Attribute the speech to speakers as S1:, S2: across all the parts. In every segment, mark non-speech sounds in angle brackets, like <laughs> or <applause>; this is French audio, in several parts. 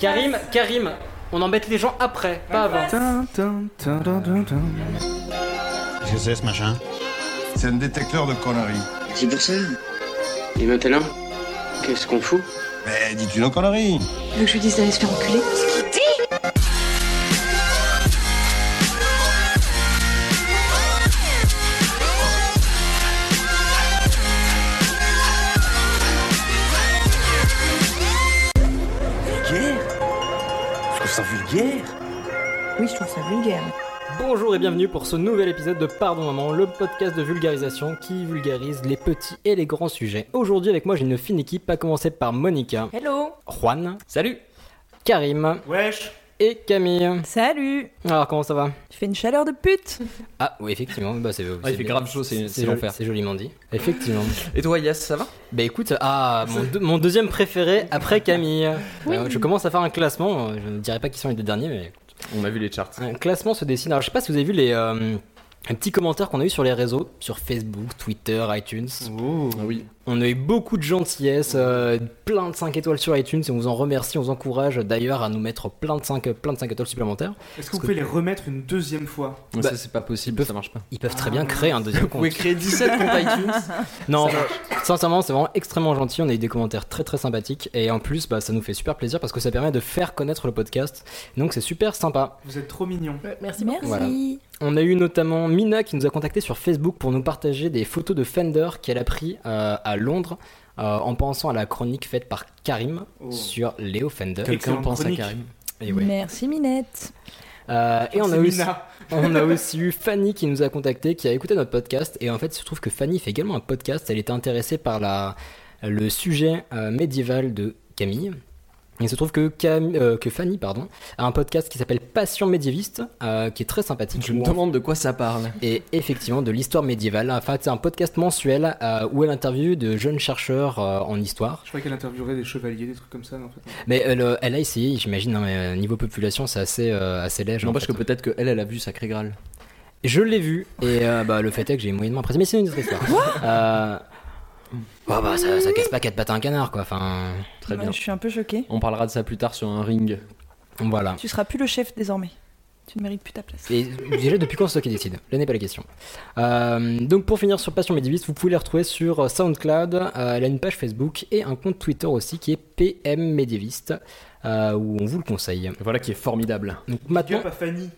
S1: Karim, Karim, on embête les gens après, pas avant.
S2: Qu'est-ce que c'est ce machin
S3: C'est un détecteur de conneries.
S4: C'est pour ça. Et maintenant, qu'est-ce qu'on fout
S3: Mais dis-tu nos conneries
S5: veux que je lui dise d'aller se faire enculer
S6: Vulgaire Je trouve ça vulgaire
S5: Oui, je trouve ça vulgaire.
S1: Bonjour et bienvenue pour ce nouvel épisode de Pardon Maman, le podcast de vulgarisation qui vulgarise les petits et les grands sujets. Aujourd'hui avec moi j'ai une fine équipe à commencer par Monica,
S7: Hello
S1: Juan, salut, Karim, wesh, et Camille.
S7: Salut
S1: Alors comment ça va
S7: Tu fais une chaleur de pute
S1: Ah oui effectivement, bah c'est
S8: Ah, il fait grave chaud, c'est- c'est l'enfer.
S1: C'est joliment dit. Effectivement.
S8: Et toi, Yas, ça va
S1: bah écoute, ah mon, deux- mon deuxième préféré après Camille. Euh, je commence à faire un classement, euh, je ne dirais pas qui sont les deux derniers mais
S8: On a vu les charts.
S1: Un classement se dessine. Alors, je sais pas si vous avez vu les, euh, les petits commentaires qu'on a eu sur les réseaux, sur Facebook, Twitter, iTunes.
S8: Ah oui.
S1: On a eu beaucoup de gentillesse, euh, plein de 5 étoiles sur iTunes et on vous en remercie, on vous encourage d'ailleurs à nous mettre plein de 5, plein de 5 étoiles supplémentaires.
S9: Est-ce que vous pouvez les remettre une deuxième fois
S8: Mais
S1: Bah,
S8: ça, c'est pas possible, ça marche pas.
S1: Ils peuvent très bien créer un deuxième compte.
S8: créer 17 comptes iTunes.
S1: Non, sincèrement, c'est vraiment extrêmement gentil. On a eu des commentaires très très sympathiques et en plus, bah, ça nous fait super plaisir parce que ça permet de faire connaître le podcast. Donc, c'est super sympa.
S9: Vous êtes trop mignon.
S7: Merci, merci
S1: Voilà. On a eu notamment Mina qui nous a contacté sur Facebook pour nous partager des photos de Fender qu'elle a pris euh, à Londres euh, en pensant à la chronique faite par Karim
S9: Oh.
S1: sur Léo Fender.
S9: Excellente chronique.
S1: Et, Eh ouais.
S7: Merci Minette
S1: Euh, et on a,
S9: C'est
S1: aussi,
S9: Mina.
S1: on a aussi eu Fanny qui nous a contacté, qui a écouté notre podcast. Et en fait, il se trouve que Fanny fait également un podcast. Elle était intéressée par la, le sujet euh, médiéval de Camille. Il se trouve que, Cam- euh, que Fanny pardon, a un podcast qui s'appelle Passion médiéviste, euh, qui est très sympathique.
S8: <laughs> Je me
S1: où en
S8: demande de quoi ça parle.
S1: et effectivement de l'histoire médiévale. Enfin, c'est un podcast mensuel euh, où elle interviewe de jeunes chercheurs euh, en histoire.
S9: Je croyais qu'elle interviewerait des chevaliers, des trucs comme ça. mais en fait, non.
S1: Mais elle, euh, elle a essayé, j'imagine, hein, mais, euh, niveau population, c'est assez, euh, assez léger. en
S8: N'empêche
S1: fait.
S8: que peut-être qu'elle, elle a vu Sacré Graal.
S1: Je l'ai vu, et euh, bah, le fait est que j'ai moyennement apprécié. Mais c'est une autre histoire. Euh, bah, bah, ça, ça casse pas quatre pattes à un canard, quoi. Enfin,
S8: Très
S7: Ouais,
S8: bien.
S7: Je suis un peu choquée.
S8: On parlera de ça plus tard sur un ring.
S1: voilà.
S7: Tu seras plus le chef désormais. Tu ne mérites plus ta place.
S1: Et déjà, depuis quand c'est toi qui décide Là n'est pas la question. Euh, donc, pour finir sur Passion Médiviste, vous pouvez les retrouver sur euh, SoundCloud. Euh, elle a une page Facebook et un compte Twitter aussi qui est PM Médiviste, euh, où on vous le conseille.
S8: Voilà qui est formidable.
S1: Donc
S9: Big
S1: maintenant,
S9: up à Fanny.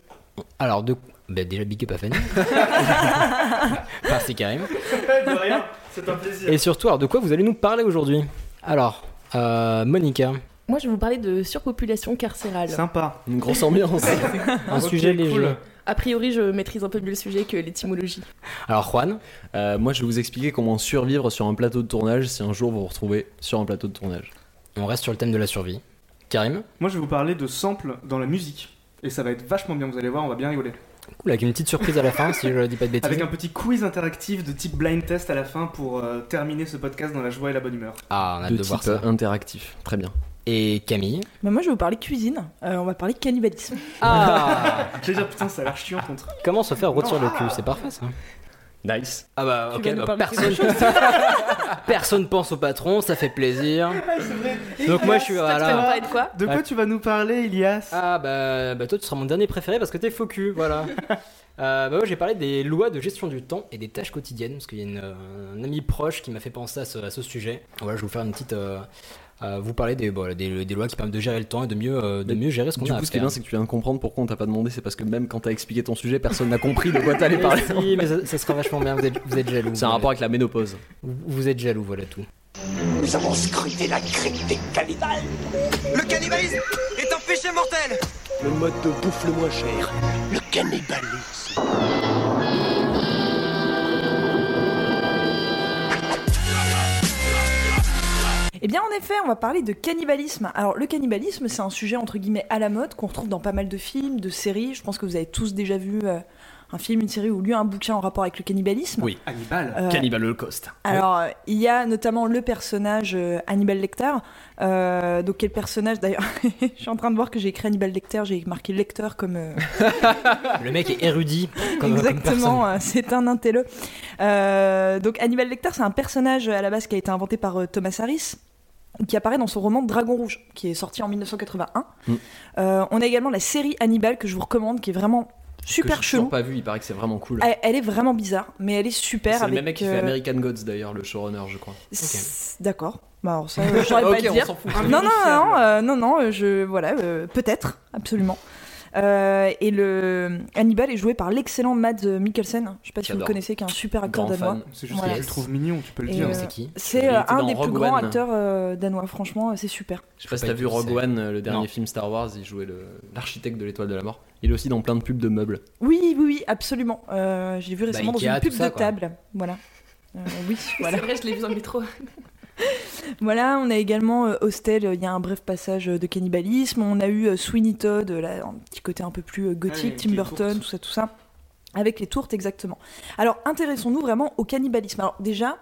S1: alors de, bah, déjà big up à Fanny.
S9: <laughs>
S1: Merci Karim.
S9: <laughs> de rien, c'est un plaisir.
S1: Et surtout, alors de quoi vous allez nous parler aujourd'hui Alors, euh, Monica,
S10: Moi, je vais vous parler de surpopulation carcérale.
S9: Sympa.
S8: Une grosse <laughs> ambiance.
S1: un sujet léger.
S9: cool.
S10: A priori, je maîtrise un peu mieux le sujet que l'étymologie.
S1: Alors Juan,
S8: Euh, moi, je vais vous expliquer comment survivre sur un plateau de tournage si un jour vous vous retrouvez sur un plateau de tournage.
S1: on reste sur le thème de la survie. Karim,
S9: Moi, je vais vous parler de samples dans la musique. Et ça va être vachement bien, vous allez voir, on va bien rigoler.
S1: cool, avec une petite surprise à la fin, si je dis pas de bêtises.
S9: Avec un petit quiz interactif de type blind test à la fin pour euh, terminer ce podcast dans la joie et la bonne humeur.
S1: Ah, on a hâte
S8: de
S1: de
S8: type
S1: voir ça.
S8: euh, interactif. Très bien.
S1: Et Camille.
S7: Bah, moi, je vais vous parler cuisine. Euh, on va parler cannibalisme.
S1: Ah
S9: J'ai dit, putain, ça a l'air chiant contre.
S1: <laughs> Comment se faire rôtir le cul C'est parfait ça.
S8: Nice.
S1: Ah bah
S10: Tu vas nous parler de
S1: personne. <laughs> personne pense au patron, ça fait plaisir. Donc moi je suis
S10: Toi, tu vas nous
S1: voilà.
S10: parler de quoi
S9: De quoi tu vas nous parler, Elias
S1: Ah bah, bah toi tu seras mon dernier préféré parce que t'es faux cul,
S8: <laughs>
S1: voilà. Euh, bah moi j'ai parlé des lois de gestion du temps et des tâches quotidiennes parce qu'il y a une, euh, un ami proche qui m'a fait penser à ce, à ce sujet. Voilà, je vais vous faire une petite. euh, euh, vous parler des, voilà, des, des lois qui permettent de gérer le temps et de mieux, euh, de mieux gérer ce qu'on
S8: Du
S1: a à
S8: coup, ce qui est
S1: faire.
S8: bien, c'est que tu viens de comprendre pourquoi on t'a pas demandé. C'est parce que même quand t'as expliqué ton sujet, personne n'a compris de quoi <laughs> t'allais parler.
S1: <laughs> Mais si, mais ça, ça sera vachement bien, vous êtes, vous êtes jaloux.
S8: C'est un
S1: vous
S8: rapport avec la ménopause.
S1: Vous vous êtes jaloux, voilà tout.
S6: Nous avons scruté la crypte des cannibales Le cannibalisme est un péché mortel Le mode de bouffe le moins cher, le cannibalisme.
S7: Eh bien, en effet, on va parler de cannibalisme. Alors, le cannibalisme, c'est un sujet entre guillemets à la mode qu'on retrouve dans pas mal de films, de séries. Je pense que vous avez tous déjà vu euh, un film, une série ou lu un bouquin en rapport avec le cannibalisme.
S8: Oui.
S9: Hannibal.
S7: Euh,
S8: Cannibal Holocaust.
S7: Alors, euh, il y a notamment le personnage euh, Hannibal Lecter. Euh, donc, quel personnage d'ailleurs <laughs> Je suis en train de voir que j'ai écrit Hannibal Lecter, j'ai marqué Lecter comme. euh,
S1: Le mec est érudit comme, comme personne.
S7: Exactement, euh, c'est un intello. Euh, donc, Hannibal Lecter, c'est un personnage euh, à la base qui a été inventé par euh, Thomas Harris. qui apparaît dans son roman Dragon Rouge, qui est sorti en 1981.
S8: Mm.
S7: Euh, on a également la série Hannibal que je vous recommande, qui est vraiment super
S8: que j'ai toujours
S7: chelou. Ah,
S8: pas vu, il paraît que c'est vraiment cool.
S7: Elle, elle est vraiment bizarre, mais elle est super.
S8: C'est le
S7: avec,
S8: même mec qui fait
S7: euh,
S8: American Gods d'ailleurs, le showrunner, je crois.
S7: s- D'accord. Bah alors ça, euh, j'aurais pas à
S8: Ah, Ok,
S7: te
S8: on
S7: dire.
S8: s'en fout.
S7: Non, non, non, euh, non, non, euh, je, voilà, euh, peut-être, absolument. Euh, et le Hannibal est joué par l'excellent Mads Mikkelsen. Je sais pas si vous le
S8: J'adore.
S7: connaissez, qui est un super acteur
S8: Grand
S7: danois.
S8: fan.
S9: C'est juste
S7: Voilà.
S9: que je le trouve mignon, tu peux le
S7: Et,
S9: dire. hein.
S7: euh,
S1: C'est qui
S7: C'est
S8: Il
S7: euh,
S8: était
S7: un
S8: dans
S7: des plus
S8: Rogue
S7: grands
S8: One.
S7: acteurs euh, danois. Franchement, euh, c'est super.
S8: Je sais pas si
S1: Pas
S8: t'as
S1: du
S8: vu
S1: tout,
S8: Rogue
S1: c'est-
S8: One, euh, le dernier
S1: Non.
S8: film Star Wars, il jouait le- l'architecte de l'étoile de la mort. Il est aussi dans plein de pubs de meubles.
S7: Oui, oui, oui, absolument. Euh, J'ai vu récemment
S8: Bah,
S1: Ikea,
S7: dans une
S1: tout
S7: pub
S1: ça,
S7: de
S1: quoi.
S7: table. Voilà. Euh, oui, <laughs> voilà.
S10: C'est vrai, je l'ai vu dans le métro.
S7: Voilà, on a également euh, Hostel, euh, il y a un bref passage euh, de cannibalisme, on a eu euh, Sweeney Todd, euh, là, un petit côté un peu plus euh,
S9: Ah oui,
S7: gothique,
S9: avec
S7: Tim
S9: les
S7: Burton,
S9: tourtes.
S7: tout ça, tout ça, avec les tourtes exactement. Alors, intéressons-nous vraiment au cannibalisme. Alors déjà,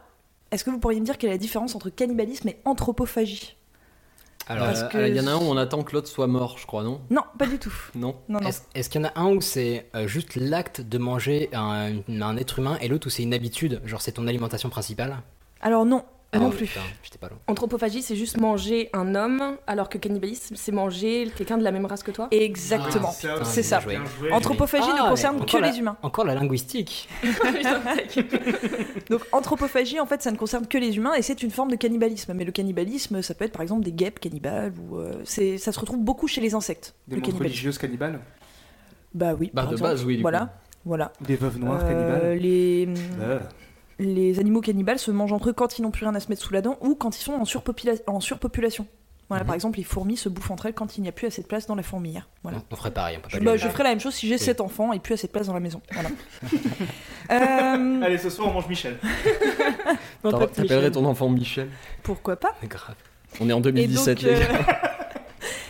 S7: est-ce que vous pourriez me dire quelle est la différence entre cannibalisme et anthropophagie
S1: Alors,
S7: Parce
S8: Euh,
S7: que-
S8: euh, Il y en a un où on attend que l'autre soit mort, je crois, non
S7: Non, pas du tout.
S8: Non
S7: Non, non.
S1: Est-ce est-ce qu'il y en a un où c'est euh, juste l'acte de manger un, un être humain et l'autre où c'est une habitude, genre c'est ton alimentation principale
S7: Alors non, non
S1: Ah,
S7: plus.
S1: putain, J'étais pas loin.
S10: Anthropophagie, c'est juste manger un homme, alors que cannibalisme, c'est manger quelqu'un de la même race que toi.
S7: Exactement.
S1: Ah, putain,
S7: c'est
S1: bien
S7: ça.
S1: joué.
S7: Anthropophagie
S1: Ah,
S7: ne
S1: mais
S7: concerne
S1: encore
S7: que
S1: la-
S7: les humains.
S1: Encore la linguistique.
S7: Donc anthropophagie, en fait, ça ne concerne que les humains et c'est une forme de cannibalisme. Mais le cannibalisme, ça peut être par exemple des guêpes cannibales ou euh, c'est, ça se retrouve beaucoup chez les insectes.
S9: Des
S7: le
S9: montres
S7: cannibalisme.
S9: religieuses cannibales
S7: Bah oui.
S8: Bah,
S7: par
S8: de
S7: exemple.
S8: base, oui, du coup.
S7: Voilà, voilà.
S9: Des veuves noires
S7: Euh,
S9: cannibales
S7: les,
S9: Euh,
S7: les animaux cannibales se mangent entre eux quand ils n'ont plus rien à se mettre sous la dent ou quand ils sont en, surpopula- en surpopulation. Voilà,
S1: Mhm.
S7: par exemple, les fourmis se bouffent entre elles quand il n'y a plus assez de place dans la fourmilière. Voilà.
S1: On, on ferait pareil, on peut
S8: Ah,
S1: pas
S7: Je,
S1: lui
S7: bah,
S1: le
S7: je
S1: dire.
S7: ferais la même chose si j'ai
S1: Oui.
S7: sept enfants et plus assez de place dans la maison.
S8: <laughs>
S7: Voilà. Euh,
S9: Allez, ce soir on mange Michel. <laughs>
S7: non, pas
S8: T'en-
S7: de
S8: T'appellerais
S7: Michel.
S8: ton enfant Michel
S7: Pourquoi pas
S1: <laughs> Grave.
S8: On est en
S7: Et
S8: 2017,
S7: donc,
S8: les
S7: euh,
S8: gars.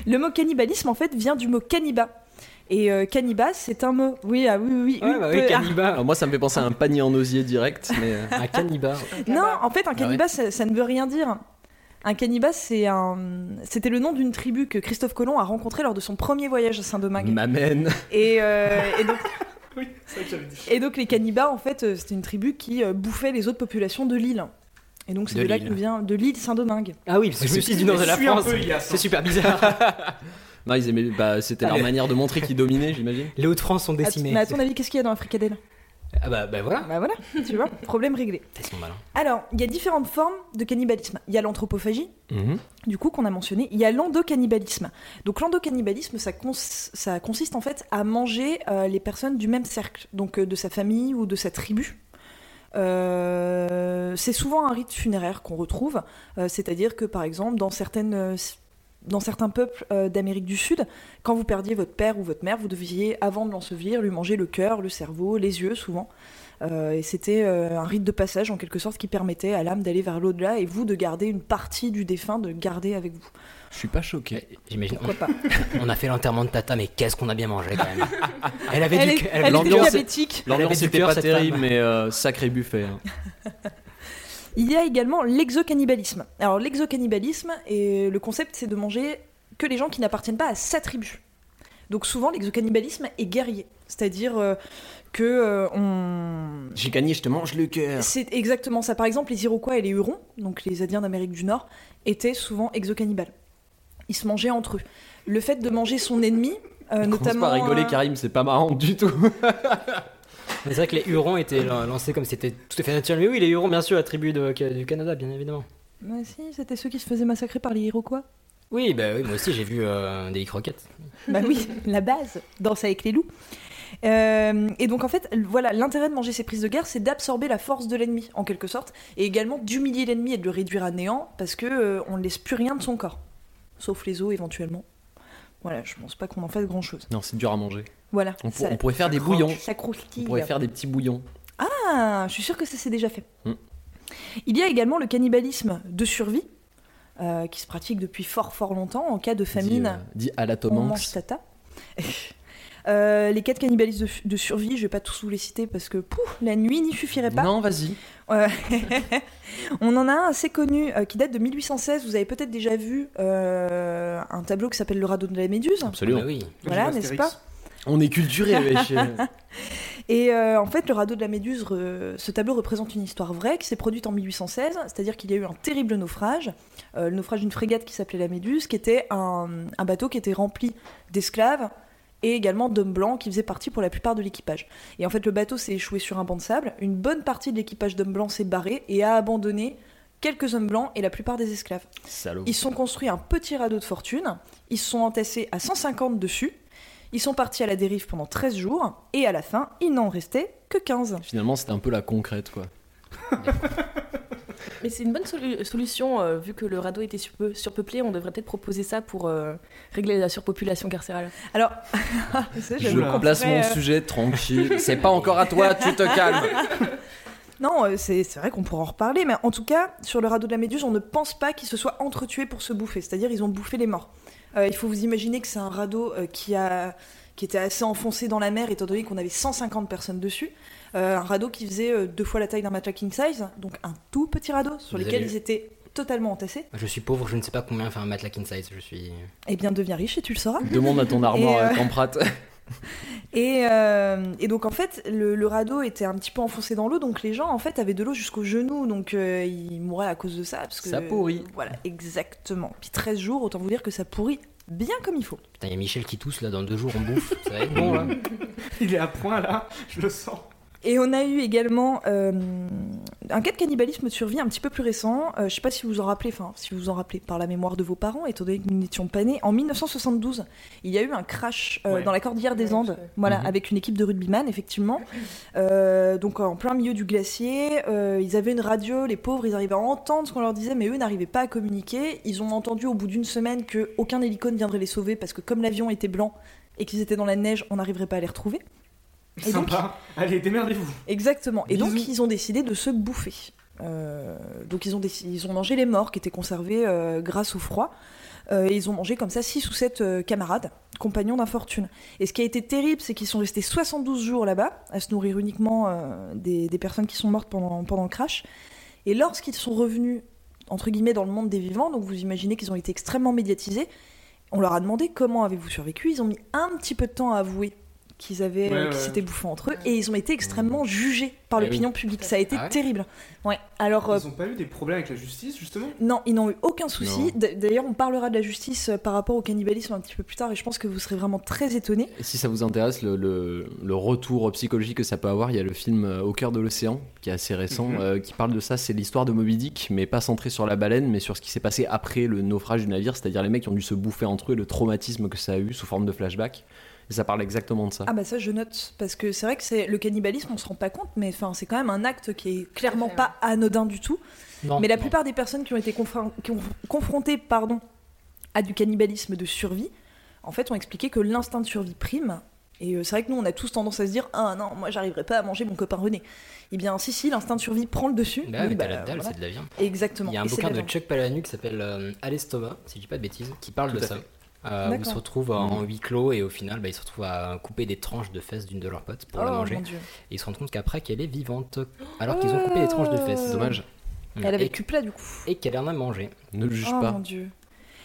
S7: le mot cannibalisme, en fait, vient du mot canniba. Et euh, canniba, c'est un mot. Oui, ah oui, oui, oui.
S1: Ouais,
S7: une
S1: bah
S7: peu-
S1: oui,
S7: Ah,
S1: cannibale.
S7: <laughs>
S8: Alors, moi, ça me fait penser à un panier en osier direct, mais. euh,
S1: Un cannibale. bah,
S7: non, en fait, un canniba, ça, ça ne veut rien dire. Un canniba, c'est un... c'était le nom d'une tribu que Christophe Colomb a rencontré lors de son premier voyage à Saint-Domingue.
S8: M'amène.
S7: Et, euh, et donc,
S9: oui, c'est ça que j'avais dit.
S7: et donc, les cannibas, en fait, euh, c'était une tribu qui euh, bouffait les autres populations de l'île. Et donc, c'est
S1: De
S7: de, là
S1: l'île.
S7: que vient de l'île Saint-Domingue.
S1: Ah oui, parce que je me suis dit du nord de la
S9: Suis un
S1: France.
S9: peu, Elias, hein.
S1: C'est super bizarre. <laughs>
S8: Non, ils aimaient. Bah, c'était leur
S1: Allez.
S8: manière de montrer qu'ils dominaient, j'imagine.
S1: Les Hauts-de-France sont
S7: Att-
S1: décimés.
S7: Mais à ton avis, qu'est-ce qu'il y a dans la fricadelle
S1: Ah bah, bah voilà.
S7: Bah voilà, tu vois, problème réglé.
S1: Ils sont malins.
S7: Alors, il y a différentes formes de cannibalisme. Il y a l'anthropophagie,
S8: Mhm.
S7: du coup, qu'on a mentionné. Il y a l'endocannibalisme. Donc, l'endocannibalisme, ça, cons- ça consiste en fait à manger euh, les personnes du même cercle, donc euh, de sa famille ou de sa tribu. Euh, c'est souvent un rite funéraire qu'on retrouve, euh, c'est-à-dire que par exemple, dans certaines. euh, s- dans certains peuples euh, d'Amérique du Sud, quand vous perdiez votre père ou votre mère, vous deviez, avant de l'ensevelir, lui manger le cœur, le cerveau, les yeux souvent. Euh, et c'était euh, un rite de passage en quelque sorte qui permettait à l'âme d'aller vers l'au-delà et vous de garder une partie du défunt, de le garder avec vous.
S8: Je suis pas choqué.
S1: J'imagine.
S7: Pourquoi pas
S1: On, on a fait l'enterrement de Tata, mais qu'est-ce qu'on a bien mangé quand même. Elle avait
S7: <laughs> Elle,
S1: du
S7: est-
S1: cœur-
S7: elle
S1: avait
S7: était
S1: du
S8: l'ambiance-
S1: cœur.
S7: diabétique.
S1: Elle avait
S8: L'ambiance
S1: du
S8: était
S1: cœur,
S8: pas
S1: cette
S8: terrible,
S1: femme.
S8: mais euh, sacré buffet. hein.
S7: Il y a également l'exocannibalisme. Alors l'exocannibalisme, et le concept c'est de manger que les gens qui n'appartiennent pas à sa tribu. Donc souvent l'exocannibalisme est guerrier, c'est-à-dire euh, que euh, on,
S8: J'ai gagné, je te mange le cœur.
S7: C'est exactement ça. Par exemple, les Iroquois et les Hurons, donc les Indiens d'Amérique du Nord, étaient souvent exocannibales. Ils se mangeaient entre eux. Le fait de manger son ennemi, euh,
S8: Commence
S7: notamment.
S8: pas à rigoler,
S7: euh,
S8: Karim, c'est pas marrant du tout.
S1: Mais C'est vrai que les Hurons étaient lan- lancés comme c'était tout à fait naturel. Mais oui, les Hurons, bien sûr, la tribu de- du Canada, bien évidemment.
S7: Ouais, si, c'était ceux qui se faisaient massacrer par les
S8: <laughs>
S7: Iroquois.
S1: Oui, bah oui, moi aussi j'ai vu euh, des croquettes.
S7: Bah oui, la base, danse avec les loups. Euh, et donc en fait, l- voilà, l'intérêt de manger ces prises de guerre, c'est d'absorber la force de l'ennemi, en quelque sorte, et également d'humilier l'ennemi et de le réduire à néant, parce que euh, on ne laisse plus rien de son corps, sauf les os éventuellement. Voilà, je pense pas qu'on en fasse grand chose.
S8: <laughs> Non, c'est dur à manger.
S7: Voilà.
S8: On, pour-
S7: ça-
S8: on pourrait faire des bouillons.
S7: Ça
S8: On
S7: croustille.
S8: pourrait faire des petits bouillons.
S7: Ah, je suis sûre que ça s'est déjà fait.
S8: Mm.
S7: Il y a également le cannibalisme de survie, euh, qui se pratique depuis fort fort longtemps en cas de
S8: Dit,
S7: famine.
S8: euh, dit à la Tom
S7: on
S8: Hanks.
S7: mange tata. <laughs> Euh, les quatre cannibalistes de, de survie, je vais pas tous vous les citer parce que pouf, la nuit n'y suffirait pas.
S8: Non, vas-y.
S7: Euh, <laughs> on en a un assez connu euh, qui date de 1816. Vous avez peut-être déjà vu euh, un tableau qui s'appelle Le radeau de la Méduse.
S1: Ah bah oui.
S9: Le
S7: Voilà,
S9: livre
S7: n'est-ce
S9: Astérix.
S7: pas
S8: On
S7: <laughs>
S8: est culturé, wesh.
S7: Et euh, en fait, le radeau de la Méduse, re- ce tableau représente une histoire vraie qui s'est produite en 1816, c'est-à-dire qu'il y a eu un terrible naufrage. euh, le naufrage d'une frégate qui s'appelait la Méduse, qui était un, un bateau qui était rempli d'esclaves et également d'hommes blancs qui faisaient partie pour la plupart de l'équipage. Et en fait, le bateau s'est échoué sur un banc de sable. Une bonne partie de l'équipage d'hommes blancs s'est barré et a abandonné quelques hommes blancs et la plupart des esclaves.
S1: Salaud.
S7: Ils se sont construits un petit radeau de fortune, ils se sont entassés à 150 dessus, ils sont partis à la dérive pendant 13 jours, et à la fin, il n'en restait que 15.
S8: Finalement, c'était un peu la concrète, quoi.
S10: Mais c'est une bonne solu- solution, euh, vu que le radeau était surpe- surpeuplé, on devrait peut-être proposer ça pour euh, régler la surpopulation carcérale.
S7: Alors, <laughs> Ça, j'aime
S8: Je
S7: beaucoup.
S8: place
S7: Après,
S8: mon
S7: euh,
S8: sujet tranquille. C'est pas encore à toi, tu te calmes.
S7: <laughs> Non, euh, c'est c'est vrai qu'on pourra en reparler, mais en tout cas, sur le radeau de la Méduse, on ne pense pas qu'ils se soient entretués pour se bouffer, c'est-à-dire ils ont bouffé les morts. Euh, il faut vous imaginer que c'est un radeau euh, qui, a, qui était assez enfoncé dans la mer, étant donné qu'on avait 150 personnes dessus. Euh, un radeau qui faisait euh, deux fois la taille d'un matelas king size, donc un tout petit radeau sur
S1: Vous
S7: lequel
S1: avez-
S7: ils étaient totalement entassés.
S1: Je suis pauvre, je ne sais pas combien fait un matelas king size. Je suis.
S7: Eh bien, deviens riche et tu le sauras.
S8: Demande à ton armoire,
S7: Et, euh,
S8: euh, Camprate.
S7: Et, euh, et donc en fait, le, le radeau était un petit peu enfoncé dans l'eau, donc les gens en fait avaient de l'eau jusqu'aux genoux, donc euh, ils mouraient à cause de ça. Parce que,
S8: Ça pourrit.
S7: Voilà, exactement. Puis 13 jours, autant vous dire que ça pourrit bien comme il faut.
S1: Putain, il y a Michel qui tousse là, dans deux jours on bouffe. Ça va être bon
S7: <laughs>
S1: là.
S9: <laughs> Il est à point là, je le sens.
S7: Et on a eu également euh, un cas de cannibalisme de survie un petit peu plus récent. Euh, je sais pas si vous vous en rappelez, enfin si vous vous en rappelez par la mémoire de vos parents, étant donné que nous n'étions pas nés. En 1972, il y a eu un crash euh,
S9: Ouais.
S7: dans la Cordillère des
S10: Ouais,
S7: Andes,
S10: je sais.
S7: voilà,
S1: Mhm.
S7: avec une équipe de rugbyman effectivement. Euh, donc en plein milieu du glacier, euh, ils avaient une radio, les pauvres, ils arrivaient à entendre ce qu'on leur disait, mais eux n'arrivaient pas à communiquer. Ils ont entendu au bout d'une semaine que aucun hélico ne viendrait les sauver parce que comme l'avion était blanc et qu'ils étaient dans la neige, on n'arriverait pas à les retrouver. Et donc-
S9: Sympa. Allez, démerdez-vous.
S7: Exactement. Et donc,
S9: Bisous.
S7: ils ont décidé de se bouffer. Euh, donc, ils ont, déci- ils ont mangé les morts qui étaient conservés euh, grâce au froid. Euh, et ils ont mangé comme ça 6 ou 7 camarades, compagnons d'infortune. Et ce qui a été terrible, c'est qu'ils sont restés 72 jours là-bas, à se nourrir uniquement euh, des, des personnes qui sont mortes pendant, pendant le crash. Et lorsqu'ils sont revenus, entre guillemets, dans le monde des vivants, donc vous imaginez qu'ils ont été extrêmement médiatisés, on leur a demandé comment avez-vous survécu. Ils ont mis un petit peu de temps à avouer qu'ils avaient,
S9: Ouais,
S7: euh,
S9: ouais.
S7: qu'ils
S9: Eh
S7: s'étaient bouffés entre eux, et ils ont été extrêmement jugés par
S1: Ah
S7: l'opinion publique. Ça a été
S1: Ah ouais
S7: terrible. Ouais. Alors, euh,
S9: Ils ont pas eu des problèmes avec la justice, justement
S7: non, ils n'ont eu aucun
S8: Non.
S7: souci. D- D'ailleurs, on parlera de la justice euh, par rapport au cannibalisme un petit peu plus tard, et je pense que vous serez vraiment très étonnés.
S8: Et si ça vous intéresse, le, le- le retour psychologique que ça peut avoir, il y a le film euh, Au cœur de l'océan, qui est assez récent,
S9: Mhm.
S8: euh, qui parle de ça. C'est l'histoire de Moby Dick, mais pas centrée sur la baleine, mais sur ce qui s'est passé après le naufrage du navire, c'est-à-dire les mecs qui ont dû se bouffer entre eux et le traumatisme que ça a eu sous forme de flashback. Et ça parle exactement de ça.
S7: Ah bah ça, je note, parce que c'est vrai que c'est le cannibalisme, on se rend pas compte, mais enfin, c'est quand même un acte qui est clairement pas anodin du tout.
S1: Non,
S7: Mais la
S1: non.
S7: plupart des personnes qui ont été confron- qui ont confrontées pardon, à du cannibalisme de survie, en fait, ont expliqué que l'instinct de survie prime. Et euh, c'est vrai que nous, on a tous tendance à se dire Ah non, moi, j'arriverai pas à manger mon copain René. Eh bien, si, si, l'instinct de survie prend le dessus.
S1: Bah,
S7: Oui,
S1: mais
S7: bah,
S1: t'as la dalle,
S7: voilà.
S1: c'est de la viande.
S7: Exactement.
S1: Il y a un
S7: Et c'est
S1: bouquin
S7: la
S1: de
S7: viande.
S1: Chuck Palahniuk qui s'appelle euh, À l'estomac, si je dis pas de bêtises, qui parle
S8: Tout
S1: de
S8: à
S1: ça. Euh, où ils se
S7: D'accord. Mmh.
S1: retrouvent en huis clos et au final bah, ils se retrouvent à couper des tranches de fesses d'une de leurs potes pour la
S7: Oh,
S1: manger.
S7: mon Dieu.
S1: Et ils se rendent compte qu'après qu'elle est vivante alors qu'ils ont coupé des tranches de fesses.
S8: C'est dommage.
S1: Voilà.
S7: Oh. Elle avait
S1: Et-
S7: le cul plat, du coup.
S1: et qu'elle en a mangé.
S8: Ne le juge
S7: oh
S8: pas.
S7: mon dieu.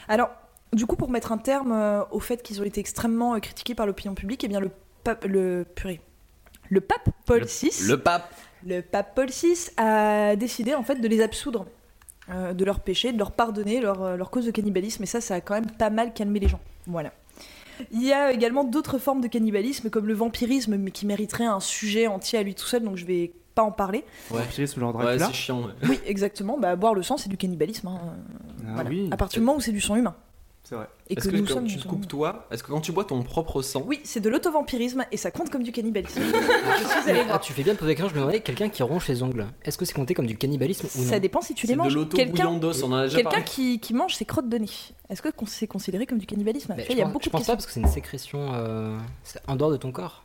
S7: Alors, du coup, pour mettre un terme euh, au fait qu'ils ont été extrêmement euh, critiqués par l'opinion publique, eh bien le pape, le purée, le pape Paul VI,
S8: Le pape
S7: le pape Paul VI a décidé en fait de les absoudre euh, de leurs péchés, de leur pardonner leur, euh, leur cause de cannibalisme, et ça, ça a quand même pas mal calmé les gens. Voilà. Il y a également d'autres formes de cannibalisme, comme le vampirisme, mais qui mériterait un sujet entier à lui tout seul, donc je vais pas en parler.
S8: Ouais.
S9: J'ai sous leur
S8: Ouais,
S9: Dracula.
S8: c'est chiant. ouais.
S7: Oui, exactement. Bah, boire le sang, c'est du cannibalisme. hein.
S9: Ah
S7: Voilà.
S9: oui,
S7: À partir du moment où c'est du sang humain.
S9: c'est vrai.
S7: Et
S8: Est-ce que,
S7: nous
S8: quand
S7: sommes-
S8: tu
S7: nous
S8: te
S7: sommes-
S8: coupes toi, est-ce que quand tu bois ton propre sang,
S7: Oui, c'est de l'autovampirisme et ça compte comme du cannibalisme.
S1: Ah, tu fais bien de poser la question, je me demandais, quelqu'un qui ronge ses ongles, est-ce que c'est compté comme du cannibalisme ou non
S7: ça dépend si tu les
S8: c'est de
S7: manges.
S8: l'auto-bouillon
S7: Quelqu'un
S8: d'os, on en a déjà
S7: quelqu'un
S8: parlé.
S7: qui, qui mange ses crottes de nez, est-ce que con- c'est considéré comme du cannibalisme
S1: Mais
S7: Tu vois,
S1: je,
S7: Il y a
S1: pense,
S7: beaucoup
S1: je
S7: de
S1: pense pas
S7: questions.
S1: parce que c'est une sécrétion euh, c'est en dehors de ton corps.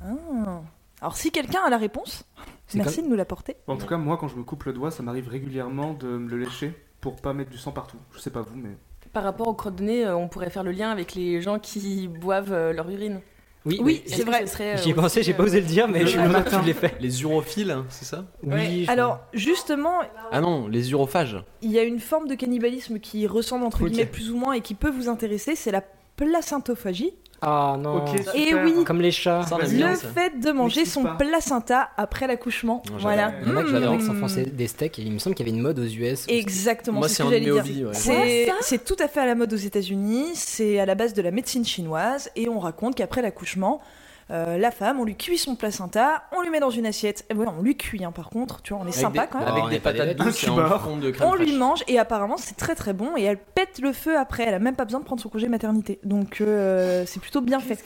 S7: Ah. Alors si quelqu'un a la réponse,
S1: C'est
S7: merci de nous l'apporter.
S9: En tout cas, moi, quand je me coupe le doigt, ça m'arrive régulièrement de me le lécher pour pas mettre du sang partout. Je sais pas vous, mais.
S10: Par rapport aux crottes de nez, euh, on pourrait faire le lien avec les gens qui boivent euh, leur urine.
S1: Oui,
S7: Oui,
S1: mais-
S7: c'est
S10: Est-ce que
S7: vrai.
S10: ce serait, euh,
S1: J'y ai pensé,
S10: aussi,
S1: j'ai pas
S10: euh,
S1: osé le dire, mais
S9: le
S1: je suis le matin
S9: matin.
S1: tu l'ai fait.
S8: Les urophiles, hein, c'est ça
S1: Oui, je-
S7: Alors justement,
S8: Ah non, les urophages.
S7: il y a une forme de cannibalisme qui ressemble entre
S1: Ok.
S7: guillemets plus ou moins et qui peut vous intéresser, c'est la placentophagie.
S1: Ah non.
S9: Ok, super.
S7: Et oui.
S1: Comme les chats.
S8: Ça, on aime
S9: Vas-y.
S8: Ah, bien,
S7: Ah, Le
S8: ça.
S7: fait de manger
S9: N'explique
S7: son
S9: pas.
S7: placenta après l'accouchement.
S8: Non, j'adore.
S7: Voilà.
S1: Il y en a qui
S7: Mmh.
S1: adoraient s'enfoncer des steaks et il me semble qu'il y avait une mode aux US. où
S7: Exactement,
S8: Moi,
S7: c'est
S8: c'est
S7: ce
S8: un
S7: que
S8: de mes
S7: j'allais dire.
S8: hobbies. ouais.
S7: C'est c'est tout à fait à la mode aux États-Unis, c'est à la base de la médecine chinoise, et on raconte qu'après l'accouchement, euh, la femme, on lui cuit son placenta, on lui met dans une assiette, et ouais, on lui cuit hein, par contre, tu vois, on est
S8: Avec
S7: sympa
S8: des-
S7: quand même.
S1: Ah, on
S8: Avec
S1: est
S8: des
S1: pas des
S8: patates
S1: bêtes.
S8: douces et un
S9: Cubar.
S8: fond de crème
S7: On lui
S8: fraîche.
S7: mange et apparemment c'est très très bon et elle pète le feu après, elle a même pas besoin de prendre son congé maternité. Donc euh, c'est plutôt bien fait.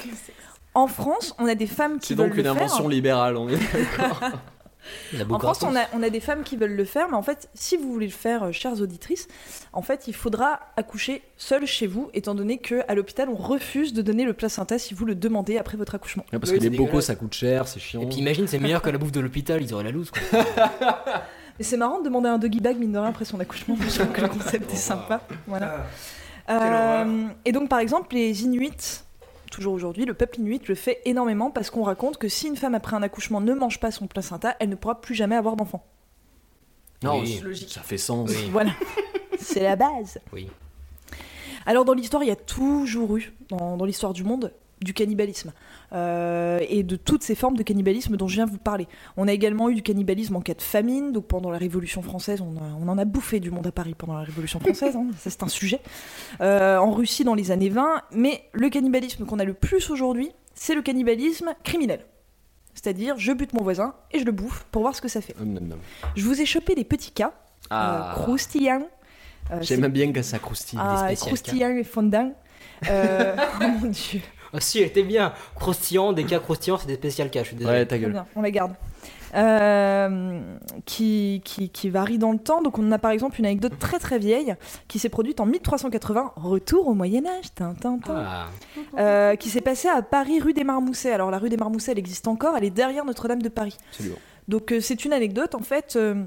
S7: En France, on a des femmes qui
S8: C'est
S7: veulent
S8: donc
S7: le
S8: une invention
S7: faire.
S8: libérale. On est...
S1: La
S7: En France,
S1: bourrasse.
S7: on a, on a des femmes qui veulent le faire, mais en fait, si vous voulez le faire, euh, chères auditrices, en fait, il faudra accoucher seule chez vous, étant donné que à l'hôpital, on refuse de donner le placenta si vous le demandez après votre accouchement.
S8: Ouais, parce
S1: Oui,
S8: que les
S1: c'est
S8: bocaux
S1: dégueulasse.
S8: ça coûte cher, c'est chiant.
S1: Et puis imagine, c'est meilleur que la bouffe de l'hôpital, ils auraient la loose. quoi.
S7: Et c'est marrant de demander un doggy bag, mine de rien, après son accouchement, je trouve que le concept est sympa.
S9: Ah,
S7: Voilà. Euh, et donc, par exemple, les Inuits, toujours aujourd'hui, le peuple Inuit le fait énormément parce qu'on raconte que si une femme après un accouchement ne mange pas son placenta, elle ne pourra plus jamais avoir d'enfant.
S8: Non,
S1: Oui.
S8: c'est- ça fait sens.
S1: Oui.
S7: Voilà. <laughs> c'est la base.
S1: Oui.
S7: Alors dans l'histoire, il y a toujours eu, dans, dans l'histoire du monde, du cannibalisme. Euh, et de toutes ces formes de cannibalisme dont je viens vous parler. On a également eu du cannibalisme en cas de famine, donc pendant la Révolution française, on, a- on en a bouffé du monde à Paris pendant la Révolution française, hein, ça c'est un sujet. Euh, en Russie dans les années 20, mais le cannibalisme qu'on a le plus aujourd'hui, c'est le cannibalisme criminel. C'est-à-dire, je bute mon voisin et je le bouffe pour voir ce que ça fait.
S8: Hum, hum, hum.
S7: Je vous ai chopé des petits cas
S8: Ah,
S7: euh, croustillants. Euh, c'est-
S8: J'aime bien que ça croustille.
S7: ah,
S1: spéciales,
S7: croustillant et fondant.
S8: <laughs>
S7: Euh, <laughs> oh mon dieu.
S1: Ah si, elle était bien. Croustillant, des cas croustillants, c'est des spéciales cas, je suis désolé.
S8: Ouais, ta
S7: Très
S8: gueule.
S7: bien, on la garde. Euh, qui, qui, qui varie dans le temps. Donc, on a par exemple une anecdote très très vieille qui s'est produite en 1380, retour au Moyen-Âge, tintin, tintin,
S1: Ah,
S7: euh, qui s'est passée à Paris, rue des Marmoussets. Alors, la rue des Marmoussets, elle existe encore, elle est derrière Notre-Dame de Paris.
S8: Absolument.
S7: Donc euh, c'est une anecdote en fait euh,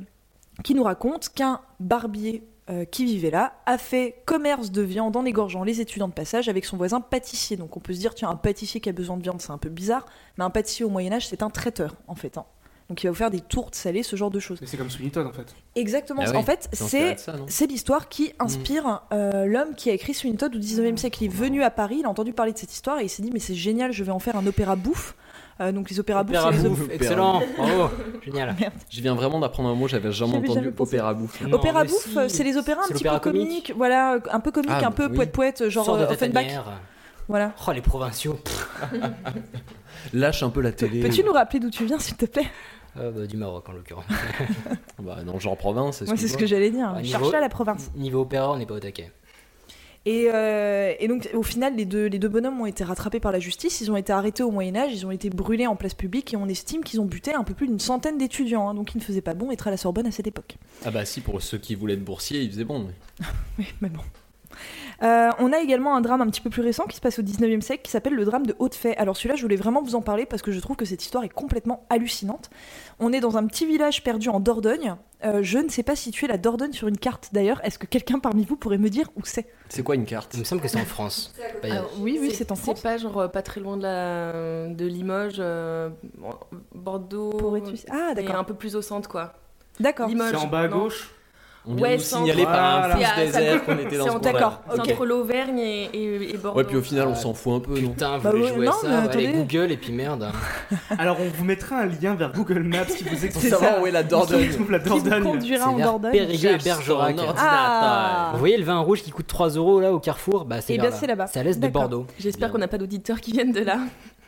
S7: qui nous raconte qu'un barbier euh, qui vivait là a fait commerce de viande en égorgeant les étudiants de passage avec son voisin pâtissier. Donc on peut se dire tiens un pâtissier qui a besoin de viande c'est un peu bizarre, mais un pâtissier au Moyen Âge c'est un traiteur en fait. hein. Donc il va vous faire des tourtes salées, ce genre de choses.
S9: Mais c'est comme Swinton en fait.
S7: Exactement.
S8: Ah
S7: ça.
S8: oui, Mm.
S7: En fait
S8: C'est
S7: c'est
S8: inspiré de ça, non
S7: c'est l'histoire qui inspire euh, l'homme qui a écrit Swinton au 19e siècle. Il est venu à Paris, il a entendu parler de cette histoire et il s'est dit mais c'est génial, je vais en faire un opéra bouffe. Euh, donc les opéras bouffes, c'est les
S1: bouffe,
S8: Opéra
S1: excellent. Bravo, génial.
S8: Je viens vraiment d'apprendre un mot, j'avais jamais
S7: J'avais
S8: entendu
S7: jamais pensé.
S8: opéra bouffe.
S1: Non,
S7: Opéra
S1: mais
S7: bouffe, euh,
S1: si.
S7: c'est les opéras un
S1: C'est
S7: petit peu
S1: l'opéra
S7: comiques,
S1: comique.
S7: voilà, un peu comique,
S8: Ah,
S7: un peu
S8: oui.
S7: poète poète, genre
S1: Sors de
S7: euh,
S1: ta
S7: Offenbach.
S1: tanière.
S7: Voilà.
S1: Oh, les provinciaux.
S8: Lâche un peu la télé.
S7: Peux-tu nous rappeler d'où tu viens, s'il te plaît Ah,
S1: Euh, bah, du Maroc, en l'occurrence.
S8: Bah, dans le genre province,
S7: Moi, c'est ce que j'allais dire.
S1: Bah,
S7: Je
S1: niveau-
S7: Cherche là la province.
S1: <laughs> Niveau opéra, on n'est pas au taquet.
S7: Et, euh, et donc, au final, les deux, les deux bonhommes ont été rattrapés par la justice. Ils ont été arrêtés au Moyen-Âge, ils ont été brûlés en place publique et on estime qu'ils ont buté un peu plus d'une centaine d'étudiants. hein, donc, il ne faisait pas bon être à la Sorbonne à cette époque.
S8: Ah bah si, pour ceux qui voulaient être boursiers, ils faisaient bon. mais-
S7: Oui, mais bon. Euh, on a également un drame un petit peu plus récent qui se passe au 19e siècle qui s'appelle le drame de Hautefay. Alors celui-là, je voulais vraiment vous en parler parce que je trouve que cette histoire est complètement hallucinante. On est dans un petit village perdu en Dordogne. Euh, je ne sais pas situer la Dordogne sur une carte d'ailleurs. Est-ce que quelqu'un parmi vous pourrait me dire où c'est
S8: C'est quoi une carte
S1: Il me semble que c'est en France. Bah, Pas
S10: Ah,
S1: bien.
S7: oui, oui, c'est en France.
S10: C'est pas genre euh, pas très loin de, la, de Limoges, euh, bon, Bordeaux.
S7: Pourrais-tu- Ah
S10: Et un
S7: d'accord.
S10: peu plus au centre quoi.
S7: D'accord.
S10: Limoges.
S9: C'est en bas à
S10: non
S9: gauche.
S8: On vient
S10: Ouais,
S8: de nous
S10: sans-
S8: signaler par un
S9: Voilà.
S8: fils
S10: C'est à-
S8: désert qu'on était dans
S10: C'est
S8: ce
S10: en-
S8: coin-là.
S7: D'accord.
S10: C'est
S7: Ok.
S10: entre l'Auvergne et, et, et Bordeaux.
S8: Ouais, puis au final, on s'en fout un peu, non
S1: Putain, vous
S7: Bah
S1: voulez
S7: ouais,
S1: jouer
S7: non,
S1: à ça
S7: mais
S1: Allez,
S7: attendez.
S1: Google et puis merde.
S9: Alors on vous mettra un lien vers Google Maps qui
S7: <laughs>
S9: vous
S8: Pour
S9: explique
S8: savoir où est la
S9: Qui
S8: Dordogne.
S9: trouve la
S7: Qui nous
S9: Dordogne.
S7: conduira en
S1: C'est vers
S7: Dordogne
S1: Périgueux et Bergerac.
S8: Sur un ordinateur.
S7: Ah
S1: Vous voyez le vin rouge qui coûte 3 euros là au carrefour Bah c'est
S7: Eh
S1: vers
S7: bien, c'est là-bas.
S1: C'est à l'est de
S7: D'accord.
S1: Bordeaux.
S10: J'espère qu'on n'a pas d'auditeurs qui viennent de là.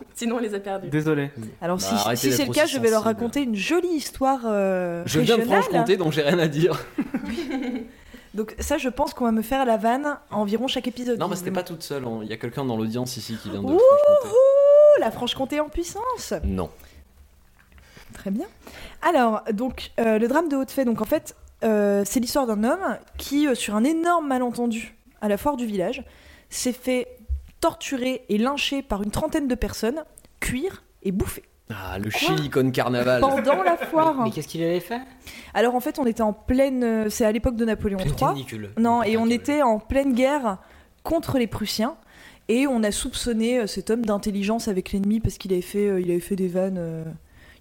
S10: <laughs> Sinon, on les a perdus.
S9: Désolé.
S7: Alors
S8: Bah,
S7: si,
S8: arrêtez
S7: si c'est
S8: d'être
S7: le cas,
S8: aussi
S7: je vais leur
S8: sensible.
S7: raconter une jolie histoire euh,
S8: Je viens de
S7: régionale.
S8: Franche-Comté, donc j'ai rien à dire.
S7: Donc ça, je pense qu'on va me faire la vanne environ chaque épisode.
S8: <laughs> Non, mais c'était
S7: visiblement.
S8: pas toute seule. hein. Il y a quelqu'un dans l'audience ici qui vient de
S7: Wouhou
S8: Franche-Comté.
S7: la Franche-Comté en puissance.
S8: Non.
S7: Très bien. Alors, donc, euh, le drame de Hautefay, donc en fait, euh, c'est l'histoire d'un homme qui, euh, sur un énorme malentendu à la foire du village, s'est fait torturer et lyncher par une trentaine de personnes, cuire et bouffer
S8: Ah, le Chili con carnaval.
S7: pendant
S8: <laughs>
S7: la
S1: Mais
S7: foire.
S1: qu'est-ce qu'il avait fait
S7: Alors en fait, on était en pleine... euh, C'est à l'époque de Napoléon
S1: Une
S7: III.
S1: canicule.
S7: Non,
S1: Une
S7: et on
S1: canicule.
S7: était en pleine guerre contre les Prussiens. Et on a soupçonné euh, cet homme d'intelligence avec l'ennemi parce qu'il avait fait, euh, il avait fait des vannes. euh,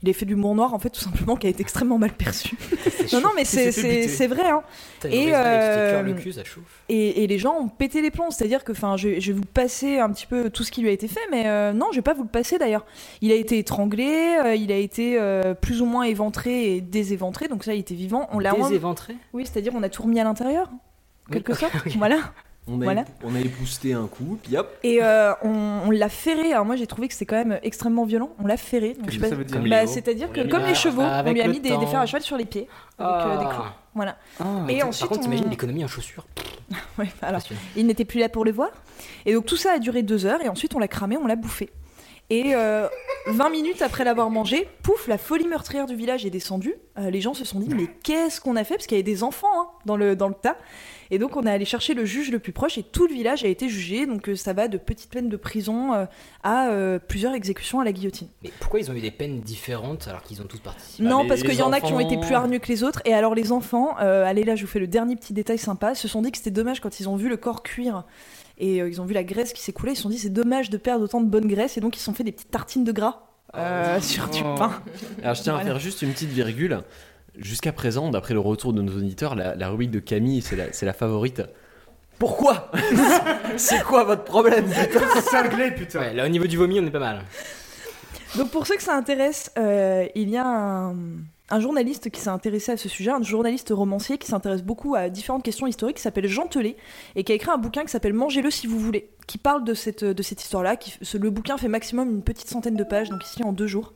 S7: Il avait fait du l'humour noir, en fait, tout simplement, qui a été extrêmement mal perçu. non, non, mais c'est c'est- c'est vrai. Hein.
S1: Putain,
S7: Et,
S1: une raison avec ce qui éclaire le
S7: euh,
S1: cul, ça chauffe.
S7: Et, et les gens ont pété les plombs. C'est-à-dire que, enfin, je, je vais vous passer un petit peu tout ce qui lui a été fait, mais euh, non, je vais pas vous le passer d'ailleurs. Il a été étranglé, euh, il a été euh, plus ou moins éventré et déséventré, donc ça, il était vivant. On l'a
S1: Déséventré
S7: Oui, c'est-à-dire on a tout remis à l'intérieur, en
S1: Oui,
S7: quelque
S1: ok,
S7: sorte.
S1: ok.
S7: Voilà.
S8: On a,
S7: Voilà.
S8: on a épousseté un coup, puis hop.
S7: Et euh, on, on l'a ferré. Alors moi, j'ai trouvé que c'était quand même extrêmement violent. On l'a ferré. Donc,
S9: Qu'est-ce
S7: je sais
S9: que
S7: pas-
S9: ça veut dire
S1: Comme
S7: Bah,
S1: les-
S7: c'est-à-dire que
S1: On lui
S7: comme
S1: a-
S7: les chevaux, on
S1: avec
S7: lui a
S1: le
S7: mis des, des fers
S1: temps.
S7: à cheval sur les pieds avec euh, des clous. Voilà.
S1: Ah,
S9: <laughs>
S7: Et
S1: t'sais,
S7: ensuite,
S1: Par contre,
S7: on-
S1: t'imagines l'économie en chaussures.
S7: Ouais, alors,
S1: Impressionnant.
S7: il n'était plus là pour le voir. Et donc tout ça a duré deux heures. Et ensuite, on l'a cramé, on l'a bouffé. Et euh, 20 minutes après l'avoir mangé, pouf, la folie meurtrière du village est descendue. Euh, les gens se sont dit, mais qu'est-ce qu'on a fait Parce qu'il y avait des enfants hein, dans, le, dans le tas. Et donc on est allé chercher le juge le plus proche et tout le village a été jugé. Donc euh, ça va de petites peines de prison euh, à euh, plusieurs exécutions à la guillotine.
S1: Mais pourquoi ils ont eu des peines différentes alors qu'ils ont tous participé
S7: Non,
S8: Ah, les-
S7: parce qu'il
S8: les
S7: y en a qui ont été
S8: enfants-
S7: plus hargneux que les autres. Et alors, les enfants, euh, allez là, je vous fais le dernier petit détail sympa, se sont dit que c'était dommage quand ils ont vu le corps cuire et euh, ils ont vu la graisse qui s'écoulait. Ils se sont dit, c'est dommage de perdre autant de bonne graisse. Et donc, ils se sont fait des petites tartines de gras euh, <laughs> sur du
S9: Oh.
S7: pain.
S8: Alors je tiens à
S7: Voilà.
S8: faire juste une petite virgule. Jusqu'à présent, d'après le retour de nos auditeurs, la, la rubrique de Camille, c'est la, c'est la favorite. Pourquoi <laughs> C'est quoi votre problème
S9: Sale glaive, putain.
S1: Ouais, là au niveau du vomi, on est pas mal.
S7: Donc, pour ceux que ça intéresse, euh, il y a un. un journaliste qui s'est intéressé à ce sujet, un journaliste romancier qui s'intéresse beaucoup à différentes questions historiques, qui s'appelle Jean Telet, et qui a écrit un bouquin qui s'appelle Mangez-le si vous voulez, qui parle de cette, de cette histoire-là. qui- ce- Le bouquin fait maximum une petite centaine de pages, donc ici en deux jours.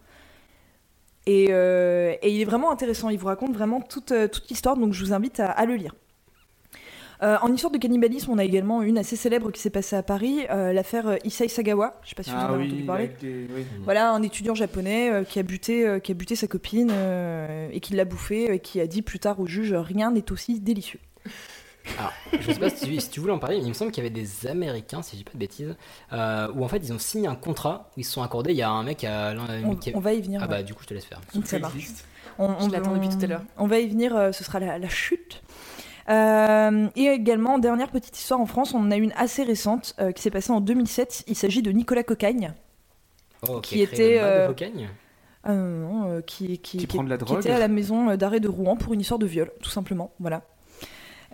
S7: Et, euh, et il est vraiment intéressant, il vous raconte vraiment toute, euh, toute l'histoire, donc je vous invite à, à le lire. Euh, en histoire de cannibalisme, on a également une assez célèbre qui s'est passée à Paris, euh, l'affaire euh, Issei Sagawa. Je sais pas si vous en
S9: Ah
S7: avez
S9: oui,
S7: entendu parler.
S9: avec des- oui.
S7: Mm. Voilà, un étudiant japonais euh, qui, a buté, euh, qui a buté sa copine euh, et qui l'a bouffé euh, et qui a dit plus tard au juge Rien n'est aussi délicieux.
S1: Alors, je sais pas si tu, si tu voulais en parler, mais il me semble qu'il y avait des Américains, si je dis pas de bêtises, euh, où en fait ils ont signé un contrat où ils se sont accordés. Il y a un mec à l'un-
S7: On,
S1: qui-
S7: on va y venir.
S1: Ah
S7: ouais.
S1: bah du coup je te laisse faire.
S7: Donc, ça
S9: Ça
S7: marche.
S9: existe.
S7: On,
S10: Je l'attends depuis tout à l'heure.
S7: On va y venir, euh, ce sera la, la chute. Euh, et également, dernière petite histoire en France, on en a une assez récente euh, qui s'est passée en 2007. Il s'agit de Nicolas Cocagne,
S1: Oh,
S7: Qui
S1: a créé
S7: était,
S1: le mal de
S7: euh,
S1: Cocagne
S7: euh, non, euh, qui, qui,
S9: Qui prend de la drogue.
S7: était à la maison euh, d'arrêt de Rouen pour une histoire de viol, tout simplement. Voilà.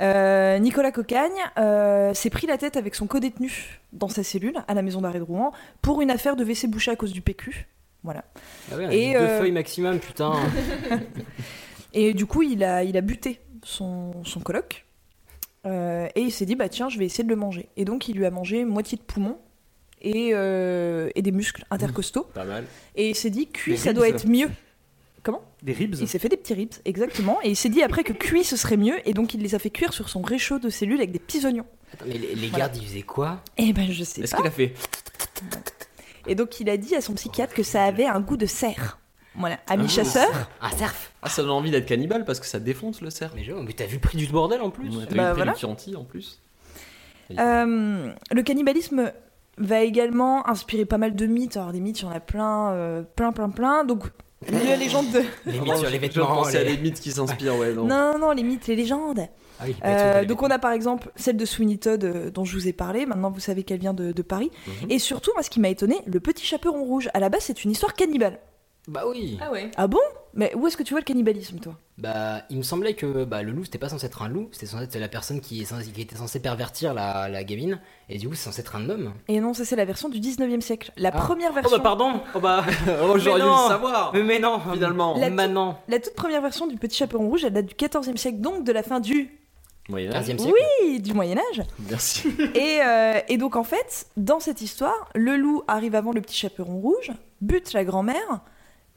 S7: Euh, Nicolas Cocagne euh, s'est pris la tête avec son codétenu dans sa cellule à la maison d'arrêt de Rouen pour une affaire de WC bouché à cause du PQ.
S1: Ah ouais,
S7: et,
S1: deux
S7: euh,
S1: feuilles maximum,
S7: <laughs>
S1: putain.
S7: Et du coup, il a, il a buté son, son coloc. Euh, et il s'est dit, bah tiens, je vais essayer de le manger. Et donc, il lui a mangé moitié de poumon et, euh, et des muscles intercostaux.
S8: Pas mal.
S7: Et il s'est dit, cuit,
S9: Des
S7: ça doit
S9: ribs.
S7: être mieux.
S9: Des ribs.
S7: Il s'est fait des petits ribs, exactement. Et il s'est dit après que cuit, ce serait mieux. Et donc, il les a fait cuire sur son réchaud de cellules avec des petits oignons.
S1: Attends, mais les, les
S7: Voilà.
S1: gardes ils faisaient quoi
S7: Eh ben, je sais
S8: Est-ce
S7: pas.
S8: qu'il a fait
S7: Et donc, il a dit à son psychiatre que ça avait un goût de cerf. Voilà, ami chasseur.
S1: Ah, Un cerf
S8: Ah, ça donne envie d'être cannibale parce que ça défonce le cerf.
S1: Mais, genre, mais t'as vu le prix du bordel en plus
S8: Ouais, T'as eu
S7: Bah,
S8: le prix
S7: voilà.
S8: du Chianti, en plus.
S7: Euh, le cannibalisme va également inspirer pas mal de mythes. Alors, des mythes, il y en a plein, euh, plein, plein, plein. Donc, les légendes de.
S1: Les
S8: Ah
S1: mythes sur
S8: non,
S1: les
S8: je- je
S1: vêtements.
S8: pensais à
S1: les-
S8: des mythes qui s'inspirent, ouais. non.
S7: Non, non, les mythes, les légendes.
S1: Ah oui,
S7: Euh,
S1: bah, tu-
S7: donc, on a par exemple celle de Sweeney Todd euh, dont je vous ai parlé. Maintenant, vous savez qu'elle vient de, de Paris.
S1: Mhm.
S7: Et surtout, moi, ce qui m'a étonné, le petit chaperon rouge. À la base, c'est une histoire cannibale.
S1: Bah oui.
S10: Ah ouais.
S7: Ah bon Mais où est-ce que tu vois le cannibalisme, toi
S1: Bah, il me semblait que bah, le loup, c'était pas censé être un loup, c'était censé être la personne qui, est censée- qui était censée pervertir la, la gamine, et du coup, c'est censé être un homme.
S7: Et non, ça c'est la version du 19e siècle. La
S1: Ah.
S7: première version.
S1: pardon Oh bah,
S8: <laughs> Oh, j'aurais dû
S1: Mais non.
S8: le savoir
S1: mais non
S8: Finalement.
S7: La-
S1: Maintenant
S7: La toute première version du Petit Chaperon Rouge, elle date du 14e siècle, donc de la fin du,
S1: 15
S8: Moyen-Âge.
S1: siècle
S7: et du
S1: <laughs>
S7: Moyen-Âge.
S8: hein. <laughs> Merci.
S7: Et, euh, et donc en fait, dans cette histoire, le loup arrive avant le Petit Chaperon Rouge, bute la grand-mère,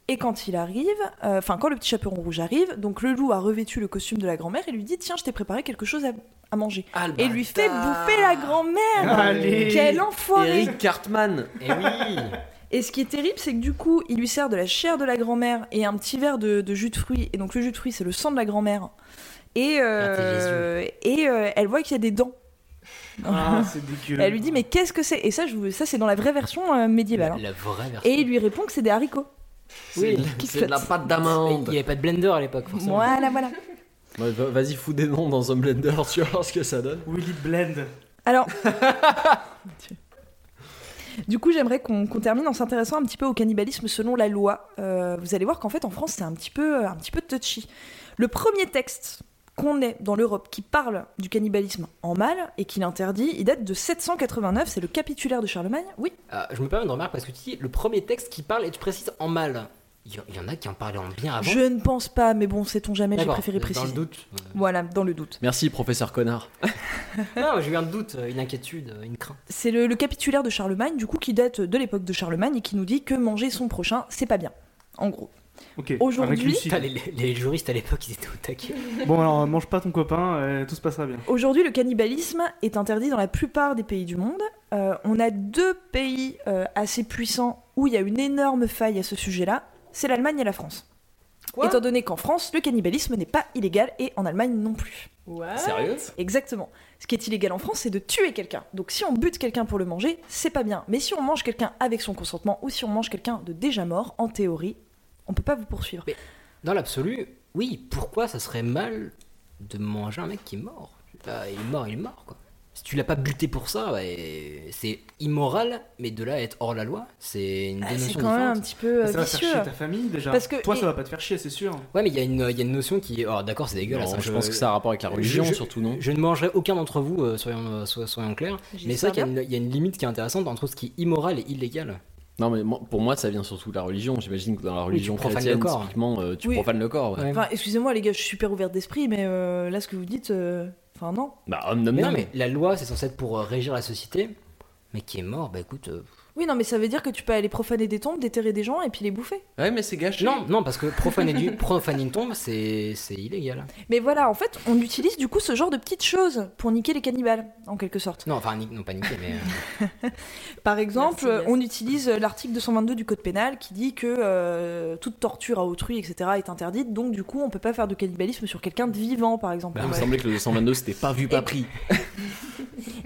S7: et quand il arrive, euh, enfin quand le Petit Chaperon Rouge arrive, donc le loup a revêtu le costume de la grand-mère et lui dit Tiens, je t'ai préparé quelque chose à, à manger.
S1: Ah, le
S7: Et lui fait bouffer la grand-mère
S9: Allez.
S7: Quel enfoiré
S8: Eric Cartman
S1: Eh oui
S7: Et ce qui est terrible, c'est que du coup, il lui sert de la chair de la grand-mère et un petit verre de, de jus de fruits. Et donc, le jus de fruits, c'est le sang de la grand-mère. Et, euh, et euh, elle voit qu'il y a des dents.
S9: Ah, c'est dégueu.
S7: Elle lui dit, mais qu'est-ce que c'est Et ça, je vous- ça c'est dans la vraie version euh, médiévale. hein.
S1: La vraie version.
S7: Et il lui répond que c'est des haricots.
S8: C'est de la-
S7: Qui
S8: c'est de la
S7: flotte.
S8: pâte
S1: Il n'y
S8: d'amande
S1: avait pas de blender à l'époque, forcément.
S7: Voilà, voilà.
S8: Ouais, va- Vas-y, fous des noms dans un blender, tu vas voir ce que ça donne.
S9: Willy Blend.
S7: Alors. <laughs> Du coup, j'aimerais qu'on qu'on termine en s'intéressant un petit peu au cannibalisme selon la loi. Euh, vous allez voir qu'en fait, en France, c'est un petit peu, un petit peu touchy. Le premier texte qu'on ait dans l'Europe qui parle du cannibalisme en mâle et qui l'interdit, il date de 789. C'est le capitulaire de Charlemagne. Oui.
S1: Ah, je me permets de remarquer parce que tu dis le premier texte qui parle et tu précises en mal. Il y, il y en a qui en parlaient en bien avant.
S7: Je ne pense pas, mais bon, sait-on jamais. J'ai
S1: Ah D'accord, Euh,
S7: préféré
S1: dans
S7: préciser.
S1: le doute.
S7: Voilà, dans le doute.
S8: Merci, professeur Connard.
S1: non, j'ai eu un doute, euh, une inquiétude, une crainte.
S7: C'est le, le capitulaire de Charlemagne, du coup, qui date de l'époque de Charlemagne et qui nous dit que manger son prochain, c'est pas bien. En gros.
S9: Ok. un
S7: Aujourd'hui-
S9: réclusi.
S1: Putain, les, les- les juristes à l'époque, ils étaient au taquet.
S9: Bon, alors mange pas ton copain, euh, tout se passera bien.
S7: Aujourd'hui, le cannibalisme est interdit dans la plupart des pays du monde. Euh, on a deux pays euh, assez puissants où il y a une énorme faille à ce sujet-là. C'est l'Allemagne et la France.
S10: Quoi
S7: Étant donné qu'en France, le cannibalisme n'est pas illégal et en Allemagne non plus.
S10: What
S8: Sérieux
S7: Exactement. Ce qui est illégal en France, c'est de tuer quelqu'un. Donc si on bute quelqu'un pour le manger, c'est pas bien. Mais si on mange quelqu'un avec son consentement ou si on mange quelqu'un de déjà mort, en théorie, on peut pas vous poursuivre.
S1: Dans l'absolu, oui, pourquoi ça serait mal de manger un mec qui est mort Bah, Il est mort, il est mort, quoi. Si tu l'as pas buté pour ça, ouais, c'est immoral, mais de là à être hors la loi, c'est une Ah,
S7: Ah,
S1: des
S7: c'est
S1: notions
S7: quand même un
S1: différentes.
S7: petit peu euh,
S9: ça va faire
S7: vicieux.
S9: chier ta famille déjà.
S7: Parce que-
S9: Toi,
S7: et-
S9: ça va pas te faire chier, c'est sûr.
S1: Ouais, mais il y, a une- il y a une notion qui est. Oh, d'accord, c'est dégueulasse.
S8: Non,
S1: hein,
S8: je pense que ça a rapport avec la religion,
S1: je- je-
S8: surtout, non
S1: Je ne mangerai aucun d'entre vous, euh, soyons, euh, so- soyons clairs. Mais c'est vrai
S7: J'espère
S1: qu'il y a une- il y, a une limite qui est intéressante entre ce qui est immoral et illégal.
S8: Non, mais moi- pour moi, ça vient surtout de la religion. J'imagine que dans la religion
S1: profanes le
S8: chrétienne,
S1: corps.
S8: typiquement, euh, tu
S7: Oui.
S8: profanes le corps. ouais.
S1: Ouais.
S7: Enfin, excusez-moi les gars, je suis super ouverte d'esprit, mais euh, là, ce que vous dites, euh, enfin non.
S8: Bah, homme, non,
S1: Mais non,
S8: non.
S1: mais la loi, c'est censé être pour euh, régir la société, mais qui est mort, bah écoute. euh,
S7: Oui, non, mais ça veut dire que tu peux aller profaner des tombes, déterrer des gens et puis les bouffer.
S8: Ouais, mais c'est gâché.
S1: Non, non, parce que profaner, du, <laughs> profaner une tombe, c'est c'est illégal.
S7: Mais voilà, en fait, on utilise du coup ce genre de petites choses pour niquer les cannibales, en quelque sorte.
S1: Non, enfin, ni- non, pas niquer,
S7: <laughs>
S1: mais. euh,
S7: Par exemple,
S10: Merci, Yas.
S7: on utilise euh, l'article 222 du Code pénal qui dit que euh, toute torture à autrui, etc., est interdite, donc du coup, on peut pas faire de cannibalisme sur quelqu'un de vivant, par exemple.
S8: Bah, Il me semblait que le 222, c'était pas vu, pas pris.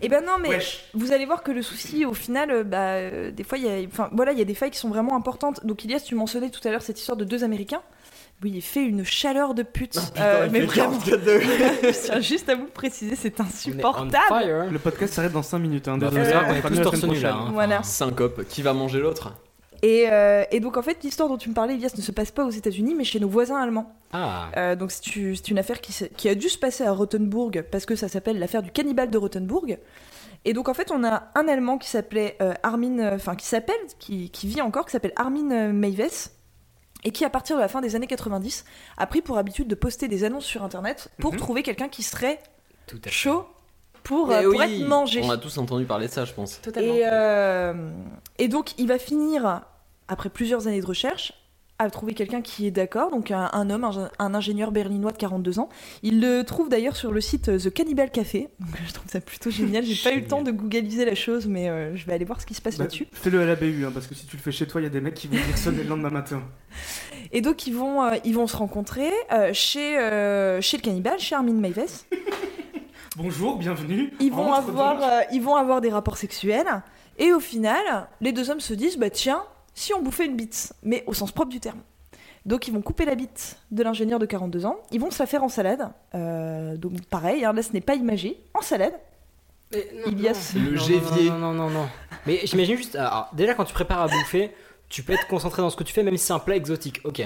S7: Eh ben non, mais
S9: Wesh.
S7: vous allez voir que le souci, au final, euh, bah, euh, des fois, il y a, enfin, voilà, il y a des failles qui sont vraiment importantes. Donc, Ilias, tu mentionnais tout à l'heure cette histoire de deux Américains. Oui, il fait une chaleur de pute.
S1: Ah,
S7: Euh, mais vraiment, <laughs> je tiens juste à vous le préciser, c'est
S1: on est on
S7: insupportable.
S1: fire.
S9: Le podcast s'arrête dans 5 minutes. Hein,
S1: Bah, faut
S9: désolé.
S1: savoir qu'on
S9: On
S1: est
S9: fera
S1: tous
S9: mieux la
S1: torse
S9: semaine
S1: nu là.
S9: prochaine.
S1: hein.
S7: Voilà.
S1: Enfin,
S8: Syncope, qui va manger l'autre
S7: Et, euh, et donc, en fait, l'histoire dont tu me parlais, Elias, ne se passe pas aux États-Unis, mais chez nos voisins allemands.
S1: Ah,
S7: Euh, donc, c'est tu- c'est une affaire qui, s'est- qui a dû se passer à Rottenburg, parce que ça s'appelle l'affaire du cannibale de Rottenburg. Et donc, en fait, on a un Allemand qui s'appelait euh, Armin, euh, enfin, qui s'appelle, qui, qui vit encore, qui s'appelle Armin euh, Meiwes. Et qui, à partir de la fin des années 90, a pris pour habitude de poster des annonces sur Internet pour
S9: Mhm.
S7: trouver quelqu'un qui serait
S1: tout à fait.
S7: chaud pour, euh, pour être mangé.
S8: On a tous entendu parler de ça, je pense.
S10: Totalement.
S7: Et, euh, et donc, il va finir, après plusieurs années de recherche, à trouver quelqu'un qui est d'accord, donc un, un homme, un, un ingénieur berlinois de 42 ans. Il le trouve d'ailleurs sur le site euh, The Cannibal Café. Donc, je trouve ça plutôt génial. J'ai pas eu le temps de googliser la chose, mais euh, je vais aller voir ce qui se passe
S9: Bah,
S7: là-dessus.
S9: Fais-le à la BU, hein, parce que si tu le fais chez toi, il y a des mecs qui vont dire sonner le lendemain matin.
S7: Et donc, ils vont, euh, ils vont se rencontrer euh, chez, euh, chez le cannibal, chez Armin Meives.
S9: Bonjour, bienvenue.
S7: Ils vont,
S9: Entre
S7: avoir,
S9: donc.
S7: euh, ils vont avoir des rapports sexuels. Et au final, les deux hommes se disent bah tiens, si on bouffait une bite, mais au sens propre du terme. Donc ils vont couper la bite de l'ingénieur de 42 ans. Ils vont se la faire en salade. Euh, donc pareil, hein, là ce n'est pas imagé. En salade.
S1: Mais non,
S7: Il y a
S1: non.
S7: ce-
S8: Le
S1: Non, non,
S8: gévier.
S1: Non, non, non, non. Mais j'imagine juste. alors, déjà, quand tu prépares à bouffer, tu peux être concentré dans ce que tu fais, même si c'est un plat exotique, ok.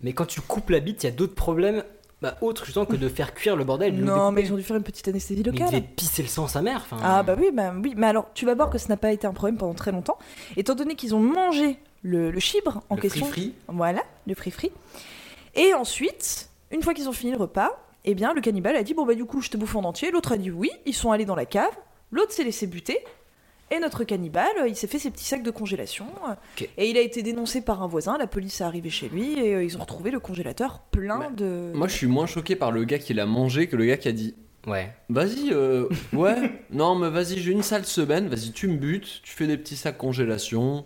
S1: Mais quand tu coupes la bite, il y a d'autres problèmes, bah, autres justement que de faire cuire le bordel. le
S7: non,
S1: découper.
S7: mais ils ont dû faire une petite anesthésie
S1: Mais il
S7: locale.
S1: devait pisser le sang à sa mère. enfin.
S7: Ah bah oui, bah oui. Mais alors tu vas voir que ça n'a pas été un problème pendant très longtemps. Étant donné qu'ils ont mangé le, le chibre en
S8: Le
S7: question.
S8: free-free.
S7: Voilà, le free-free. Et ensuite, une fois qu'ils ont fini le repas, eh bien, le cannibale a dit Bon, bah, du coup, je te bouffe en entier. L'autre a dit Oui, ils sont allés dans la cave. L'autre s'est laissé buter. Et notre cannibale, euh, il s'est fait ses petits sacs de congélation. euh,
S1: Ok.
S7: Et il a été dénoncé par un voisin. La police est arrivée chez lui et euh, ils ont retrouvé le congélateur plein
S8: Mais-
S7: de.
S8: Bah, Moi, je suis moins choqué par le gars qui l'a mangé que le gars qui a dit
S1: Ouais.
S8: Vas-y, euh,
S7: <laughs>
S8: ouais, non, mais vas-y, j'ai une sale semaine, vas-y, tu me butes, tu fais des petits sacs congélation.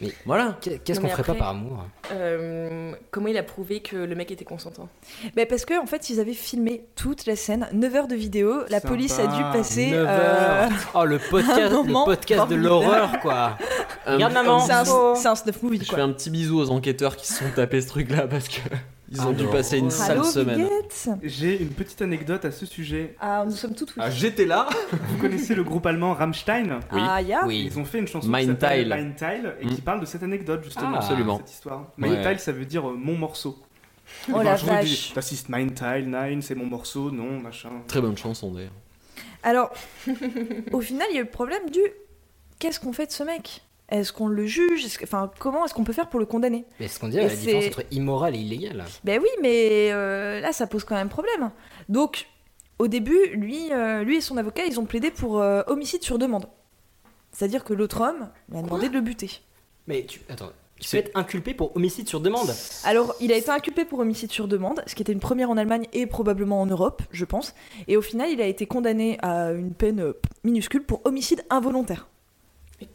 S1: Mais-
S8: voilà.
S1: Qu'est- Qu'est-ce
S10: Non,
S1: qu'on ferait
S10: mais
S1: pas
S10: après-
S1: par amour hein
S10: Euh, comment il a prouvé que le mec était consentant
S7: Mais Bah, parce que en fait, ils avaient filmé toute la scène, 9 heures de vidéo. La
S9: Sympa.
S7: police a dû passer.
S1: 9
S7: euh, <laughs>
S1: heures. Oh, le podcast,
S7: un moment
S1: le podcast de
S7: formidable.
S1: l'horreur, quoi.
S8: Un-
S1: Regarde, maman.
S7: C'est un,
S1: Oh.
S7: c'est un snuff movie
S8: Je
S7: quoi.
S8: fais un petit bisou aux enquêteurs qui se sont tapés ce truc-là parce que <laughs> Ils ont dû passer une sale
S7: Oh, Allô,
S8: semaine.
S7: Viguette
S9: J'ai une petite anecdote à ce sujet.
S7: Ah, nous sommes toutes
S8: Ah,
S7: oui.
S8: J'étais là.
S9: Vous connaissez le groupe allemand Rammstein
S8: Oui.
S7: Ah, ya
S1: Oui.
S9: Ils ont fait une chanson
S8: Mein
S9: qui s'appelle
S8: Teil. Mm.
S9: Mein Teil et qui parle de cette anecdote justement.
S1: Ah, absolument.
S9: Cette histoire.
S8: Ouais.
S9: Mein Teil, ça veut dire euh, mon morceau. Ils
S7: Oh
S9: vont
S7: la
S9: jouer
S7: vache.
S9: du- T'assistes Mein Teil, Nine, c'est mon morceau, non, machin.
S8: Très bonne chanson d'ailleurs.
S7: Alors, <laughs> au final, il y a eu le problème du qu'est-ce qu'on fait de ce mec Est-ce qu'on le juge Est-ce que- Enfin, comment est-ce qu'on peut faire pour le condamner
S1: Mais ce qu'on dit, la
S7: Et
S1: différence
S7: c'est-
S1: entre immoral et illégal.
S7: Ben oui, mais euh, là, ça pose quand même problème. Donc, au début, lui, euh, lui et son avocat, ils ont plaidé pour euh, homicide sur demande. C'est-à-dire que l'autre homme lui a demandé de le buter.
S1: Mais tu. Attends. Tu peux être inculpé pour homicide sur demande.
S7: Alors, il a été inculpé pour homicide sur demande, ce qui était une première en Allemagne et probablement en Europe, je pense. Et au final, il a été condamné à une peine euh, minuscule pour homicide involontaire.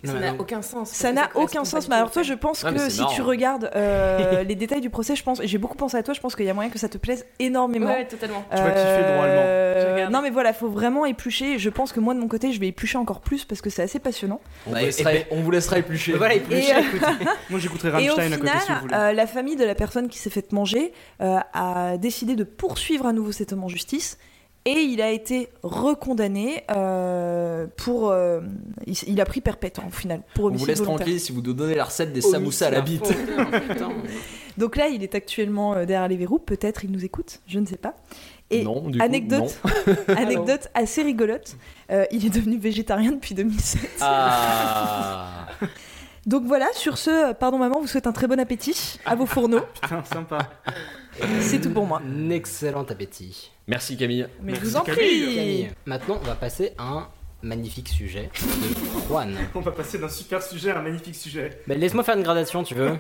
S1: Non,
S10: Ça
S1: mais
S10: n'a
S1: non.
S10: aucun sens. Bah,
S7: Ça n'a aucun sens. Mais alors toi, je pense
S8: Ah, mais
S7: que
S8: c'est
S7: si
S8: marrant.
S7: tu regardes
S9: <laughs>
S7: euh, les détails du procès, je pense, et j'ai beaucoup pensé à toi, je pense qu'il y a moyen que ça te plaise énormément.
S10: Ouais, totalement.
S9: Tu vas kiffer le droit
S7: Euh,
S10: allemand. Je regarde.
S7: Non mais voilà, faut vraiment éplucher. Je pense que moi de mon côté, je vais éplucher encore plus parce que c'est assez passionnant.
S8: On,
S1: Bah,
S8: vous,
S1: et-
S8: laissera,
S1: et-
S8: on vous laissera éplucher.
S1: Voilà, il
S7: Et, euh,
S9: Moi j'écouterai
S7: et au
S9: Rammstein à côté
S7: final,
S9: si vous voulez.
S7: euh, la famille de la personne qui s'est faite manger euh, a décidé de poursuivre à nouveau cet homme en justice. Et il a été recondamné euh, pour. euh, il, il a pris perpète hein, au final pour
S8: on vous
S7: homicide
S8: laisse
S7: volontaire.
S8: tranquille si vous nous donnez la recette des samoussas à la bite.
S7: Donc là, il est actuellement euh, derrière les verrous. Peut-être il nous écoute, je ne sais pas. Et
S8: non, du coup,
S7: anecdote,
S8: non.
S7: <laughs>
S8: <laughs>
S7: anecdote assez rigolote. euh, il est devenu végétarien depuis 2007.
S8: Ah.
S7: Donc voilà, sur ce, euh, pardon maman, vous souhaite un très bon appétit à vos fourneaux.
S9: Putain, sympa.
S7: C'est tout pour moi.
S1: Un excellent appétit.
S8: Merci Camille.
S7: Mais
S9: Merci,
S7: je vous en
S9: Camille.
S7: prie.
S1: Camille, maintenant on va passer à un magnifique sujet de Juan.
S9: On va passer d'un super sujet à un magnifique sujet.
S1: Mais laisse-moi faire une gradation, tu veux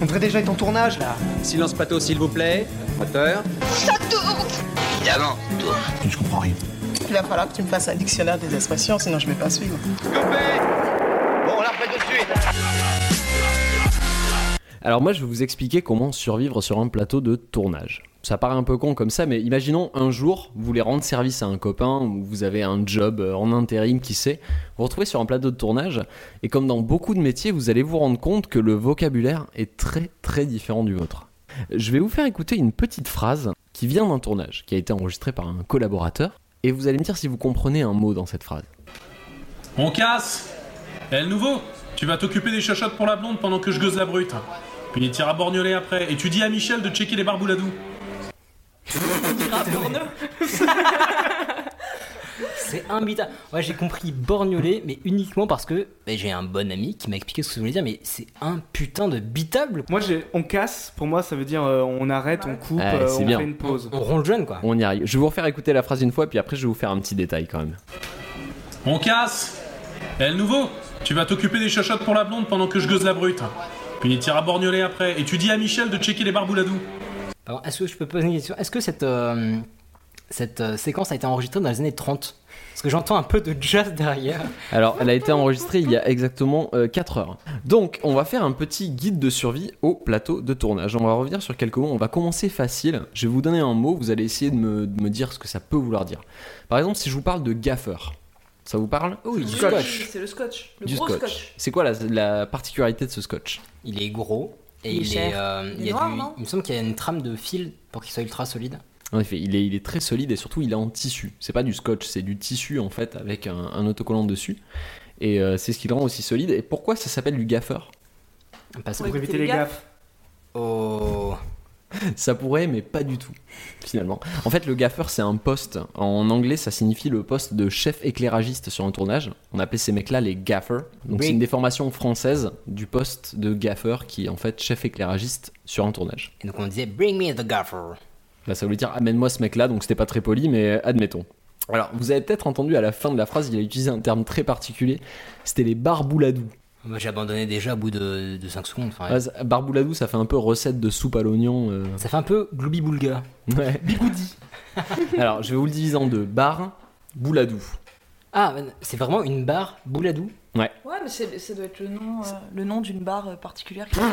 S6: On devrait déjà être en tournage là.
S11: Silence plateau, s'il vous plaît. Moteur.
S3: Évidemment.
S2: Je comprends rien.
S6: Il va falloir que tu me fasses un dictionnaire des expressions, sinon je vais pas suivre.
S8: Alors moi je vais vous expliquer comment survivre sur un plateau de tournage. Ça paraît un peu con comme ça, mais imaginons un jour vous voulez rendre service à un copain ou vous avez un job euh, en intérim, qui sait. Vous vous retrouvez sur un plateau de tournage et comme dans beaucoup de métiers, vous allez vous rendre compte que le vocabulaire est très très différent du vôtre. Je vais vous faire écouter une petite phrase qui vient d'un tournage, qui a été enregistrée par un collaborateur, et vous allez me dire si vous comprenez un mot dans cette phrase.
S11: On casse Eh, le nouveau Tu vas t'occuper des chochottes pour la blonde pendant que je gueuse la brute. Puis il tira borgnoler après. Et tu dis à Michel de checker les barbouladous.
S1: C'est imbitable. Ouais, j'ai compris borgnolé, mais uniquement parce que bah, j'ai un bon ami qui m'a expliqué ce que ça voulait dire, mais c'est un putain de bitable.
S9: Moi j'ai on casse, pour moi ça veut dire euh, on arrête, on coupe,
S8: Ouais,
S9: euh,
S8: c'est
S9: on
S8: bien.
S9: fait une pause.
S1: On rongeonne quoi.
S8: On y arrive. Je vais vous refaire écouter la phrase une fois, puis après je vais vous faire un petit détail quand même.
S11: On casse Eh, le nouveau Tu vas t'occuper des chochottes pour la blonde pendant que je gueuse la brute. Puis il tira borgnoler après. Et tu dis à Michel de checker les barbouladous.
S1: Alors, est-ce que je peux poser une question Est-ce que cette, euh, cette euh, séquence a été enregistrée dans les années 30 Parce que j'entends un peu de jazz derrière.
S8: Alors, elle a été enregistrée il y a exactement 4 heures. Donc, on va faire un petit guide de survie au plateau de tournage. On va revenir sur quelques mots. On va commencer facile. Je vais vous donner un mot. Vous allez essayer de me, de me dire ce que ça peut vouloir dire. Par exemple, si je vous parle de gaffeur, ça vous parle
S1: Oui,
S10: Du
S1: du
S10: scotch.
S1: scotch.
S10: C'est le scotch. Le
S8: Du
S10: gros
S8: scotch. C'est quoi la, la particularité de ce scotch
S1: Il est gros et
S7: Il est
S1: il, est.
S7: cher.
S1: euh,
S7: Il est
S1: il, y a
S7: noir,
S1: du-
S7: non
S1: il me semble qu'il y a une trame de fil pour qu'il soit ultra solide.
S8: En effet, il est, il est très solide et surtout il est en tissu. C'est pas du scotch, c'est du tissu en fait avec un, un autocollant dessus. Et euh, c'est ce qui le rend aussi solide. Et pourquoi ça s'appelle du gaffeur
S1: Parce
S9: Pour
S1: que.
S10: Ouais.
S9: éviter les gaffes.
S1: Oh.
S8: Ça pourrait, mais pas du tout, finalement. En fait, le gaffeur, c'est un poste. En anglais, ça signifie le poste de chef éclairagiste sur un tournage. On appelait ces mecs-là les gaffeurs. Donc,
S1: Oui.
S8: c'est une déformation française du poste de gaffeur qui est en fait chef éclairagiste sur un tournage.
S1: Et donc on disait Bring me the gaffer.
S8: Là, ça voulait dire amène-moi ce mec-là, donc c'était pas très poli, mais admettons. Alors, vous avez peut-être entendu à la fin de la phrase, il a utilisé un terme très particulier. C'était les barbouladous.
S1: Moi j'ai abandonné déjà au bout de, 5 secondes. enfin,
S8: Ah, ça- Barbouladou, ça fait un peu recette de soupe à l'oignon. euh,
S1: Ça fait un peu Glooby Boulga.
S8: Ouais. <laughs> Alors, je vais vous le diviser en deux. Bar, bouladou.
S1: Ah, c'est vraiment une barre bouladou
S7: Ouais, mais c'est- ça doit être le nom, euh, le nom d'une barre euh, particulière. qui-
S1: Bah,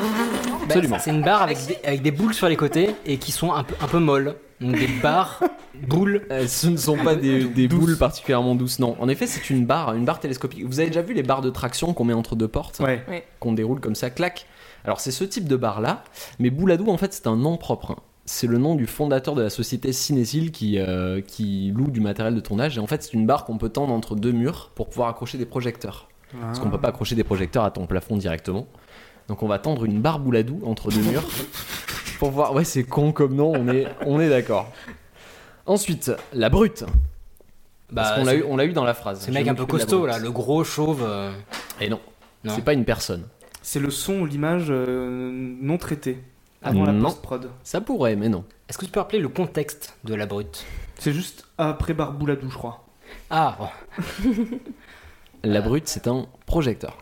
S8: Absolument.
S1: C'est une barre avec des, avec des boules sur les côtés et qui sont un peu, un peu molles. Donc des
S7: <laughs>
S1: barres, boules.
S8: Euh, ce ne sont pas des, des boules particulièrement douces, non. En effet, c'est une barre, une barre télescopique. Vous avez déjà vu les barres de traction qu'on met entre deux portes,
S9: Ouais.
S8: qu'on déroule comme ça, clac Alors c'est ce type de bar-là, mais Bouladou en fait c'est un nom propre. hein. C'est le nom du fondateur de la société Cinésil qui, euh, qui loue du matériel de tournage. Et en fait c'est une barre qu'on peut tendre entre deux murs pour pouvoir accrocher des projecteurs. Parce
S1: Ah.
S8: qu'on peut pas accrocher des projecteurs à ton plafond directement. Donc on va tendre une barre Bouladou entre deux
S1: <laughs>
S8: murs pour voir. Ouais c'est con comme nom, on est, on est d'accord. Ensuite, la brute. Parce
S1: Bah,
S8: qu'on l'a
S1: c'est-
S8: eu, on l'a eu dans la phrase.
S1: C'est le mec
S8: J'ai
S1: un
S8: mis
S1: peu
S8: plus de la
S1: costaud
S8: brute.
S1: là, le gros chauve. euh,
S8: Et non,
S1: Non.
S8: c'est pas une personne.
S9: C'est le son ou l'image euh, non traité avant la
S8: Non.
S9: post-prod.
S8: Ça pourrait, mais non.
S1: Est-ce que tu peux rappeler le contexte de la brute
S9: C'est juste après Barbouladou, je crois.
S1: Ah, bon.
S8: La brute, c'est un projecteur.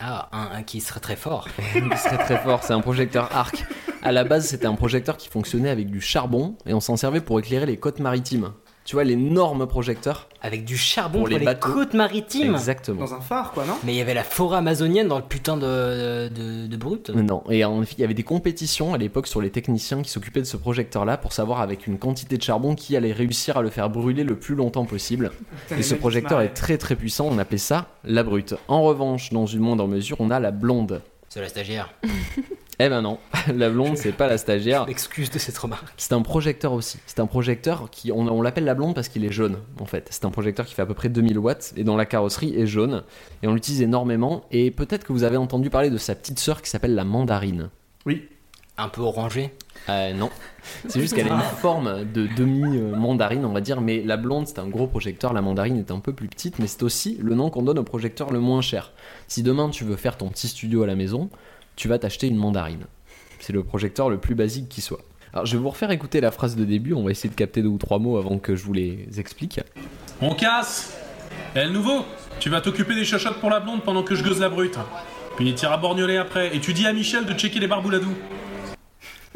S1: ah un, un qui serait très
S8: <laughs>
S1: fort.
S8: Il serait très fort, c'est un projecteur arc. À la base, c'était un projecteur qui fonctionnait avec du charbon et on s'en servait pour éclairer les côtes maritimes. Tu vois, l'énorme projecteur
S1: Avec du charbon
S8: Pour
S1: pour,
S8: les
S1: les,
S8: bateaux.
S1: côtes maritimes.
S8: Exactement.
S9: Dans un phare, quoi, non
S1: Mais il y avait la forêt amazonienne dans le putain de, de, de brute.
S8: Non, et en effet, il y avait des compétitions à l'époque sur les techniciens qui s'occupaient de ce projecteur-là pour savoir avec une quantité de charbon qui allait réussir à le faire brûler le plus longtemps possible. Et ce projecteur est très très puissant, on appelait ça la brute. En revanche, dans une moindre mesure, on a la blonde.
S1: C'est la stagiaire.
S8: Eh ben non, <laughs> la blonde, c'est pas la stagiaire.
S1: Excuse de cette remarque.
S8: C'est un projecteur aussi. C'est un projecteur qui, on, on l'appelle la blonde parce qu'il est jaune, en fait. C'est un projecteur qui fait à peu près 2000 watts et dont la carrosserie est jaune. Et on l'utilise énormément. Et peut-être que vous avez entendu parler de sa petite sœur qui s'appelle la mandarine.
S1: Un peu orangé.
S8: Euh, non. C'est juste
S1: Ah.
S8: qu'elle a une forme de demi-mandarine, on va dire. Mais la blonde, c'est un gros projecteur. La mandarine est un peu plus petite. Mais c'est aussi le nom qu'on donne au projecteur le moins cher. Si demain tu veux faire ton petit studio à la maison, tu vas t'acheter une mandarine. C'est le projecteur le plus basique qui soit. Alors je vais vous refaire écouter la phrase de début. On va essayer de capter deux ou trois mots avant que je vous les explique.
S11: On casse Eh, le nouveau Tu vas t'occuper des chochottes pour la blonde pendant que je gueuse la brute. Puis il tira borgnoler après. Et tu dis à Michel de checker les barbouladou.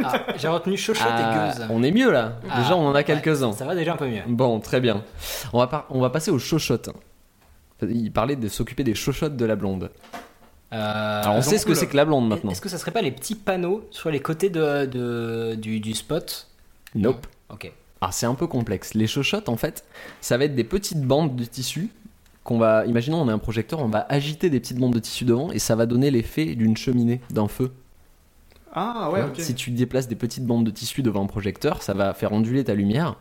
S1: Ah, j'ai retenu chochotte
S8: Ah,
S1: et gueuse.
S8: on est mieux là. Déjà,
S1: Ah,
S8: on en a
S1: ouais,
S8: quelques-uns.
S1: Ça va déjà un peu mieux.
S8: Bon, très bien. On va, par- on va passer aux chochottes. Il parlait de s'occuper des chochottes de la blonde. Alors Ah, on sait ce que c'est euh, que la blonde maintenant.
S1: Euh, Est-ce que ça serait pas les petits panneaux sur les côtés de, de- du, du spot
S8: Nope.
S1: Ok.
S8: Alors c'est un peu complexe. Les chochottes en fait, ça va être des petites bandes de tissu qu'on va, imaginons on a un projecteur, on va agiter des petites bandes de tissu devant et ça va donner l'effet d'une cheminée, d'un feu.
S9: Ah ouais, ok.
S8: Si tu déplaces des petites bandes de tissu devant un projecteur, ça va faire onduler ta lumière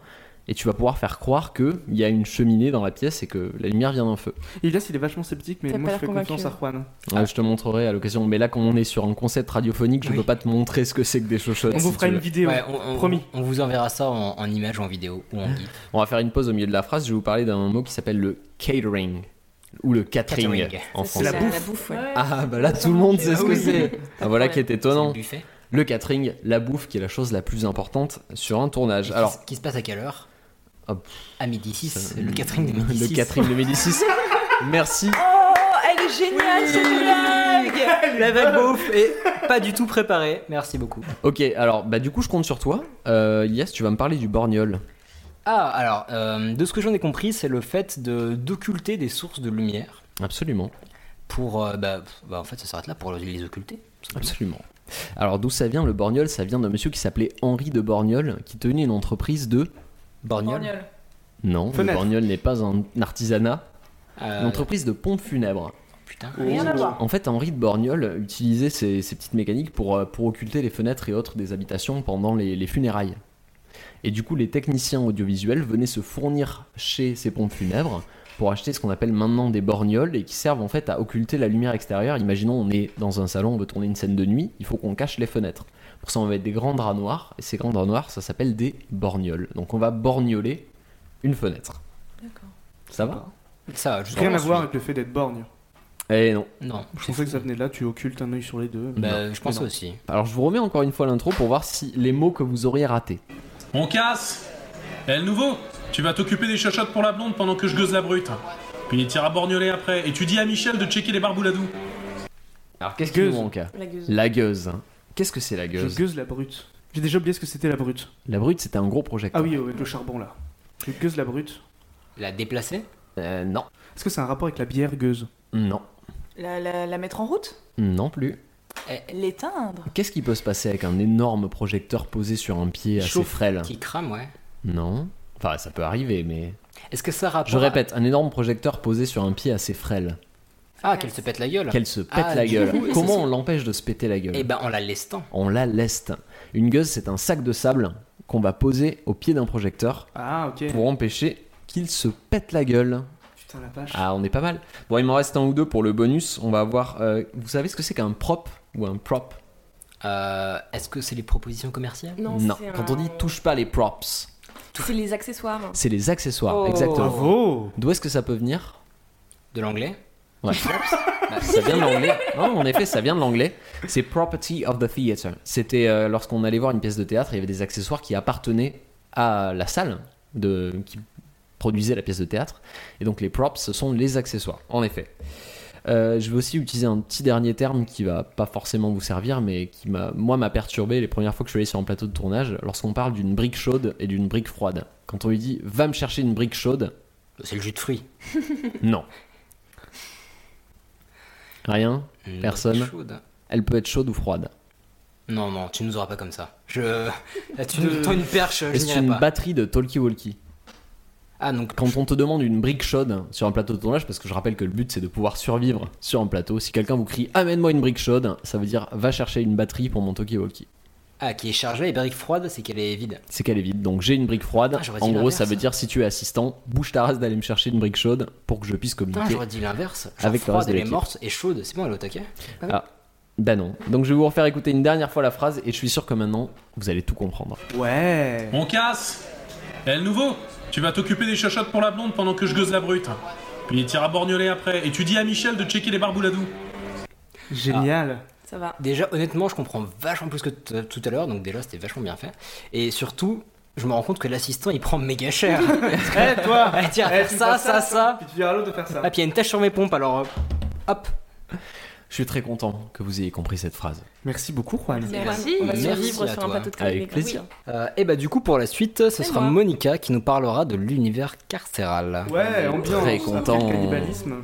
S8: et tu vas pouvoir faire croire qu'il y a une cheminée dans la pièce et que la lumière vient d'un feu.
S9: Elias, il est vachement sceptique, mais
S10: T'as
S9: moi
S10: pas
S9: je
S10: l'air
S9: fais
S10: convaincu.
S9: confiance à Juan.
S8: Ouais, je te montrerai à l'occasion, mais là comme on est sur un concept radiophonique, je
S1: Oui.
S8: peux pas te montrer ce que c'est que des chochottes.
S9: On
S8: si
S9: vous
S8: tu
S9: fera
S8: veux.
S9: une vidéo,
S1: Ouais, on, on-
S9: promis.
S1: On vous enverra ça en, en image, en vidéo ou en gif.
S8: On va faire une pause au milieu de la phrase, je vais vous parler d'un mot qui s'appelle le catering ou le catering,
S1: Catering.
S8: en
S10: Ça,
S8: français.
S10: c'est
S9: la bouffe.
S10: ouais.
S8: Ah bah là tout le monde sait ce que
S10: oui.
S8: c'est. Ah, voilà qui est
S1: C'est
S8: étonnant.
S1: le buffet.
S8: Le catering, la bouffe qui est la chose la plus importante sur un
S1: Et
S8: tournage.
S1: qui
S8: Alors
S1: se- qui se passe à quelle heure
S8: Ah, pff,
S1: À midi 6,
S8: ça-
S1: le catering de midi 6.
S8: le catering de
S1: <laughs>
S8: midi 6. Merci.
S7: Oh, elle est géniale cette blague
S1: La vague bouffe est pas du tout préparée. Merci beaucoup.
S8: Ok alors bah du coup je compte sur toi. Euh, Elias tu vas me parler du borgnol.
S1: Ah, alors, euh, de ce que j'en ai compris, c'est le fait de d'occulter des sources de lumière
S8: Absolument.
S1: pour. euh, bah, pff, bah, en fait, ça s'arrête là pour les occulter.
S8: Absolument. Alors d'où ça vient le borgnol Ça vient d'un monsieur qui s'appelait Henri de Borgnol qui tenait une entreprise de...
S1: Borgnol.
S8: Non,
S9: Fenêtre.
S8: le borgnol n'est pas un artisanat.
S1: Euh,
S8: Une entreprise de pompes funèbres.
S1: Putain.
S9: Oh.
S7: Rien à voir.
S8: En fait, Henri de Borgnol utilisait ces, ces petites mécaniques pour, euh, pour occulter les fenêtres et autres des habitations pendant les, les funérailles. Et du coup, les techniciens audiovisuels venaient se fournir chez ces pompes funèbres pour acheter ce qu'on appelle maintenant des borgnoles et qui servent en fait à occulter la lumière extérieure. Imaginons, on est dans un salon, on veut tourner une scène de nuit, il faut qu'on cache les fenêtres. Pour ça, on va mettre des grands draps noirs et ces grands draps noirs, ça s'appelle des borgnoles. Donc, on va borgnoler une fenêtre.
S10: D'accord.
S8: Ça va
S1: Ça va, juste
S9: <laughs> Rien à
S1: ensuite.
S9: voir avec le fait d'être borgne.
S8: Eh non.
S1: Non,
S9: Je pensais que ça venait de là, tu occultes un œil sur les deux.
S1: Bah,
S9: Non.
S1: je pense
S9: Mais non.
S1: aussi.
S8: Alors, je vous remets encore une fois l'intro pour voir si les mots que vous auriez ratés.
S11: On casse Eh, le nouveau Tu vas t'occuper des chochottes pour la blonde pendant que je gueuse la brute. Puis il tira borgnoler après. Et tu dis à Michel de checker les barbouladou.
S8: Alors qu'est-ce qu'il nous
S9: Gueuse.
S8: manque
S10: La gueuse.
S8: La gueuse. hein. Qu'est-ce que c'est la
S9: Je
S8: gueuse
S9: gueuse la brute. J'ai déjà oublié ce que c'était la brute.
S8: La brute, c'était un gros projecteur.
S9: Ah oui, avec le charbon là. Je gueuse la brute.
S1: La déplacer
S8: Euh, non,
S9: Est-ce que c'est un rapport avec la bière gueuse
S8: non,
S7: la, la- la mettre en route
S8: non plus.
S7: L'éteindre
S8: Qu'est-ce qui peut se passer avec un énorme projecteur posé sur un pied assez
S1: Chauffe.
S8: frêle
S1: Qui crame, ouais.
S8: Non. Enfin, ça peut arriver, mais.
S1: Est-ce que ça a rapport
S8: Je
S1: à-
S8: répète, un énorme projecteur posé sur un pied assez frêle.
S1: Ah, qu'elle se pète la gueule.
S8: Qu'elle se pète
S1: Ah,
S8: la
S1: du
S8: gueule.
S1: coup,
S8: Comment
S1: c'est-
S8: on l'empêche de se péter la gueule
S1: Eh ben, en la lestant.
S8: On la leste. Une gueuse, c'est un sac de sable qu'on va poser au pied d'un projecteur
S9: Ah, ok.
S8: pour empêcher qu'il se pète la gueule.
S9: Putain, la vache.
S8: Ah, on est pas mal. Bon, il m'en reste un ou deux pour le bonus. On va avoir. euh, vous savez ce que c'est qu'un prop ou un prop
S1: Euh, Est-ce que c'est les propositions commerciales
S10: Non, c'est
S8: Quand
S10: un-
S8: on dit touche pas les props,
S10: C'est les accessoires.
S8: c'est les accessoires.
S10: Oh.
S8: exactement.
S9: Bravo.
S8: D'où est-ce que ça peut venir
S1: De l'anglais
S8: Ouais. ça vient de l'anglais. Non, en effet, ça vient de l'anglais. C'est Property of the Theatre. C'était euh, lorsqu'on allait voir une pièce de théâtre, il y avait des accessoires qui appartenaient à la salle de, qui produisait la pièce de théâtre. Et donc les props, ce sont les accessoires, en effet. Euh, je vais aussi utiliser un petit dernier terme qui va pas forcément vous servir, mais qui m'a, moi, m'a perturbé les premières fois que je suis allé sur un plateau de tournage. Lorsqu'on parle d'une brique chaude et d'une brique froide, quand on lui dit va me chercher une brique chaude,
S1: C'est le jus de fruits.
S8: non. Rien
S1: Une
S8: Personne
S1: brique chaude.
S8: Elle peut être chaude ou froide.
S1: Non, non, tu nous auras pas comme ça. <laughs> Je. Là, tu nous tends une perche, je
S8: C'est
S1: n'irai
S8: une
S1: pas.
S8: batterie de talkie-walkie.
S1: Ah, donc.
S8: Quand on te demande une brique chaude sur un plateau de tournage, parce que je rappelle que le but c'est de pouvoir survivre sur un plateau, si quelqu'un vous crie Amène-moi une brique chaude, ça veut dire Va chercher une batterie pour mon talkie-walkie.
S1: Ah, qui est chargée et brique froide, c'est qu'elle est vide.
S8: C'est qu'elle est vide. Donc j'ai une brique froide.
S1: Ah, j'aurais dit
S8: en gros, ça
S1: l'inverse.
S8: veut dire si tu es assistant, bouge ta race d'aller me chercher une brique chaude pour que je puisse
S1: Putain,
S8: communiquer.
S1: j'aurais dit l'inverse. Genre
S8: Avec le
S1: froide,
S8: reste de
S1: elle est
S8: l'équipe.
S1: morte et chaude, c'est bon, elle est au taquet. Ah oui.
S8: Ah, bah non. Donc je vais vous refaire écouter une dernière fois la phrase et je suis sûr que maintenant vous allez tout comprendre.
S9: Ouais.
S11: On casse Eh, le nouveau Tu vas t'occuper des chochottes pour la blonde pendant que je gueuse la brute. Puis il tira borgnoler après. Et tu dis à Michel de checker les barbouladous.
S9: Génial.
S10: Ça va.
S1: Déjà, honnêtement, je comprends vachement plus que t- tout à l'heure, donc déjà, c'était vachement bien fait. Et surtout, je me rends compte que l'assistant, il prend méga cher. <laughs>
S9: Eh, toi.
S1: Ah, tiens,
S9: Eh,
S1: faire
S9: tu
S1: ça,
S9: fais
S1: ça, ça.
S9: Puis tu diras à l'autre de faire ça.
S1: Ah, puis il y a une tache sur mes pompes, alors euh, hop.
S8: Je suis très content que vous ayez compris cette phrase.
S9: Merci beaucoup, Juan.
S1: Merci.
S10: On va survivre
S1: Merci à
S10: sur un
S1: toi.
S10: plateau de
S8: Avec
S10: comédie.
S8: plaisir.
S10: Oui.
S1: Euh, et bah, du coup, pour la suite, ce
S10: C'est
S1: sera
S10: moi.
S1: Monica qui nous parlera de l'univers carcéral.
S9: Ouais, ambiance.
S8: Très content.
S9: Après le cannibalisme.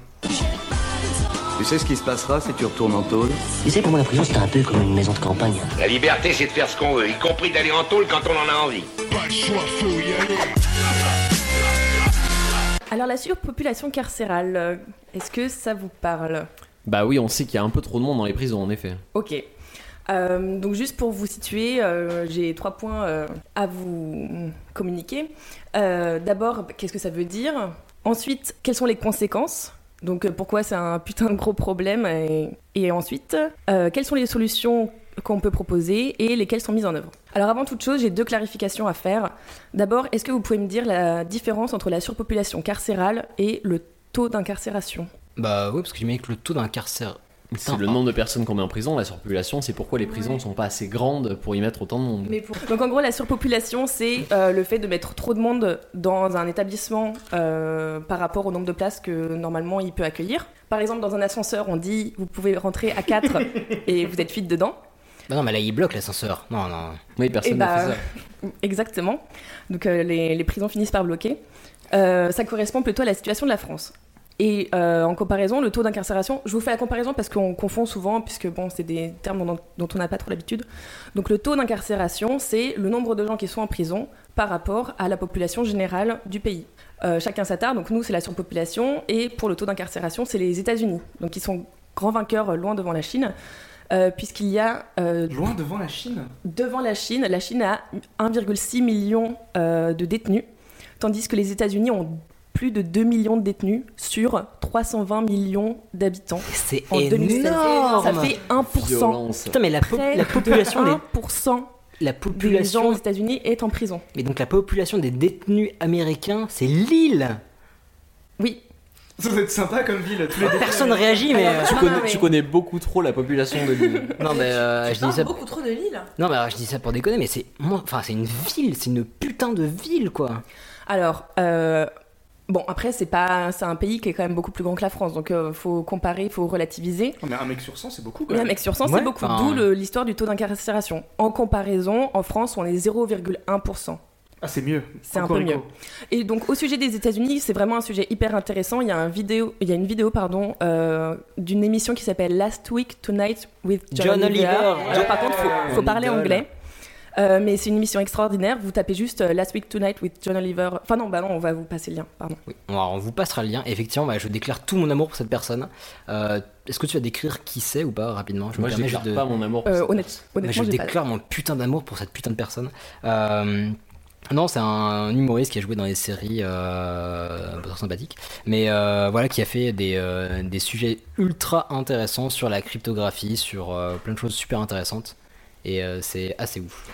S12: Tu sais ce qui se passera si tu retournes en tôle
S4: Tu sais, pour moi, la prison, c'était un peu comme une maison de campagne.
S6: La liberté, c'est de faire ce qu'on veut, y compris d'aller en tôle quand on en a envie.
S10: Alors, la surpopulation carcérale, euh, est-ce que ça vous parle
S8: Bah oui, on sait qu'il y a un peu trop de monde dans les prisons, en effet.
S10: Ok. Euh, donc juste pour vous situer, euh, j'ai trois points euh, à vous communiquer. Euh, D'abord, qu'est-ce que ça veut dire Ensuite, quelles sont les conséquences Donc euh, pourquoi c'est un putain de gros problème Et, et ensuite, euh, quelles sont les solutions qu'on peut proposer et lesquelles sont mises en œuvre Alors avant toute chose, j'ai deux clarifications à faire. D'abord, est-ce que vous pouvez me dire la différence entre la surpopulation carcérale et le taux d'incarcération
S1: Bah, oui, parce que j'imagine que le taux d'incarcération.
S8: C'est le nombre de personnes qu'on met en prison, la surpopulation, c'est pourquoi les prisons ne sont pas assez grandes pour y mettre autant de monde.
S10: Donc en gros, la surpopulation, c'est euh, le fait de mettre trop de monde dans un établissement euh, par rapport au nombre de places que normalement il peut accueillir. Par exemple, dans un ascenseur, on dit vous pouvez rentrer à 4 et vous êtes 8 dedans.
S1: Bah, non, mais là, il bloque l'ascenseur. Non, non.
S8: Oui, personne
S10: Et
S8: ne
S10: bah,
S8: fait ça.
S10: Exactement. Donc euh, les, les prisons finissent par bloquer. Euh, ça correspond plutôt à la situation de la France. Et euh, en comparaison, le taux d'incarcération, je vous fais la comparaison parce qu'on confond souvent, puisque bon, c'est des termes dont, dont on n'a pas trop l'habitude. Donc le taux d'incarcération, c'est le nombre de gens qui sont en prison par rapport à la population générale du pays. Euh, chacun sa tare, donc nous c'est la surpopulation, et pour le taux d'incarcération, c'est les États-Unis. Donc ils sont grands vainqueurs euh, loin devant la Chine, euh, puisqu'il y a euh,
S9: Loin devant la Chine.
S10: devant la Chine. La Chine a 1,6 million euh, de détenus, tandis que les États-Unis ont plus de 2 millions de détenus sur 320 millions d'habitants
S1: C'est
S10: en 2016.
S1: énorme.
S10: Ça fait 1%.
S8: Violence.
S1: Putain, mais la, po-
S10: Près <laughs>
S1: la
S10: de
S1: population, des-
S10: 1%
S1: la
S10: des gens
S1: population
S10: aux États-Unis est en prison.
S1: Mais donc la population des détenus américains, c'est l'île
S10: Oui.
S9: Ça doit être sympa comme ville.
S10: Ah.
S9: Tous les deux.
S1: Personne réagit, mais... euh,
S10: Alors,
S8: Tu
S10: non,
S8: connais,
S10: non, mais-
S8: tu connais beaucoup trop la population de <laughs> l'île.
S1: Non mais euh, je dis ça.
S5: beaucoup trop de Lille.
S1: Non mais alors, je dis ça pour déconner, mais c'est moi. Enfin c'est une ville, c'est une putain de ville quoi.
S10: Alors, euh, bon, après, c'est pas, c'est un pays qui est quand même beaucoup plus grand que la France, donc euh, faut comparer, faut relativiser.
S9: Non, mais un mec sur 100, c'est beaucoup. Quand
S10: Mais un
S9: même.
S10: mec sur 100,
S1: Ouais,
S10: c'est beaucoup.
S1: enfin-
S10: D'où le- l'histoire du taux d'incarcération. En comparaison, en France, on est 0,1%.
S9: Ah, c'est mieux.
S10: C'est un
S9: Encore
S10: peu
S9: Rico.
S10: mieux. Et donc, au sujet des États-Unis, c'est vraiment un sujet hyper intéressant. Il y a, un vidéo, il y a une vidéo pardon, euh, d'une émission qui s'appelle Last Week Tonight with John,
S1: John Oliver.
S10: Alors, par contre, faut,
S1: Mon
S10: faut parler
S1: idole.
S10: anglais. Euh, mais c'est une émission extraordinaire. Vous tapez juste euh, Last Week Tonight with John Oliver. Enfin, non, bah non, on va vous passer le lien, pardon.
S1: Oui, Alors, on vous passera le lien. Effectivement, bah, je déclare tout mon amour pour cette personne. Euh, Est-ce que tu vas décrire qui c'est ou pas rapidement
S8: Moi, je
S1: permets
S8: déclare
S1: juste
S8: pas mon amour pour
S10: Euh, cette honnête- personne.
S1: Mais je
S10: honnêtement, j'ai pas-
S1: déclare mon putain d'amour pour cette putain de personne. Euh, Non, c'est un humoriste qui a joué dans des séries euh, pas très sympathiques, mais euh, voilà, qui a fait des, euh, des sujets ultra intéressants sur la cryptographie, sur euh, plein de choses super intéressantes, et euh, c'est assez ouf.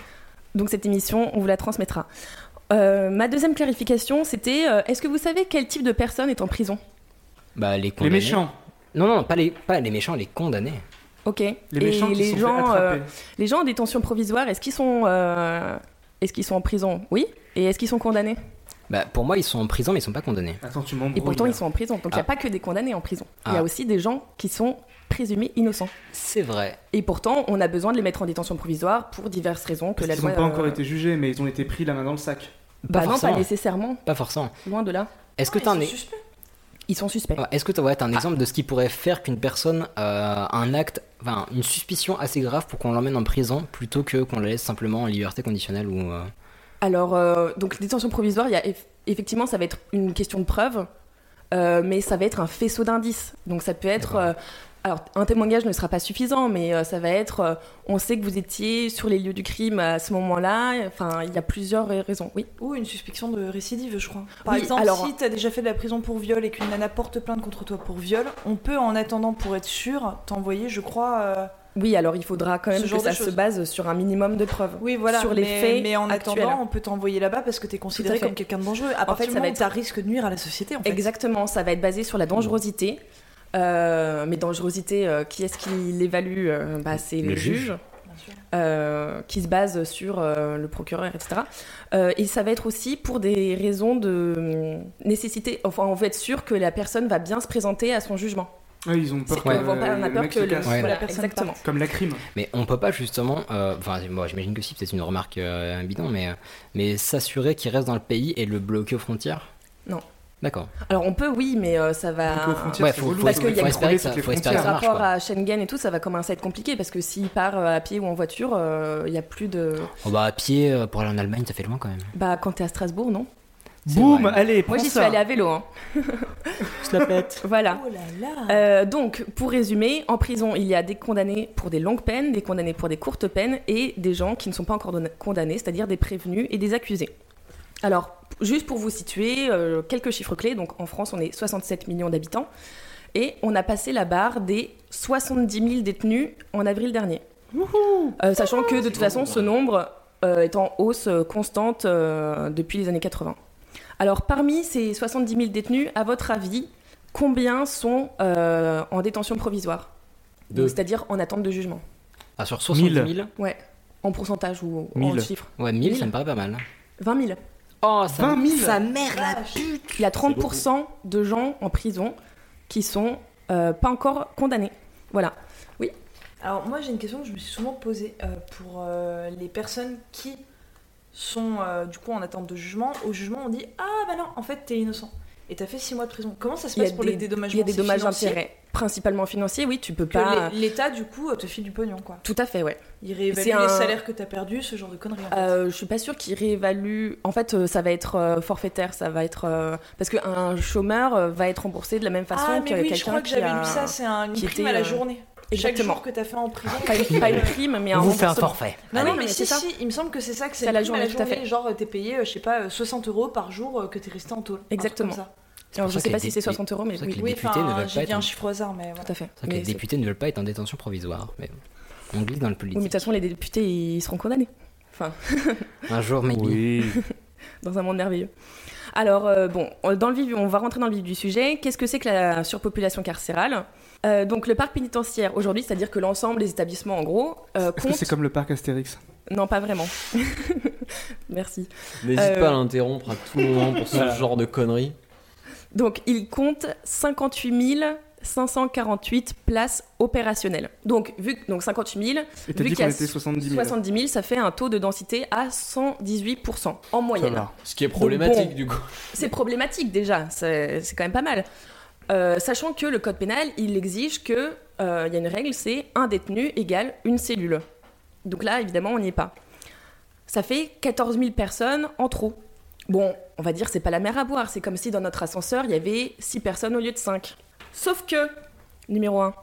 S10: Donc cette émission, on vous la transmettra. Euh, ma deuxième clarification, c'était euh, est-ce que vous savez quel type de personne est en prison
S1: Bah, les condamnés.
S10: méchants.
S1: Non, non, pas les, pas les méchants, les condamnés.
S10: Ok. Les
S1: méchants qui
S10: les
S1: se sont fait
S10: gens, euh,
S1: attraper.
S10: les gens en détention provisoire, est-ce qu'ils sont, euh, est-ce qu'ils sont en prison Oui. Et est-ce qu'ils sont condamnés
S1: Bah, pour moi, ils sont en prison, mais ils sont pas condamnés.
S9: Attends, tu
S10: Et pourtant, ils sont en prison. Donc il n'y a pas que des condamnés en prison. Il y
S1: Ah.
S10: a aussi des gens qui sont présumés innocents.
S1: C'est vrai.
S10: Et pourtant, on a besoin de les mettre en détention provisoire pour diverses raisons que la
S9: Ils
S10: loi.
S9: n'ont pas
S10: euh,
S9: encore été jugés, mais ils ont été pris la main dans le sac.
S10: Bah non, pas nécessairement.
S1: Pas forcément.
S10: Loin de là.
S1: Est-ce que t'as un. é-
S10: Ils sont suspects.
S1: Ouais, Est-ce que tu as un exemple de ce qui pourrait faire qu'une personne euh, a un acte, enfin une suspicion assez grave pour qu'on l'emmène en prison plutôt que qu'on la laisse simplement en liberté conditionnelle ou euh,
S10: Alors, euh, donc détention provisoire, il y a eff- effectivement, ça va être une question de preuve, euh, mais ça va être un faisceau d'indices. Donc ça peut être... euh, alors, un témoignage ne sera pas suffisant, mais euh, ça va être... euh, on sait que vous étiez sur les lieux du crime à ce moment-là. Enfin, il y a plusieurs euh, raisons, oui.
S7: Ou une suspicion de récidive, je crois. Par
S10: Oui,
S7: exemple,
S10: alors-
S7: si t'as déjà fait de la prison pour viol et qu'une nana porte plainte contre toi pour viol, on peut, en attendant pour être sûr, t'envoyer, je crois. euh,
S10: Oui, alors il faudra quand même
S7: Ce
S10: que
S7: genre de
S10: ça
S7: choses.
S10: se base sur un minimum de preuves.
S7: Oui, voilà.
S10: Sur les
S7: mais,
S10: faits
S7: mais en
S10: actuels.
S7: attendant, on peut t'envoyer là-bas parce que t'es considéré
S10: fait.
S7: comme quelqu'un de dangereux. À
S10: En fait,
S7: partir
S10: ça
S7: du moment
S10: va
S7: où t'as risque de nuire à la société, en fait.
S10: Exactement, ça va être basé sur la dangerosité. Euh, mais dangerosité, euh, qui est-ce qui l'évalue Euh, bah, C'est
S7: Le
S10: le,
S7: juge.
S10: juge, euh, qui se base sur euh, le procureur, etc. Euh, et ça va être aussi pour des raisons de euh, nécessité. Enfin, on veut être sûr que la personne va bien se présenter à son jugement.
S9: Ouais, ils ont peur que
S10: C'est qu'on
S9: le-
S10: va pas- on a
S9: le
S10: peur
S9: mec
S10: que
S9: se
S10: le-
S9: casse.
S10: Ouais. voilà, exactement.
S9: Comme la crime.
S1: Mais on peut pas justement, euh, enfin moi j'imagine que si, peut-être une remarque euh, bidon, mais euh, mais s'assurer qu'il reste dans le pays et le bloquer aux frontières.
S10: Non.
S1: D'accord.
S10: Alors on peut, oui, mais euh, ça va.
S1: Donc, aux frontières, Ouais, c'est faut- relou,
S10: parce
S1: faut-
S10: qu'il y
S1: faut
S10: a une
S1: espérer que ça-
S10: frontière.
S1: faut espérer que ça
S10: Par
S1: marche,
S10: rapport
S1: quoi.
S10: à Schengen et tout, ça va commencer à être compliqué parce que s'il part euh, à pied ou en voiture, euh, il y a plus de.
S1: Oh, bah à pied euh, pour aller en Allemagne, ça fait loin quand même.
S10: Bah quand t'es à Strasbourg, non
S9: Boum, allez, prends
S10: Moi j'y suis
S9: ça.
S10: allée à vélo. Hein.
S1: Je la pète.
S10: voilà.
S7: Oh
S10: Euh, donc, pour résumer, en prison, il y a des condamnés pour des longues peines, des condamnés pour des courtes peines et des gens qui ne sont pas encore donna- condamnés, c'est-à-dire des prévenus et des accusés. Alors, p- juste pour vous situer, euh, quelques chiffres clés. Donc, en France, on est 67 millions d'habitants et on a passé la barre des 70 000 détenus en avril dernier. Euh, sachant que de toute façon, ce nombre euh, est en hausse euh, constante euh, depuis les années 80. Alors, parmi ces 70 000 détenus, à votre avis, combien sont euh, en détention provisoire
S1: Deux.
S10: Donc, C'est-à-dire en attente de jugement.
S1: Ah sur 70 000.
S10: Ouais, en pourcentage ou en
S1: 1000.
S10: chiffres.
S1: Ouais 1000, ça me
S10: Mille.
S1: paraît pas mal.
S10: 20 000. Oh,
S1: ça- 20 000.
S10: Sa mère, la pute Il y a 30% de gens en prison qui sont euh, pas encore condamnés. Voilà. Oui.
S7: Alors moi j'ai une question que je me suis souvent posée euh, pour euh, les personnes qui sont euh, du coup en attente de jugement. Au jugement on dit ah bah non en fait t'es innocent et t'as fait 6 mois de prison. Comment ça se
S10: Il y a
S7: passe pour
S10: des-
S7: les dédommagements
S10: Il y a des
S7: C'est
S10: dommages
S7: financier
S10: d'intérêt, principalement financiers, oui, tu peux
S7: que
S10: pas.
S7: l'é- l'État du coup te file du pognon quoi.
S10: Tout à fait, ouais.
S7: Il réévalue
S10: C'est
S7: les
S10: un-
S7: salaires que t'as perdus, ce genre de conneries. en fait.
S10: Euh, je suis pas sûre qu'il réévalue. En fait, euh, ça va être euh, forfaitaire, ça va être euh, parce qu'un chômeur euh, va être remboursé de la même façon
S7: ah
S10: que
S7: mais oui
S10: quelqu'un
S7: je crois que
S10: qui
S7: j'avais
S10: a-
S7: lu ça, c'est un, une
S10: qui
S7: prime
S10: était,
S7: à la
S10: euh,
S7: journée. Chaque
S10: Exactement.
S7: jour que t'as fait en prison.
S10: Pas une- pas une prime, mais un On vous fait un remboursement. forfait.
S7: Non,
S10: Allez,
S7: non, mais
S10: mais
S7: si,
S10: c'est ça.
S7: si, il me semble que c'est ça que c'est
S10: C'est à la
S7: une prime
S10: journée, tout à fait.
S7: Genre, t'es payé, euh, je sais pas, euh, 60 euros par jour euh, que t'es resté en taule.
S10: Exactement.
S1: pour
S10: Alors, je
S1: ça
S10: sais
S1: que
S10: pas
S1: les
S10: si c'est
S1: dé-
S10: 60 euros, mais
S1: c'est pour ça
S10: oui.
S1: que les députés ne veulent
S7: j'ai
S1: pas
S7: dit un
S1: être-
S7: chiffre au hasard, mais voilà.
S10: Tout à fait.
S1: C'est vrai
S10: Mais
S1: que les
S10: c'est-
S1: députés ne veulent pas être en détention provisoire, mais on glisse dans le
S10: Oui,
S1: politique.
S10: mais de toute façon, les députés, ils seront condamnés. Enfin,
S1: Un jour, maybe.
S10: <laughs> dans un monde merveilleux. Alors, euh, bon, dans le vif, on va rentrer dans le vif du sujet. Qu'est-ce que c'est que la surpopulation carcérale Euh, Donc, le parc pénitentiaire aujourd'hui, c'est-à-dire que l'ensemble des établissements, en gros, euh,
S9: Est-ce que
S10: compte.
S9: c'est comme le parc Astérix
S10: Non, pas vraiment. <laughs> Merci.
S8: N'hésite
S10: Euh,
S8: pas à l'interrompre à tout moment pour ce
S10: Voilà.
S8: genre de conneries.
S10: Donc, il compte 58 548 places opérationnelles. Donc, vu que, donc 58 000,
S9: Et t'as
S10: vu
S9: dit
S10: qu'il y a
S9: qu'on était 70 000.
S10: 70 000, ça fait un taux de densité à 118% en moyenne.
S8: va. Ce qui est
S10: Donc,
S8: problématique,
S10: bon,
S8: du coup.
S10: C'est problématique déjà, c'est c'est quand même pas mal. Euh, sachant que le code pénal, il exige que euh, il y a une règle, c'est un détenu égale une cellule. Donc là, évidemment, on n'y est pas. ça fait 14 000 personnes en trop. Bon, on va dire c'est pas la mer à boire, c'est comme si dans notre ascenseur il y avait 6 personnes au lieu de 5. Sauf que, numéro 1,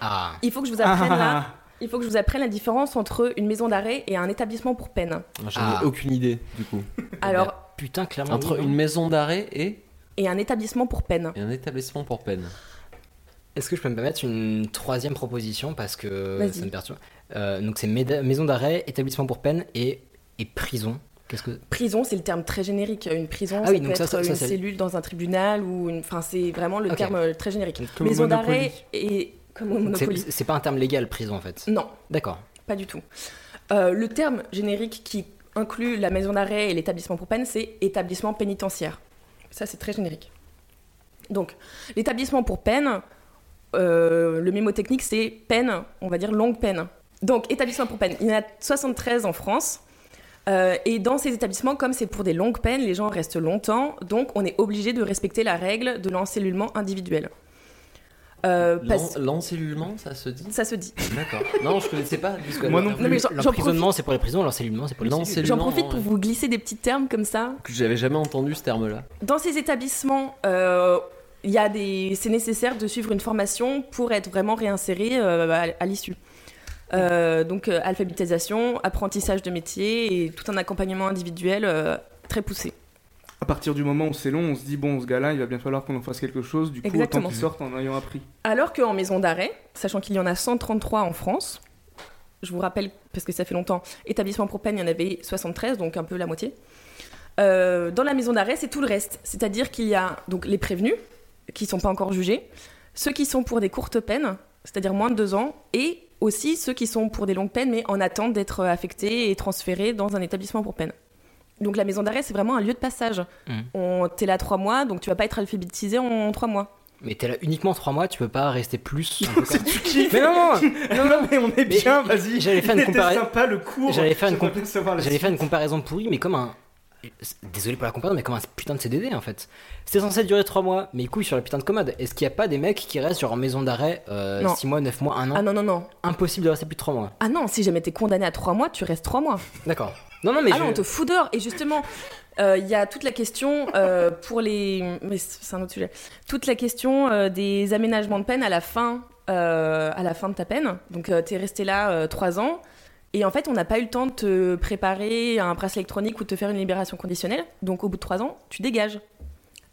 S1: Ah.
S10: il faut que je vous apprenne
S9: Ah.
S10: la- il faut que je vous apprenne la différence entre une maison d'arrêt et un établissement pour peine.
S8: Ah, J'en ai aucune idée, du coup.
S10: Alors,
S1: Putain, clairement.
S8: Entre
S1: oui,
S8: une
S1: non.
S8: maison d'arrêt et,
S10: et un établissement pour peine.
S8: et un établissement pour peine.
S1: Est-ce que je peux me permettre une troisième proposition parce que
S10: Vas-y.
S1: ça me perturbe Euh, Donc c'est méda- maison d'arrêt, établissement pour peine et, et prison. Qu'est-ce que
S10: Prison, c'est le terme très générique. Une prison,
S1: Ah
S10: ça
S1: oui,
S10: peut
S1: donc ça,
S10: être
S1: ça, ça,
S10: une
S1: c'est-
S10: cellule dans un tribunal ou une. Enfin, c'est vraiment le
S1: Ok.
S10: terme euh, très générique.
S9: ah.
S1: Comme au
S10: Maison d'arrêt
S1: Monopoly.
S10: et comme au
S1: Donc, c'est-
S10: Monopoly.
S1: C'est pas un terme légal, prison en fait.
S10: Non,
S1: D'accord.
S10: pas du tout. Euh, le terme générique qui inclut la maison d'arrêt et l'établissement pour peine, c'est établissement pénitentiaire. Ça, c'est très générique. Donc, l'établissement pour peine, euh, le mémo technique, c'est peine, on va dire longue peine. Donc, établissement pour peine, il y en a 73 en France. Euh, et dans ces établissements, comme c'est pour des longues peines, les gens restent longtemps, donc on est obligé de respecter la règle de l'encellulement individuel. Euh, parce-
S8: L'en- L'encellulement, ça se dit
S10: Ça se dit.
S8: D'accord. Non, je connaissais pas. jusque-
S10: Non, mais j'en- j'en
S1: L'emprisonnement c'est pour les prisons, l'encellulement c'est pour les cellules.
S10: J'en profite pour vous glisser des petits termes comme ça.
S8: Que J'avais jamais entendu ce terme-là.
S10: Dans ces établissements, euh, il y a des... c'est nécessaire de suivre une formation pour être vraiment réinséré euh, à, à l'issue. Euh, donc euh, alphabétisation, apprentissage de métier et tout un accompagnement individuel euh, très poussé.
S9: À partir du moment où c'est long, on se dit, bon, ce gars-là, il va bien falloir qu'on en fasse quelque chose. Du coup,
S10: Exactement.
S9: autant qu'il sorte en ayant <laughs> appris.
S10: Alors qu'en maison d'arrêt, sachant qu'il y en a 133 en France, je vous rappelle, parce que ça fait longtemps, établissement pour peine, il y en avait 73, donc un peu la moitié. Euh, dans la maison d'arrêt, c'est tout le reste. C'est-à-dire qu'il y a donc les prévenus, qui ne sont pas encore jugés, ceux qui sont pour des courtes peines, c'est-à-dire moins de deux ans, et aussi ceux qui sont pour des longues peines, mais en attente d'être affectés et transférés dans un établissement pour peine. Donc la maison d'arrêt, c'est vraiment un lieu de passage.
S1: Mhm.
S10: On- T'es là trois mois, donc tu vas pas être alphabétisé en trois mois.
S1: Mais t'es là uniquement 3 mois, tu peux pas rester
S10: <laughs>
S1: plus. c'est du Mais non, non, non,
S9: <laughs> non, mais on est bien, vas-y.
S1: J'allais faire une
S9: Il était
S1: comparaison.
S9: sympa, le cours.
S1: J'allais faire une,
S9: J'aimerais
S1: comp-
S9: bien savoir la
S1: j'allais faire
S9: suite.
S1: une comparaison pourrie, mais comme un. Désolé pour la comparaison, mais comme un putain de CDD en fait. C'était censé durer 3 mois, mais couille sur la putain de commode. Est-ce qu'il n'y a pas des mecs qui restent sur en maison d'arrêt
S10: Non.
S1: 6 mois, 9 mois, 1 an
S10: Ah non, non, non.
S1: Impossible de rester plus de 3 mois.
S10: Ah non, si jamais t'es condamné à trois mois, tu restes trois mois.
S1: D'accord. Non, non, mais
S10: ah
S1: je-
S10: non, on te fout dehors. Et justement, euh, il y a toute la question euh, pour les. Mais c'est c'est un autre sujet. Toute la question euh, des aménagements de peine à la fin, euh, à la fin de ta peine. Donc euh, t'es resté là euh, trois ans. Et en fait, on n'a pas eu le temps de te préparer à un bracelet électronique ou de te faire une libération conditionnelle. Donc au bout de trois ans, tu dégages.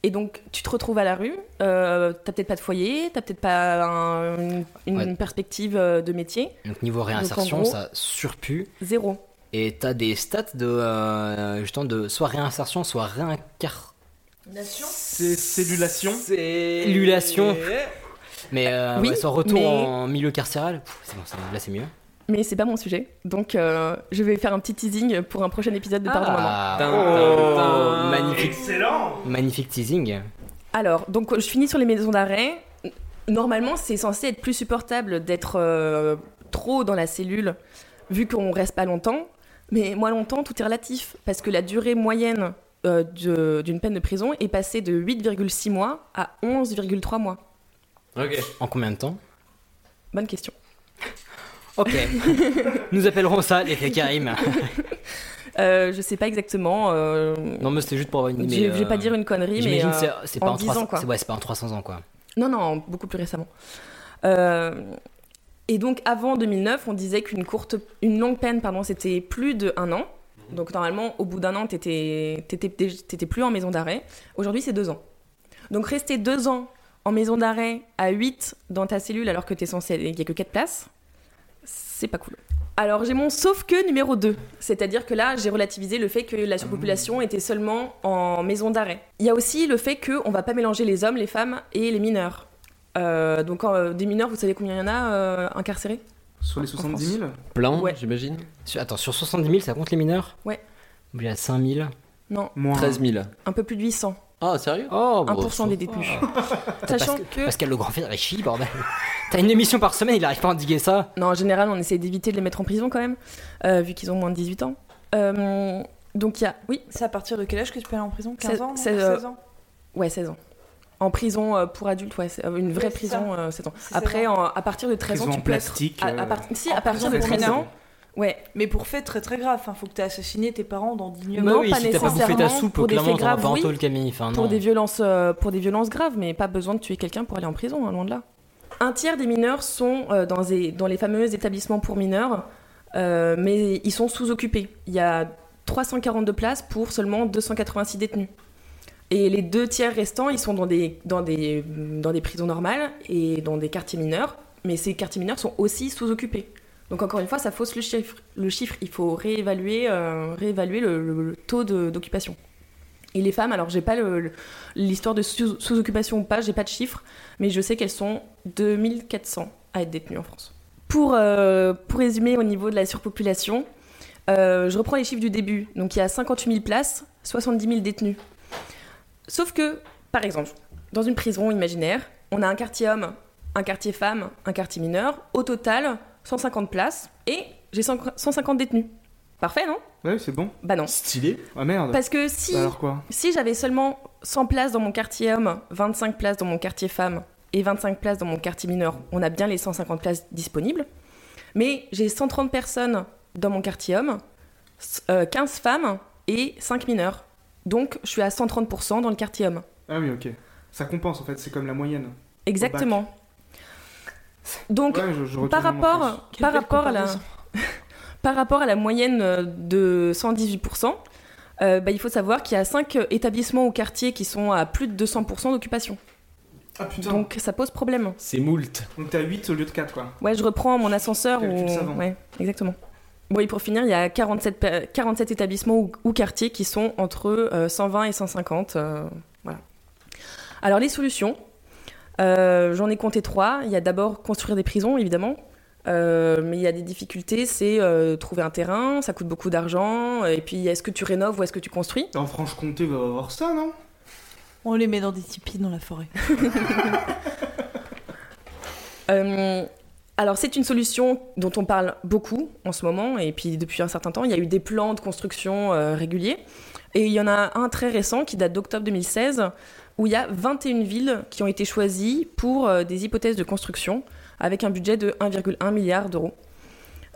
S10: Et donc, tu te retrouves à la rue, euh, t'as peut-être pas de foyer, t'as peut-être pas un- une, une
S1: Ouais.
S10: perspective euh, de métier.
S1: Donc niveau
S10: Donc, en
S1: réinsertion,
S10: gros,
S1: ça surpue.
S10: Zéro.
S1: Et t'as des stats de. euh, justement, de soit réinsertion, soit réincarnation.
S9: C'est cellulation.
S1: Mais euh,
S10: Oui,
S1: ouais, soit retour
S10: mais-
S1: en milieu carcéral. Pff, C'est bon, c'est bon, là c'est mieux.
S10: Mais c'est pas mon sujet, donc euh, je vais faire un petit teasing pour un prochain épisode de Pardon
S1: Ah,
S10: Maman.
S1: oh, magnifique. Ah, Magnifique teasing.
S10: Alors, donc je finis sur les maisons d'arrêt. Normalement, c'est censé être plus supportable d'être euh, trop dans la cellule, vu qu'on reste pas longtemps. Mais moi, longtemps, tout est relatif, parce que la durée moyenne euh, de- d'une peine de prison est passée de 8,6 mois à 11,3 mois.
S8: Ok.
S1: En combien de temps
S10: Bonne question.
S1: Ok. <laughs> Nous appellerons ça l'effet Karim.
S10: Euh, je sais pas exactement. euh,
S1: non, mais c'était juste pour avoir une idée. euh,
S10: Je- je vais pas dire une connerie, mais,
S1: j'imagine que c'est-
S10: euh,
S1: c'est
S10: en
S1: pas en
S10: 10
S1: 300
S10: ans, quoi.
S1: c'est- ouais, c'est pas en 300 ans, quoi.
S10: Non, non, beaucoup plus récemment. Euh, et donc avant 2009, on disait qu'une courte, une longue peine, pardon, c'était plus de un an. Donc normalement, au bout d'un an, t'étais, t'étais, t'étais plus en maison d'arrêt. Aujourd'hui, c'est deux ans. Donc rester deux ans en maison d'arrêt à 8 dans ta cellule alors que t'es censé, il y a que quatre places, c'est pas cool. Alors j'ai mon sauf que numéro 2, c'est-à-dire que là j'ai relativisé le fait que la surpopulation était seulement en maison d'arrêt. Il y a aussi le fait qu'on va pas mélanger les hommes, les femmes et les mineurs. Euh, donc euh, des mineurs, vous savez combien il y en a euh, incarcérés
S9: Sur les 70 000
S8: Plein, j'imagine.
S1: Sur- Attends, sur 70 000, ça compte les mineurs
S10: Ouais.
S1: Ou bien 5 000
S10: Non.
S9: Moins.
S8: 13 000.
S10: Un peu plus de 800.
S8: Ah, sérieux
S10: Oh. 1% des <laughs> détenus. Sachant que...
S1: Pascal Le Grand Frère est chi, bordel. <laughs> T'as une émission par semaine, il arrive pas à endiguer ça.
S10: Non, en général, on essaie d'éviter de les mettre en prison quand même, euh, vu qu'ils ont moins de 18 ans. Euh, donc il y a... Oui
S7: C'est à partir de quel âge que tu peux aller en prison 15
S10: 16
S7: ans non
S10: 16,
S7: 16 ans
S10: Ouais, 16 ans. En prison euh, pour adultes, ouais, c'est- euh, une vraie
S7: Ouais, c'est
S10: prison, euh, 16 ans.
S7: C'est 16
S10: Après, en- à partir de 13 ans,
S9: Prison
S10: tu peux être-
S9: plastique,
S10: à, à
S9: euh,
S10: part- si,
S7: en
S10: à partir
S7: prison
S10: de
S7: pour
S10: 13 ans,
S7: mineurs.
S10: Ouais.
S7: Mais pour fait très très grave, enfin, faut que t'aies assassiné tes parents dans dignement.
S1: Bah oui,
S10: pas
S1: si t'as pas bouffé ta
S10: nécessairement
S1: soupe,
S10: pour des
S1: clairement,
S10: faits
S1: t'en as
S10: graves,
S1: pas en
S10: oui.
S1: tôle, Camille. Enfin, non.
S10: pour des violences euh, pour des violences graves mais pas besoin de tuer quelqu'un pour aller en prison hein, loin de là un tiers des mineurs sont euh, dans, des- dans les fameux établissements pour mineurs euh, mais ils sont sous-occupés il y a 342 places pour seulement 286 détenus et les deux tiers restants ils sont dans des dans des dans des prisons normales et dans des quartiers mineurs mais ces quartiers mineurs sont aussi sous-occupés donc encore une fois ça fausse le chiffre le chiffre il faut réévaluer euh, réévaluer le- le- le taux de- d'occupation et les femmes, alors j'ai pas le- le- l'histoire de sous- sous-occupation ou pas, j'ai pas de chiffres, mais je sais qu'elles sont 2400 à être détenues en France. Pour, euh, pour résumer au niveau de la surpopulation, euh, je reprends les chiffres du début. Donc il y a 58 000 places, 70 000 détenus. Sauf que, par exemple, dans une prison imaginaire, on a un quartier homme, un quartier femme, un quartier mineur, au total 150 places, et j'ai 150 détenus. Parfait, non
S9: Ouais, c'est bon.
S10: Bah non.
S9: Stylé. Ah merde.
S10: Parce que si,
S9: Bah alors quoi
S10: si j'avais seulement 100 places dans mon quartier homme, 25 places dans mon quartier femme et 25 places dans mon quartier mineur, on a bien les 150 places disponibles. Mais j'ai 130 personnes dans mon quartier homme, s- euh, 15 femmes et 5 mineurs. Donc je suis à 130% dans le quartier homme.
S9: Ah oui, ok. Ça compense en fait, c'est comme la moyenne.
S10: Exactement. Donc,
S9: Ouais, je- je retourne
S10: par
S9: mon enfance.
S10: rapport,
S7: Quelle
S10: par
S7: belle
S10: rapport à la,
S7: comparaison.
S10: par rapport à la moyenne euh, de 118%, euh, bah, il faut savoir qu'il y a 5 établissements ou quartiers qui sont à plus de 200% d'occupation.
S9: Ah putain.
S10: Donc, ça pose problème.
S8: C'est moult.
S9: Donc t'as 8 au lieu de 4 quoi.
S10: Ouais, je reprends mon ascenseur.
S9: Calcul
S10: ou-
S9: savant.
S10: Ouais, exactement. Bon, et pour finir, il y a 47, pa- 47 établissements ou, ou quartiers qui sont entre euh, 120 et 150. euh, voilà. Alors, les solutions, euh, j'en ai compté trois. Il y a d'abord construire des prisons, évidemment. Euh, mais il y a des difficultés, c'est euh, trouver un terrain, ça coûte beaucoup d'argent. Et puis, est-ce que tu rénoves ou est-ce que tu construis
S9: En Franche-Comté va avoir ça, non
S7: On les met dans des tipis dans la forêt. <laughs>
S10: Euh, alors c'est une solution dont on parle beaucoup en ce moment et puis depuis un certain temps il y a eu des plans de construction euh, réguliers et il y en a un très récent qui date d'octobre 2016 où il y a 21 villes qui ont été choisies pour euh, des hypothèses de construction avec un budget de 1,1 milliard d'euros.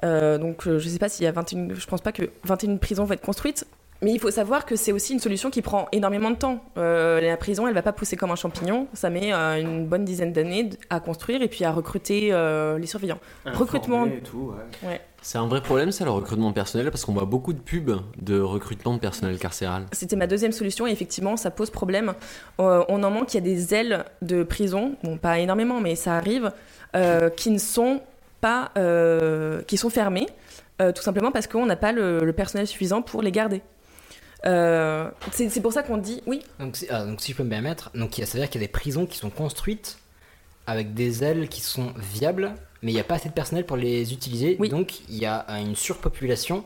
S10: Euh, donc euh, je ne sais pas s'il y a 21, je pense pas que 21 prisons vont être construites, mais il faut savoir que c'est aussi une solution qui prend énormément de temps. Euh, la prison, elle va pas pousser comme un champignon, ça met euh, une bonne dizaine d'années d- à construire et puis à recruter euh, les surveillants.
S9: À la
S10: Recrutement.
S9: former et tout, ouais.
S10: Ouais.
S8: C'est un vrai problème, ça, le recrutement personnel, parce qu'on voit beaucoup de pubs de recrutement de personnel carcéral.
S10: C'était ma deuxième solution et effectivement, ça pose problème. Euh, on en manque, il y a des ailes de prison, bon, pas énormément, mais ça arrive, euh, qui ne sont pas, euh, qui sont fermées, euh, tout simplement parce qu'on n'a pas le, le personnel suffisant pour les garder. Euh, c'est c'est pour ça qu'on dit, oui,
S1: Donc, si- ah, donc si je peux me permettre, donc, il y a- ça veut dire qu'il y a des prisons qui sont construites avec des ailes qui sont viables, mais il n'y a pas assez de personnel pour les utiliser. Donc il y a euh, une surpopulation.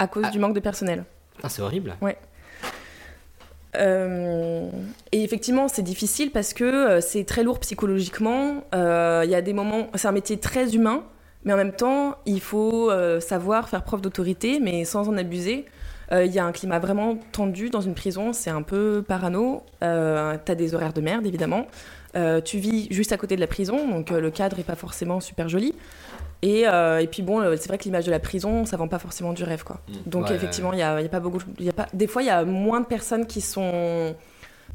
S10: à cause du manque de personnel.
S1: Putain, c'est horrible.
S10: Ouais. Euh, et effectivement, c'est difficile parce que euh, c'est très lourd psychologiquement. Euh, Il y a des moments, c'est un métier très humain, mais en même temps, il faut euh, savoir faire preuve d'autorité, mais sans en abuser. Euh, Il y a un climat vraiment tendu dans une prison, c'est un peu parano. Euh, T'as des horaires de merde, évidemment. Euh, tu vis juste à côté de la prison, donc euh, le cadre est pas forcément super joli. Et, euh, et puis bon, le- c'est vrai que l'image de la prison, ça vend pas forcément du rêve, quoi. Donc
S7: Ouais,
S10: effectivement,
S7: ouais.
S10: il y a, il y a pas beaucoup. il Y a pas, des fois, il y a moins de personnes qui sont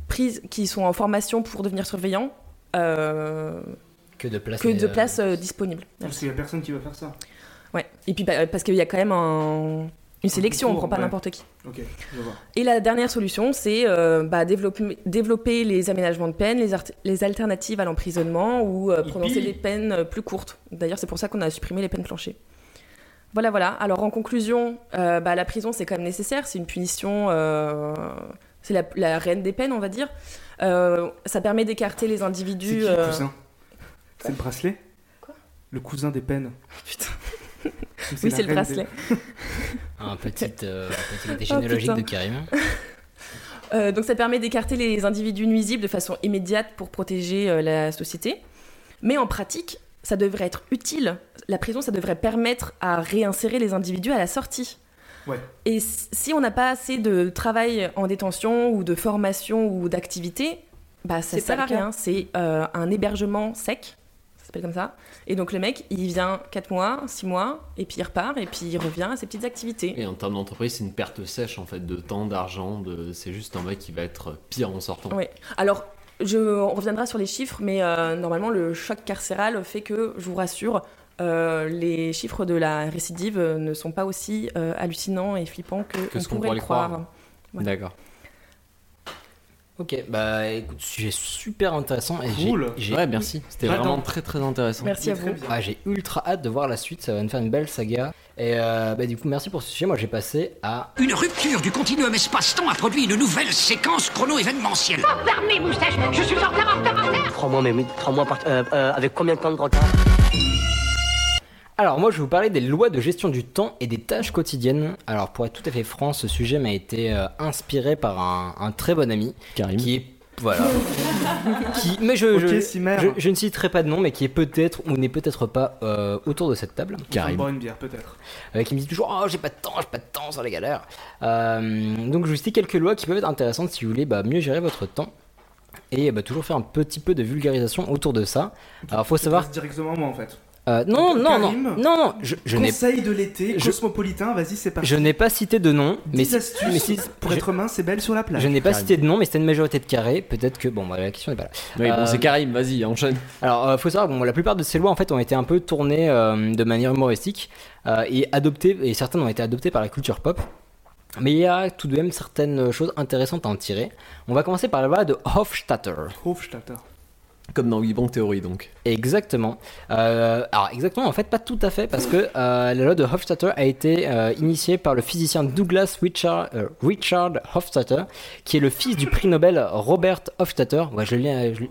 S10: prises, qui sont en formation pour devenir surveillant euh,
S1: Que de place.
S10: que de places euh, disponibles.
S9: Parce qu'il y a personne qui va faire ça.
S10: Ouais. Et puis bah, parce qu'il y a quand même un- une sélection, on
S9: Concours,
S10: prend pas
S9: ouais.
S10: n'importe qui.
S9: Ok, je vois.
S10: Et la dernière solution, c'est euh, bah, développer, développer les aménagements de peine, les, art- les alternatives à l'emprisonnement ou euh, prononcer des peines euh, plus courtes. D'ailleurs, c'est pour ça qu'on a supprimé les peines planchées. Voilà, voilà. Alors en conclusion, euh, bah, la prison, c'est quand même nécessaire. C'est une punition, euh, c'est la, la reine des peines, on va dire. Euh, ça permet d'écarter les individus.
S9: C'est qui
S10: euh,
S9: le cousin C'est le bracelet Quoi Le cousin des peines.
S10: <laughs> Putain.
S9: C'est
S10: Oui,
S9: la
S10: c'est le
S9: reine
S10: bracelet.
S9: des-
S1: Un petit, euh, un petit côté
S10: <laughs> Oh,
S1: généalogique
S10: putain.
S1: de Karim.
S10: Euh, donc ça permet d'écarter les individus nuisibles de façon immédiate pour protéger euh, la société. Mais en pratique, ça devrait être utile. La prison, ça devrait permettre à réinsérer les individus à la sortie.
S9: Ouais.
S10: Et s- si on n'a pas assez de travail en détention ou de formation ou d'activité, bah ça
S7: C'est pas
S10: sert à
S7: le cas.
S10: rien. C'est euh, un hébergement sec. C'est s'appelle comme ça. Et donc le mec, il vient 4 mois, 6 mois, et puis il repart, et puis il revient à ses petites activités.
S8: Et en termes d'entreprise, c'est une perte sèche en fait de temps, d'argent. De... C'est juste un mec qui va être pire en sortant.
S10: Ouais. Alors, je, on reviendra sur les chiffres, mais euh, normalement, le choc carcéral fait que, je vous rassure, euh, les chiffres de la récidive euh, ne sont pas aussi euh, hallucinants et flippants que,
S8: Que
S10: on
S8: ce qu'on
S10: pourrait
S8: pourrait
S10: le
S8: le
S10: croire.
S8: croire.
S10: Voilà.
S8: D'accord.
S1: Ok, bah écoute, sujet super intéressant. Et j'ai-
S8: Cool.
S1: j'ai-
S8: Ouais, merci. C'était
S1: J'attends.
S8: vraiment très, très intéressant.
S10: Merci à vous.
S1: Ah, j'ai ultra hâte de voir la suite, ça va nous faire une belle saga. Et euh, bah, du coup, merci pour ce sujet. Moi, j'ai passé à.
S13: Une rupture du continuum espace-temps a produit une nouvelle séquence chrono-événementielle.
S14: Fermez, moustache Je suis en retard, en retard, en retard
S15: Trois mois, mais oui, trois mois par- euh, euh, avec combien de temps de retard
S1: Alors, moi, je vais vous parler des lois de gestion du temps et des tâches quotidiennes. Alors, pour être tout à fait franc, ce sujet m'a été euh, inspiré par un, un très bon ami. Qui est. Voilà. qui, mais je,
S9: Ok,
S1: je-
S9: Simer.
S1: je- je ne citerai pas de nom, mais qui est peut-être ou n'est peut-être pas euh, autour de cette table.
S9: Sans boire une bière, peut-être.
S1: Euh, qui me dit toujours Oh, j'ai pas de temps, j'ai pas de temps sur les galères. Euh, donc, je vous cite quelques lois qui peuvent être intéressantes si vous voulez bah, mieux gérer votre temps. Et bah, toujours faire un petit peu de vulgarisation autour de ça. Alors, faut savoir.
S9: Directement à moi, en fait.
S1: Euh, non,
S9: Donc,
S1: non, non,
S9: Karim,
S1: non, non, je, je n'ai
S9: Conseil de l'été,
S1: je-
S9: cosmopolitain, vas-y, c'est parti.
S1: je n'ai pas cité de nom, mais
S9: Dix
S1: si-
S9: astuces
S1: mais si-
S9: pour
S1: je-
S9: être mince et belle sur la plage.
S1: Je n'ai pas cité de nom, mais c'était une majorité de carrés. Peut-être que. Bon, bah, la question n'est pas là.
S8: Oui, bon, c'est
S1: Karim, vas-y, enchaîne. Alors, euh, faut savoir, bon, la plupart de ces lois, en fait, ont été un peu tournées euh, de manière humoristique euh, et adoptées, et certaines ont été adoptées par la culture pop. Mais il y a tout de même certaines choses intéressantes à en tirer. On va commencer par la loi de Hofstadter.
S9: Hofstadter.
S1: Comme dans Big Bang Theory, donc. Exactement. Euh, alors, exactement, en fait, pas tout à fait, parce que euh, la loi de Hofstadter a été euh, initiée par le physicien Douglas Richard, euh, Richard Hofstadter, qui est le fils du prix Nobel Robert Hofstadter. Ouais, je, le lis, euh, je, le-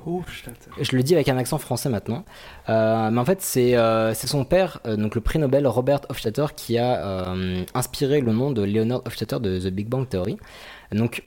S1: je le dis avec un accent français maintenant. Euh, mais en fait, c'est euh, c'est son père, euh, donc le prix Nobel Robert Hofstadter, qui a euh, inspiré le nom de Leonard Hofstadter de The Big Bang Theory. Donc,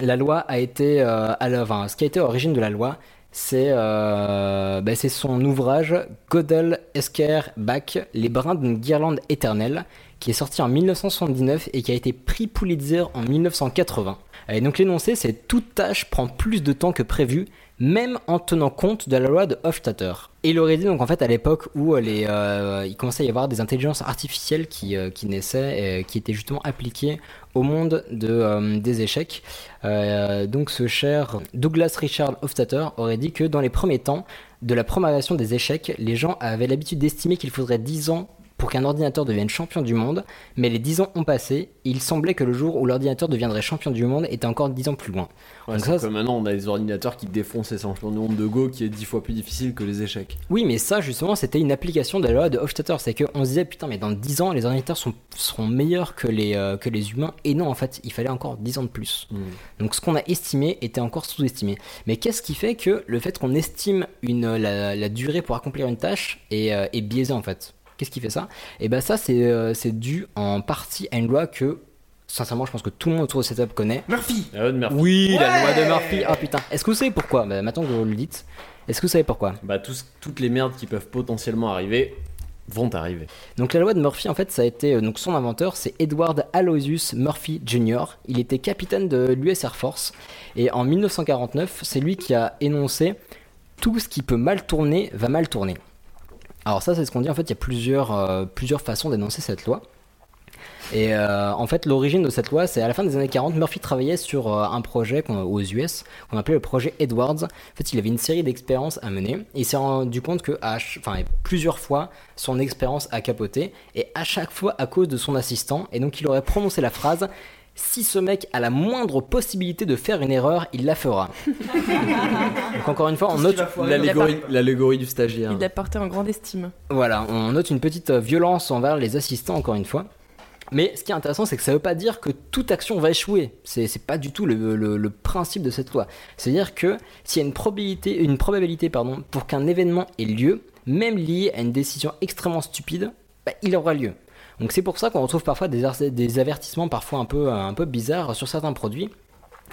S1: la loi a été euh, à la- enfin, ce qui a été à l'origine de la loi c'est euh, bah, c'est son ouvrage Gödel Esker Bach les brins d'une guirlande éternelle qui est sorti en 1979 et qui a été prix Pulitzer en 1980 et donc l'énoncé c'est toute tâche prend plus de temps que prévu même en tenant compte de la loi de Hofstadter. Et il aurait dit donc en fait à l'époque où euh, les, euh, il commençait à y avoir des intelligences artificielles qui, euh, qui naissaient, et qui étaient justement appliquées au monde de, euh, des échecs. Euh, donc ce cher Douglas Richard Hofstadter aurait dit que dans les premiers temps de la programmation des échecs, les gens avaient l'habitude d'estimer qu'il faudrait 10 ans pour qu'un ordinateur devienne champion du monde, mais les 10 ans ont passé, et il semblait que le jour où l'ordinateur deviendrait champion du monde était encore 10 ans plus loin.
S8: Ouais,
S1: Donc
S8: c'est comme maintenant, on a des ordinateurs qui défoncent les champions du monde de Go qui est dix fois plus difficile que les échecs.
S1: Oui, mais ça, justement, c'était une application de la loi de Hofstadter. C'est qu'on se disait, putain, mais dans 10 ans, les ordinateurs sont- seront meilleurs que les, euh, que les humains. Et non, en fait, il fallait encore 10 ans de plus. Donc, ce qu'on a estimé était encore sous-estimé. Mais qu'est-ce qui fait que le fait qu'on estime une, la, la durée pour accomplir une tâche est, euh, est biaisé, en fait Qu'est-ce qui fait ça Et bien, ça, c'est euh, c'est dû en partie à une loi que, sincèrement, je pense que tout le monde autour de cette table connaît.
S9: Murphy
S1: Oui, la loi
S8: Ouais
S1: de Murphy Ah putain, est-ce que vous savez pourquoi Bah, Maintenant que vous le dites, est-ce que vous savez pourquoi
S8: Bah, tous- toutes les merdes qui peuvent potentiellement arriver vont arriver.
S1: Donc la loi de Murphy, en fait, ça a été euh, donc son inventeur, c'est Edward Aloysius Murphy Jr. Il était capitaine de l'US Air Force et en 1949, c'est lui qui a énoncé tout ce qui peut mal tourner va mal tourner. Alors ça, c'est ce qu'on dit. En fait, il y a plusieurs euh, plusieurs façons d'énoncer cette loi. Et euh, en fait, l'origine de cette loi, c'est à la fin des années 40, Murphy travaillait sur euh, un projet qu'on- aux US qu'on appelait le projet Edwards. En fait, il avait une série d'expériences à mener. Et il s'est rendu compte que à ch- enfin, plusieurs fois, son expérience a capoté. Et à chaque fois, à cause de son assistant. Et donc, il aurait prononcé la phrase Si ce mec a la moindre possibilité de faire une erreur, il la fera. donc, encore une fois, on note
S8: L'allégorie l'allégorie du stagiaire.
S10: Il l'a porté en grande estime.
S1: voilà, on note une petite euh, violence envers les assistants, encore une fois. Mais ce qui est intéressant, c'est que ça ne veut pas dire que toute action va échouer. C'est c'est pas du tout le, le- le principe de cette loi. C'est-à-dire que s'il y a une probabilité, une probabilité pardon, pour qu'un événement ait lieu, même lié à une décision extrêmement stupide, bah, il aura lieu. Donc c'est pour ça qu'on retrouve parfois des, ars- des avertissements parfois un peu, euh, un peu bizarres sur certains produits.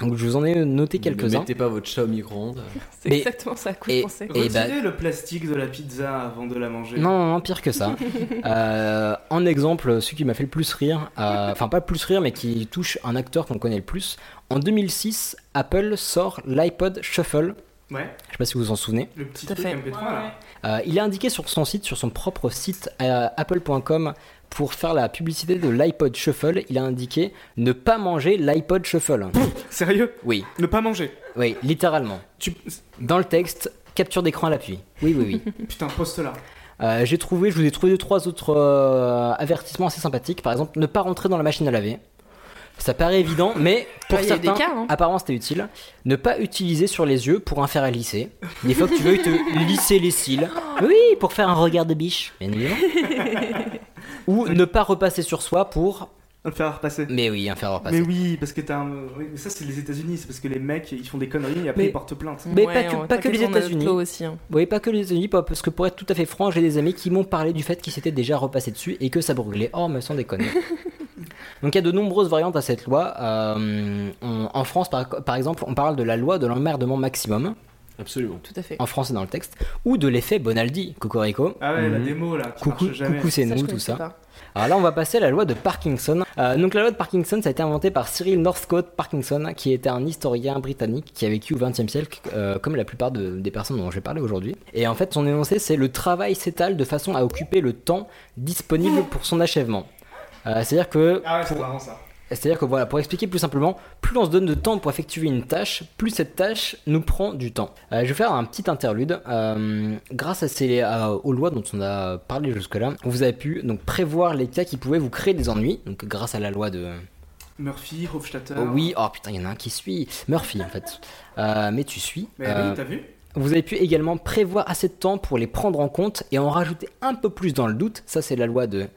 S1: Donc je vous en ai noté
S8: Ne
S1: quelques-uns.
S8: mettez pas votre chat au micro-ondes.
S10: C'est
S1: Mais-
S10: exactement ça à quoi
S1: et-
S10: je pensais.
S1: et bah-
S9: Retirez le plastique de la pizza avant de la manger.
S1: Non, non, non, pire que ça. Euh, en exemple, celui qui m'a fait le plus rire, euh, enfin pas le plus rire, mais qui touche un acteur qu'on connaît le plus. En 2006, Apple sort l'iPod Shuffle,
S9: Ouais.
S1: Je sais pas si vous vous en souvenez.
S9: Le petit truc MP3 là.
S1: Euh, il a indiqué sur son site, sur son propre site euh, apple.com, pour faire la publicité de l'iPod Shuffle, il a indiqué ne pas manger l'iPod Shuffle.
S9: Sérieux
S1: Oui.
S9: Ne pas manger
S1: Oui, littéralement. Dans le texte, capture d'écran à l'appui. Oui, oui, oui.
S9: Putain, poste là.
S1: Euh, J'ai trouvé, je vous ai trouvé deux trois autres euh, avertissements assez sympathiques. Par exemple, ne pas rentrer dans la machine à laver. Ça paraît évident, mais pour
S10: Ouais, il y a eu des
S1: certains,
S10: cas, hein.
S1: apparemment c'était utile. Ne pas utiliser sur les yeux pour un fer à lisser. Des fois que tu veux, ils te lisser les cils. Oui, pour faire un regard de biche. bien
S10: <laughs>
S1: évidemment. Ou ne pas repasser sur soi pour.
S9: Un fer à repasser.
S1: Mais oui, un fer à repasser.
S9: Mais oui, parce que t'as un. oui, mais ça, c'est les États-Unis, c'est parce que les mecs, ils font des conneries et après
S1: Mais-
S9: ils portent plainte.
S1: Mais pas que, pas que les États-Unis.
S10: hein.
S1: Oui, pas que les États-Unis, pas- parce que pour être tout à fait franc, j'ai des amis qui m'ont parlé du fait qu'ils s'étaient déjà repassés dessus et que ça brûlait. Oh, mais sans
S9: <laughs>
S1: déconner. Donc il y a de nombreuses variantes à cette loi. Euh, on- en France, par, par exemple, on parle de la loi de l'emmerdement maximum.
S8: Absolument.
S10: Tout à fait.
S1: En français dans le texte, ou de l'effet Bonaldi, Cocorico.
S9: Ah ouais, la
S1: Mhm.
S9: démo là, qui
S1: Coucou,
S9: marche jamais.
S1: coucou, c'est
S9: Ça, je
S1: nous, tout
S9: connaissais
S1: ça.
S9: pas.
S1: Alors là, on va passer à la loi de Parkinson. Euh, donc la loi de Parkinson, ça a été inventée par Cyril Northcote Parkinson, qui était un historien britannique qui a vécu au XXe siècle, euh, comme la plupart de- des personnes dont j'ai parlé aujourd'hui. Et en fait, son énoncé, c'est le travail s'étale de façon à occuper le temps disponible pour son achèvement. Euh, C'est-à-dire que
S9: Ah ouais, c'est marrant ça.
S1: c'est-à-dire que voilà, pour expliquer plus simplement, plus on se donne de temps pour effectuer une tâche, plus cette tâche nous prend du temps. Euh, je vais faire un petit interlude. Euh, grâce à ces, à- aux lois dont on a parlé jusque-là, vous avez pu donc prévoir les cas qui pouvaient vous créer des ennuis. Donc grâce à la loi de
S9: Murphy, Hofstadter.
S1: Oh oui, oh putain, il y en a un qui suit. Murphy, en fait. Euh, mais tu suis. Euh,
S9: Mais oui, t'as vu
S1: Vous avez pu également prévoir assez de temps pour les prendre en compte et en rajouter un peu plus dans le doute. Ça, c'est la loi de.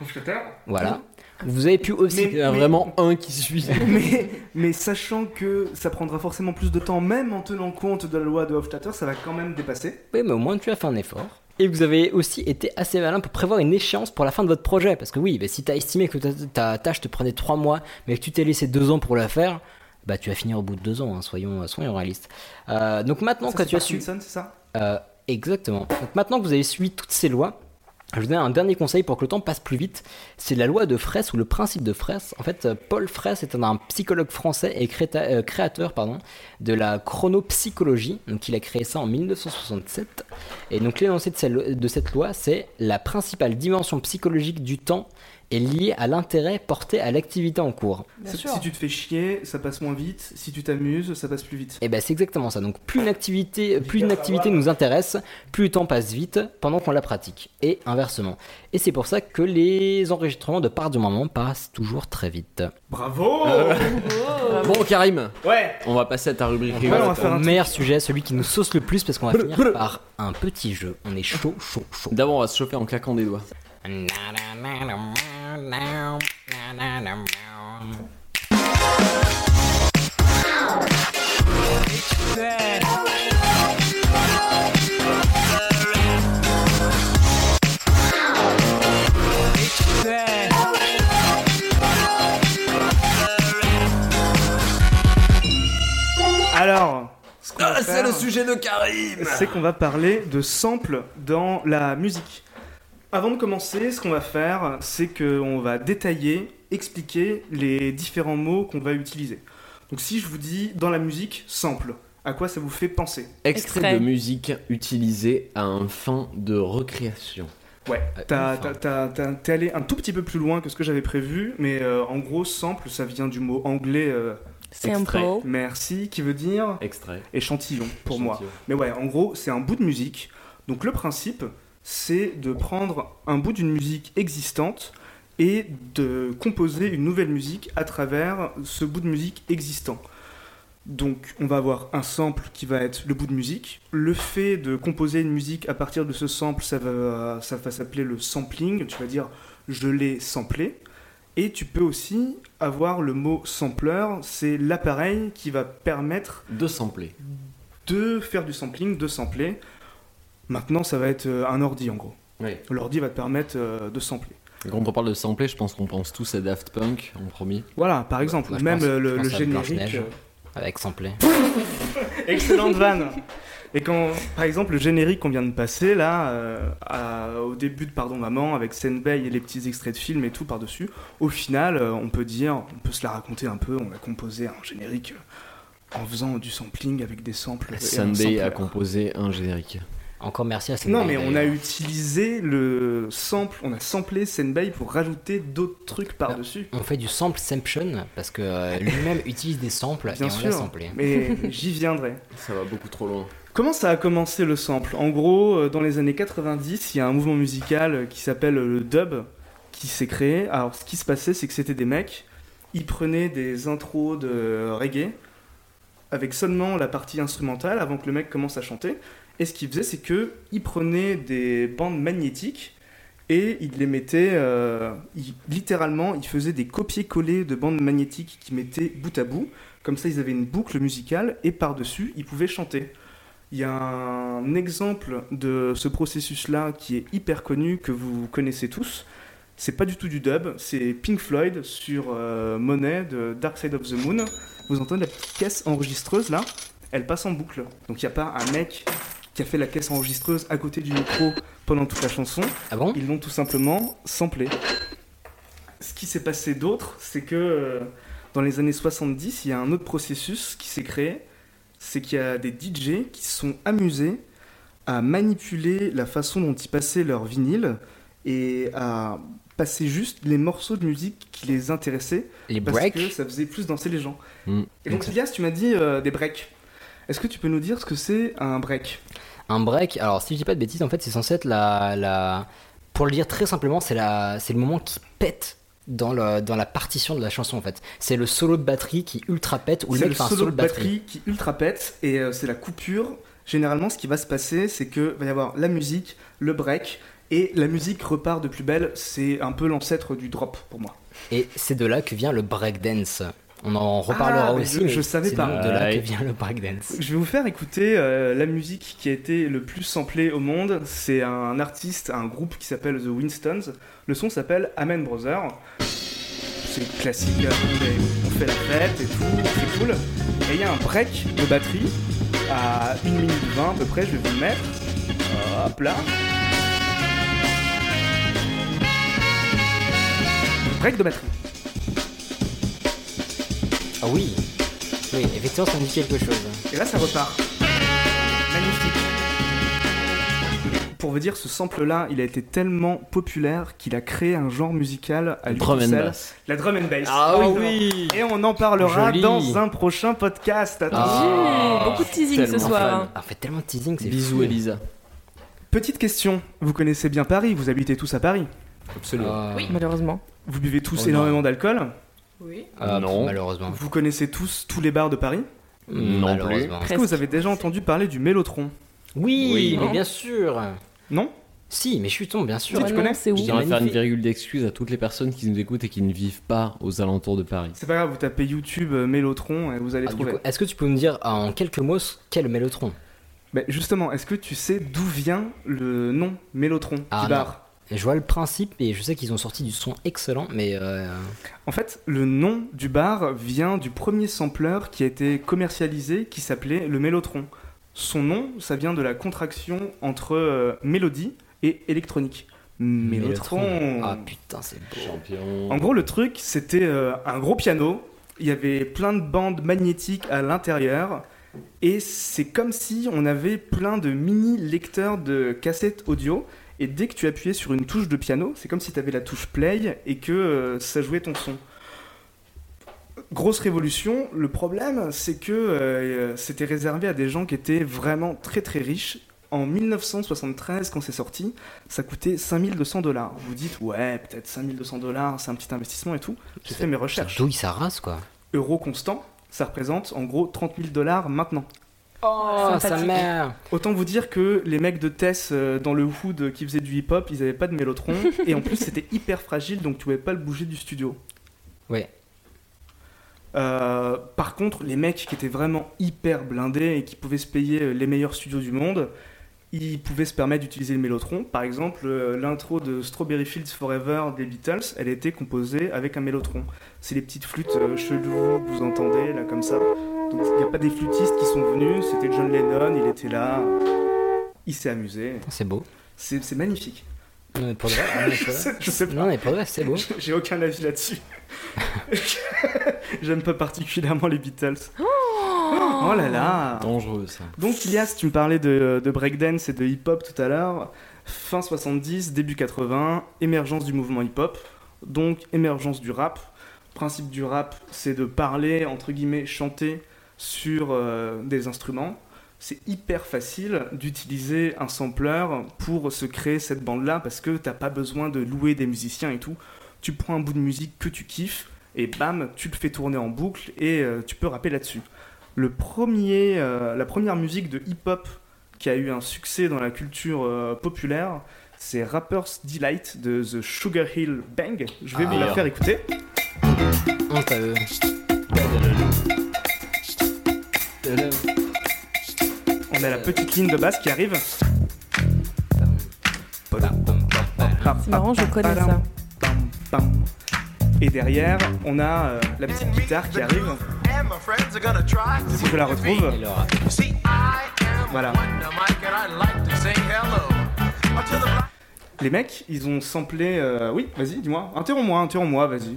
S9: Hofstadter.
S1: Voilà. Vous avez pu aussi.
S9: Ah. Mais- Il y en a mais- vraiment
S8: un qui suit.
S9: <laughs> mais, mais sachant que ça prendra forcément plus de temps, même en tenant compte de la loi de Hofstadter, ça va quand même dépasser.
S1: Oui, mais au moins tu as fait un effort. Et vous avez aussi été assez malin pour prévoir une échéance pour la fin de votre projet. Parce que oui, bah, si tu as estimé que ta, ta tâche te prenait 3 mois, mais que tu t'es laissé 2 ans pour la faire, bah tu vas finir au bout de 2 ans, hein, soyons, soyons réalistes. Euh, donc maintenant
S9: Ça,
S1: que
S9: c'est
S1: tu as su...
S9: Parkinson, c'est ça
S1: Euh, exactement. Donc maintenant que vous avez suivi toutes ces lois, je vous donne un dernier conseil pour que le temps passe plus vite. C'est la loi de Fraisse ou le principe de Fraisse. En fait, euh, Paul Fraisse est un, un psychologue français et créta- euh, créateur pardon, de la chronopsychologie. Donc, il a créé ça en 1967. Et donc, l'énoncé de, cette lo- de cette loi, c'est la principale dimension psychologique du temps est liée à l'intérêt porté à l'activité en cours.
S9: Ça- Si tu te fais chier, ça passe moins vite. Si tu t'amuses, ça passe plus vite.
S1: Et ben c'est exactement ça. Donc plus une activité, plus une activité nous intéresse, plus le temps passe vite pendant qu'on la pratique. Et inversement. Et c'est pour ça que les enregistrements de part du moment passent toujours très vite.
S9: Bravo
S8: Euh, Bon, Karim.
S9: Ouais.
S8: On va passer à ta rubrique
S1: On
S8: rigolote.
S1: va faire un meilleur sujet, celui qui nous sauce le plus parce qu'on va finir par un petit jeu. On est chaud, chaud, chaud.
S8: D'abord, on va se chauffer en claquant des doigts.
S9: Alors, ce qu'on va
S8: Ah, c'est
S9: faire,
S8: le sujet de Karim
S9: C'est qu'on va parler de samples dans la musique. Avant de commencer, ce qu'on va faire, c'est qu'on va détailler, expliquer les différents mots qu'on va utiliser. Donc si je vous dis dans la musique, sample, à quoi ça vous fait penser
S8: Extrait, de musique utilisé à un fin de recréation.
S9: Ouais, t'as- t'as- t'as- t'as- t'es allé un tout petit peu plus loin que ce que j'avais prévu, mais euh, en gros, sample, ça vient du mot anglais. euh,
S8: Sample. Extrait.
S9: Merci, qui veut dire
S8: Extrait.
S9: Échantillon, pour moi.
S8: Échantillon.
S9: Mais ouais, en gros, c'est un bout de musique. Donc le principe, c'est de prendre un bout d'une musique existante et de composer une nouvelle musique à travers ce bout de musique existant. Donc on va avoir un sample qui va être le bout de musique. Le fait de composer une musique à partir de ce sample, ça va, ça va s'appeler le sampling. Tu vas dire je l'ai samplé. Et tu peux aussi avoir le mot sampler, c'est l'appareil qui va permettre
S8: de sampler.
S9: De faire du sampling, de sampler. Maintenant, ça va être euh, un ordi en gros.
S8: Oui.
S9: L'ordi va te permettre euh, de sampler.
S8: Quand on parle de sampler, je pense qu'on pense tous à Daft Punk, en premier.
S9: Voilà, par exemple,
S8: Bah, moi, je
S9: même
S8: pense-
S9: euh,
S8: je
S9: le,
S8: pense
S9: le
S8: à
S9: générique.
S8: Blanche-Neige.
S9: euh,
S1: Avec sampler.
S9: Excellente vanne. Et quand, par exemple, le générique qu'on vient de passer, là, euh, à- au début de Pardon Maman, avec Senbei et les petits extraits de films et tout par-dessus, au final, euh, on peut dire, on peut se la raconter un peu, on a composé un générique en faisant du sampling avec des samples. et un
S8: Sunday Ah, a
S9: sampleur.
S8: composé un générique.
S1: Encore merci à
S9: Non, mais on a utilisé le sample, on a samplé Senbei pour rajouter d'autres trucs par-dessus.
S1: On fait du sampleception parce que euh, lui-même utilise des samples
S9: Bien
S1: et on l'a
S9: sûr,
S1: samplé.
S9: mais j'y viendrai.
S8: Ça va beaucoup trop loin.
S9: Comment ça a commencé le sample En gros, euh, dans les années 90, il y a un mouvement musical euh, qui s'appelle le dub qui s'est créé. Alors, ce qui se passait, c'est que c'était des mecs, ils prenaient des intros de reggae avec seulement la partie instrumentale avant que le mec commence à chanter. Et ce qu'ils faisaient, c'est que ils prenaient des bandes magnétiques et ils les mettaient. euh, ils- littéralement, ils faisaient des copier-coller de bandes magnétiques qu'ils mettaient bout à bout. Comme ça, ils avaient une boucle musicale et par-dessus, ils pouvaient chanter. Il y a un exemple de ce processus-là qui est hyper connu, que vous connaissez tous. C'est pas du tout du dub, c'est Pink Floyd sur euh, Monet de Dark Side of the Moon. Vous entendez la petite caisse enregistreuse là Elle passe en boucle. Donc il n'y a pas un mec qui a fait la caisse enregistreuse à côté du micro pendant toute la chanson.
S1: Ah
S9: Ils l'ont tout simplement samplé. Ce qui s'est passé d'autre, c'est que euh, dans les années 70, il y a un autre processus qui s'est créé. C'est qu'il y a des DJ qui se sont amusés à manipuler la façon dont ils passaient leur vinyle et à passer juste les morceaux de musique qui les intéressaient.
S1: Les
S9: parce
S1: breaks.
S9: que ça faisait plus danser les gens.
S1: Mm.
S9: Et donc,
S1: Donc ça-
S9: Elias, tu m'as dit euh, des breaks. Est-ce que tu peux nous dire ce que c'est un break
S1: Un break, alors si je dis pas de bêtises, en fait, c'est censé être la. la... Pour le dire très simplement, c'est la... c'est le moment qui pète dans, le... dans la partition de la chanson, en fait. C'est le solo de batterie qui ultra pète ou le
S9: C'est
S1: mec
S9: le
S1: fait un
S9: solo de batterie
S1: batterie.
S9: qui ultra pète et euh, c'est la coupure. Généralement, ce qui va se passer, c'est que va y avoir la musique, le break et la musique repart de plus belle. C'est un peu l'ancêtre du drop pour moi.
S1: Et c'est de là que vient le breakdance. On en reparlera
S9: Ah, mais
S1: aussi.
S9: je-
S1: mais
S9: je savais
S1: c'est
S9: pas.
S1: donc De là que
S9: Ouais.
S1: vient le breakdance.
S9: Je vais vous faire écouter euh, la musique qui a été le plus samplée au monde. C'est un artiste, un groupe qui s'appelle The Winstons. Le son s'appelle Amen Brother. C'est classique, euh, on fait la fête et tout, c'est cool. Et il y a un break de batterie à 1 minute 20 à peu près, je vais vous le mettre. Hop là. Break de batterie.
S1: Ah oui Oui, effectivement, ça me dit quelque chose.
S9: Et là, ça repart. Pour vous dire, ce sample-là, il a été tellement populaire qu'il a créé un genre musical à lui
S8: Drum
S9: tout
S8: and
S9: seul.
S8: bass.
S9: La drum and bass.
S8: Ah
S9: Oh
S8: oui.
S9: non. Et on en parlera
S8: Joli.
S9: dans un prochain podcast. Attention.
S10: Ah, Beaucoup de teasing ce
S9: tellement
S10: soir.
S9: fan.
S10: hein.
S1: Ah, fait tellement de teasing, c'est
S8: Bisous,
S1: fou.
S8: Elisa.
S9: Petite question. Vous connaissez bien Paris. Vous habitez tous à Paris.
S8: Absolument.
S1: Ah,
S10: Oui, hein. malheureusement.
S9: Vous buvez tous
S1: Oh non.
S9: énormément d'alcool.
S10: Oui.
S1: Ah,
S8: Non.
S1: Malheureusement.
S9: Vous connaissez tous tous les bars de Paris.
S8: Non plus.
S1: Malheureusement.
S9: Est-ce que vous avez déjà entendu parler du Mélotron
S1: Oui,
S8: Oui.
S1: mais bien sûr.
S9: Non
S1: Si, mais je suis ton, bien sûr.
S10: Si, tu Ah non, connais c'est où
S1: Je dis
S8: On va faire une
S1: magnifique.
S8: virgule d'excuse à toutes les personnes qui nous écoutent et qui ne vivent pas aux alentours de Paris.
S9: C'est pas grave. Vous tapez YouTube euh, Mélotron et vous allez
S1: Ah, du
S9: trouver.
S1: coup, Est-ce que tu peux me dire ah, en quelques mots ce qu'est le mélotron
S9: Ben, justement, est-ce que tu sais d'où vient le nom Mélotron
S1: Ah,
S9: du bar
S1: non. Je vois le principe et je sais qu'ils ont sorti du son excellent, mais euh,
S9: En fait, le nom du bar vient du premier sampler qui a été commercialisé qui s'appelait le Mélotron. Son nom, ça vient de la contraction entre euh, mélodie et électronique. Mélotron.
S1: Ah putain, c'est beau.
S8: Champion.
S9: En gros, le truc, c'était euh, un gros piano. Il y avait plein de bandes magnétiques à l'intérieur. Et c'est comme si on avait plein de mini lecteurs de cassettes audio. Et dès que tu appuyais sur une touche de piano, c'est comme si tu avais la touche play et que euh, ça jouait ton son. Grosse révolution. Le problème, c'est que euh, c'était réservé à des gens qui étaient vraiment très très riches. En 1973, quand c'est sorti, ça coûtait 5200 dollars. Vous dites, ouais, peut-être 5200 dollars, c'est un petit investissement et tout. J'ai fait mes recherches.
S1: Douille sa race quoi.
S9: Euro constant, ça représente en gros 30 000 dollars maintenant.
S1: Oh, sa
S10: Sympathique.
S1: mère
S9: Autant vous dire que les mecs de Tess euh, dans le Hood qui faisaient du hip-hop, ils avaient pas de mélotron. et en plus, c'était hyper fragile, donc tu pouvais pas le bouger du studio.
S1: Ouais.
S9: Euh, par contre, les mecs qui étaient vraiment hyper blindés et qui pouvaient se payer euh, les meilleurs studios du monde, ils pouvaient se permettre d'utiliser le mélotron. Par exemple, euh, l'intro de Strawberry Fields Forever des Beatles, elle était composée avec un mélotron. C'est les petites flûtes euh, cheloues que vous entendez là comme ça. Donc il n'y a pas des flûtistes qui sont venus, c'était John Lennon, il était là, il s'est amusé.
S1: C'est beau.
S9: C'est
S1: <laughs>
S9: c'est magnifique.
S1: Non, mais pour de vrai, non, <laughs> mais pour de vrai.
S9: Je sais pas.
S1: Non, mais pour de vrai, c'est beau.
S9: <laughs> J'ai
S1: <laughs>
S9: aucun avis là-dessus. J'aime pas particulièrement les Beatles. Oh là là
S8: Dangereux ça.
S9: Donc Ilias, tu me parlais de, de breakdance et de hip-hop tout à l'heure. Fin 70, début 80, émergence du mouvement hip-hop, donc émergence du rap. Principe du rap, c'est de parler, entre guillemets, chanter sur euh, des instruments. C'est hyper facile d'utiliser un sampler pour se créer cette bande-là parce que t'as pas besoin de louer des musiciens et tout. Tu prends un bout de musique que tu kiffes et bam, tu le fais tourner en boucle et euh, tu peux rapper là-dessus le premier, euh, la première musique de hip-hop qui a eu un succès dans la culture euh, populaire, c'est Rapper's Delight de The Sugar Hill Bang. Je vais
S1: Ah.
S9: vous la faire écouter.
S1: <laughs>
S9: On a la petite ligne de basse qui arrive.
S10: C'est marrant, je connais ça.
S9: Et derrière, on a euh, la petite guitare qui arrive. Si je la retrouve. Voilà. Les mecs, ils ont samplé. euh, Oui, vas-y, dis-moi. Interromps-moi, interromps-moi, vas-y.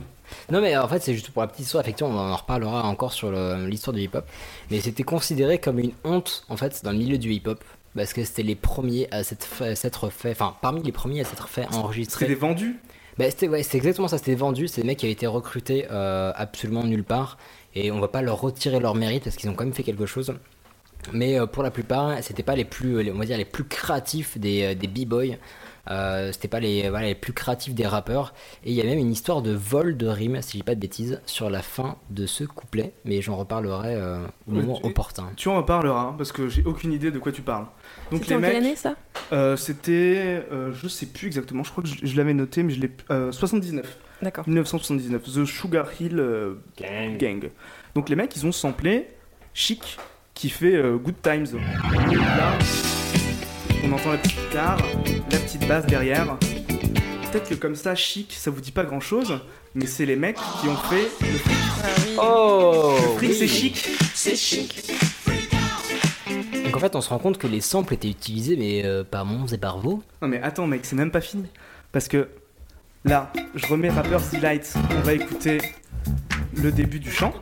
S1: Non mais en fait c'est juste pour la petite histoire, effectivement on en reparlera encore sur le- l'histoire du hip-hop, mais c'était considéré comme une honte en fait dans le milieu du hip-hop, parce que c'était les premiers à s'être fait, s'être fait- enfin parmi les premiers à s'être fait enregistrer.
S9: C'était vendu
S1: bah, c'était, ouais, c'est exactement ça, c'était vendu, c'est des mecs qui avaient été recrutés euh, absolument nulle part, et on va pas leur retirer leur mérite parce qu'ils ont quand même fait quelque chose. Mais euh, pour la plupart, c'était pas les plus, euh, les- on va dire, les plus créatifs des, euh, des b-boys. Euh, c'était pas les, voilà, les plus créatifs des rappeurs. Et il y a même une histoire de vol de rimes, si j'ai pas de bêtises, sur la fin de ce couplet. Mais j'en reparlerai euh, au moment
S9: Tu-
S1: opportun.
S9: Tu en reparleras hein, parce que j'ai aucune idée de quoi tu parles. Donc les
S10: C'était en quelle
S9: mecs,
S10: année, ça
S9: euh, C'était, euh, je sais plus exactement. Je crois que je, je l'avais noté, mais je l'ai euh, 79.
S10: D'accord.
S9: 1979. The Sugar Hill euh, Gang. Donc les mecs, ils ont samplé Chic qui fait euh, Good Times. Là, on entend la petite guitare, la petite basse derrière. Peut-être que comme ça, Chic, ça vous dit pas grand-chose, mais c'est les mecs qui ont fait le fric.
S1: Oh
S9: Le fric,
S1: oui.
S9: c'est chic. C'est chic.
S1: Donc en fait, on se rend compte que les samples étaient utilisés, mais euh, par Mons et par Vaux.
S9: Non mais attends mec, c'est même pas fini. Parce que là, je remets Rapper's Delight. On va écouter le début du chant.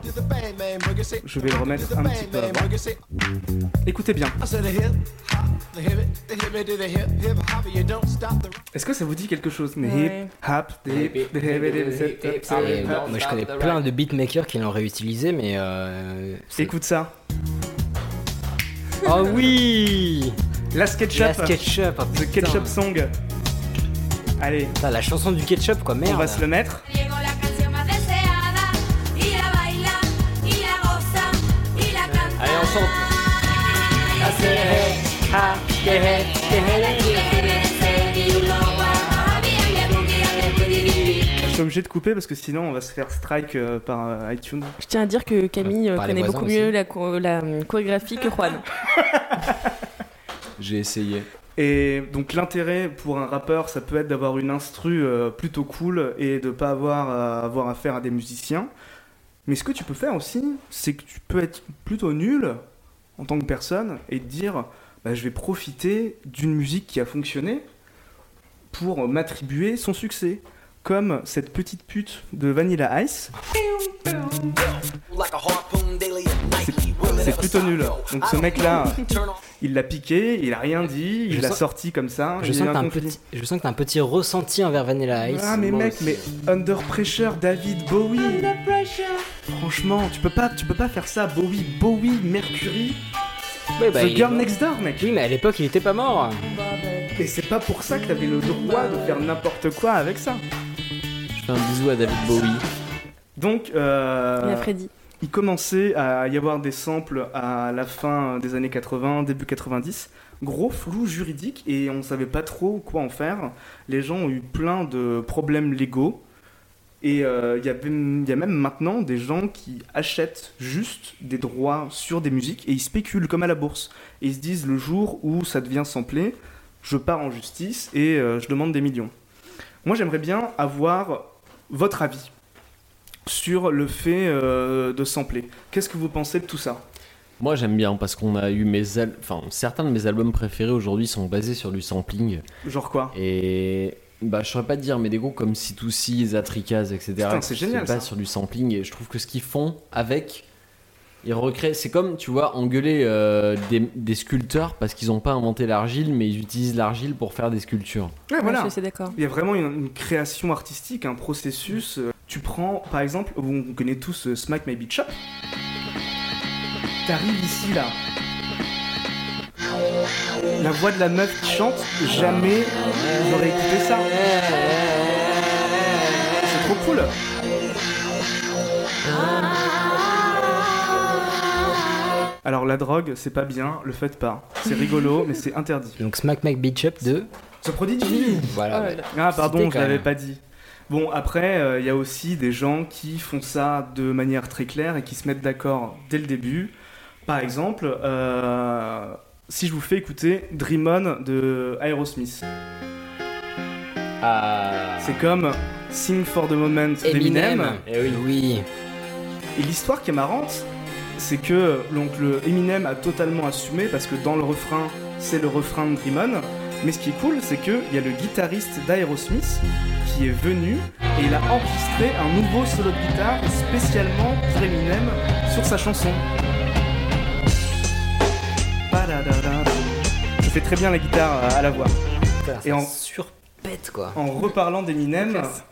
S9: Je vais le remettre un petit peu avant. Écoutez bien. Est-ce que ça vous dit quelque chose Mais
S1: Ouais.
S9: hip, hop, the hip, the hip, the hip, the hip, the hip, the
S1: Et
S9: hip,
S1: bon,
S9: hop.
S1: Ah moi, je connais plein de beatmakers qui l'ont réutilisé, mais. euh, c'est-
S9: Écoute ça.
S1: Ah <laughs> oui
S9: La SketchUp.
S1: La SketchUp, ah,
S9: The
S1: putain.
S9: Ketchup Song. Allez.
S1: la chanson du ketchup quoi, merde.
S9: On va se le mettre.
S16: Llegó la canción más deseada y la baila y la goza y la canta.
S6: Allez, on
S9: Je suis obligé de couper parce que sinon on va se faire strike euh, par euh, iTunes.
S10: Je tiens à dire que Camille euh,
S9: Par les
S10: connaît
S9: voisins
S10: beaucoup
S9: aussi.
S10: mieux la, cho- la, euh, chorégraphie que Juan.
S8: J'ai essayé.
S9: Et donc l'intérêt pour un rappeur, ça peut être d'avoir une instru euh, plutôt cool et de pas avoir à avoir affaire à des musiciens. Mais ce que tu peux faire aussi, c'est que tu peux être plutôt nul en tant que personne et te dire bah, je vais profiter d'une musique qui a fonctionné pour m'attribuer son succès. Comme cette petite pute de Vanilla Ice. C'est plutôt nul. Donc ce mec-là, il l'a piqué, il a rien dit,
S1: Je
S9: il l'a
S1: sens-
S9: sorti comme ça.
S1: Je
S9: il
S1: sens,
S9: est
S1: que t'as un
S9: inconfident.
S1: petit, je sens que t'as un petit ressenti envers Vanilla Ice.
S9: Ah mais mec, mais Under Pressure, David Bowie. Franchement, tu peux pas, tu peux pas faire ça, Bowie, Bowie, Mercury.
S1: Ouais, bah,
S9: The
S1: il est
S9: Girl
S1: mort.
S9: Next Door, mec.
S1: Oui, mais à l'époque, il était pas mort.
S9: Et c'est pas pour ça que t'avais le droit de faire n'importe quoi avec ça.
S8: Je fais un bisou à David Bowie.
S9: Donc, euh,
S10: Et à Freddy.
S9: il commençait à y avoir des samples à la fin des années 80, début 90. Gros flou juridique et on savait pas trop quoi en faire. Les gens ont eu plein de problèmes légaux. Et euh, il y avait- il y a même maintenant des gens qui achètent juste des droits sur des musiques et ils spéculent comme à la bourse. Et ils se disent le jour où ça devient samplé, je pars en justice et euh, je demande des millions. Moi j'aimerais bien avoir votre avis sur le fait euh, de sampler. Qu'est-ce que vous pensez de tout ça
S8: Moi j'aime bien parce qu'on a eu mes al- enfin certains de mes albums préférés aujourd'hui sont basés sur du sampling.
S9: Genre quoi
S8: Et bah je saurais pas te dire mais des groupes comme C2C, Zatricaz, etc.
S9: Putain, c'est
S8: qui se
S9: génial,
S8: basent
S9: ça.
S8: sur du sampling et je trouve que ce qu'ils font avec Ils recréent. C'est comme, tu vois, engueuler euh, des, des sculpteurs parce qu'ils n'ont pas inventé l'argile, mais ils utilisent l'argile pour faire des sculptures.
S9: Ouais, voilà.
S10: Je suis d'accord.
S9: Il y a vraiment une, une création artistique, un processus. Euh, Tu prends, par exemple, on on connaît tous euh, Smack My Bitch Up. T'arrives ici, là. La voix de la meuf qui chante, jamais j'aurais écouté ça. C'est trop cool. Alors la drogue, c'est pas bien, le faites pas.
S1: <laughs>
S9: C'est rigolo, mais c'est interdit.
S1: Donc Smack Mac Beach Up de.
S9: Ce Prodigy
S1: Voilà. ouais.
S9: Ah
S1: C'était
S9: pardon, je
S1: quand
S9: l'avais
S1: même.
S9: pas dit. Bon, après, euh, il y a aussi des gens qui font ça de manière très claire et qui se mettent d'accord dès le début. Par exemple, euh, si je vous fais écouter Dream On de Aerosmith.
S1: Ah.
S9: C'est comme Sing for the Moment d'Eminem.
S1: Eh oui. oui.
S9: Et l'histoire qui est marrante, c'est que donc, le Eminem a totalement assumé parce que dans le refrain, c'est le refrain de Dream On. Mais ce qui est cool, c'est qu'il y a le guitariste d'Aerosmith qui est venu et il a enregistré un nouveau solo de guitare spécialement pour Eminem sur sa chanson. Padadadam. Je fais très bien la guitare euh, à la voix. Et en
S1: surpète quoi.
S9: En reparlant d'Eminem,
S1: Classe.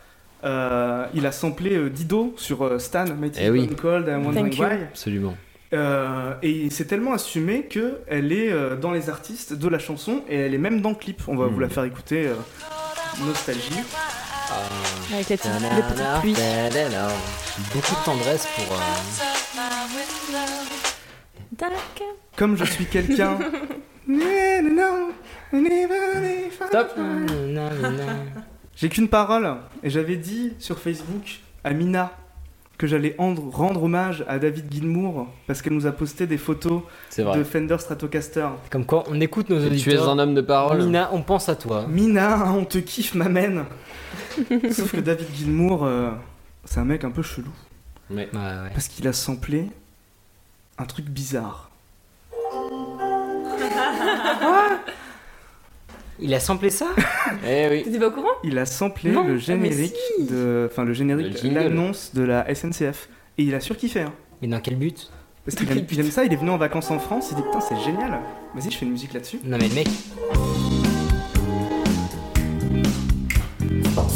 S9: euh, il a samplé euh, Dido sur euh, Stan, Mighty
S8: Eh oui.
S9: Gone Cold, I'm Wondering
S10: Thank you.
S9: Why.
S8: Absolument.
S9: Euh, et c'est tellement assumé que elle est euh, dans les artistes de la chanson et elle est même dans le clip. On va vous la faire écouter. euh, nostalgie.
S10: Avec la petite- les petites pluies.
S1: Ah. Beaucoup de tendresse pour. euh,
S9: Comme je suis quelqu'un. <laughs> Stop. J'ai qu'une parole et j'avais dit sur Facebook à Mina que j'allais rendre, rendre hommage à David Gilmour parce qu'elle nous a posté des photos
S8: C'est vrai.
S9: de Fender Stratocaster.
S1: Comme quoi, on écoute nos
S8: Et
S1: auditeurs.
S8: tu es un homme de parole.
S1: Mina, on pense à toi.
S9: Mina, hein, on te kiffe, ma mène. Sauf que David Gilmour, euh, c'est un mec un peu chelou.
S8: Ouais.
S9: Parce qu'il a samplé un truc bizarre.
S1: Il a samplé ça
S8: Eh oui.
S10: T'étais pas au courant
S9: Il a samplé
S10: Non,
S9: le
S10: mais
S9: générique
S10: si.
S9: de, enfin le générique,
S1: Le jingle.
S9: l'annonce de la SNCF. Et il a surkiffé. Hein.
S1: Mais dans quel but
S9: Parce qu'il aime, il aime ça. Il est venu en vacances en France. Il dit putain c'est génial. Vas-y, je fais une musique là-dessus.
S1: Non mais mec,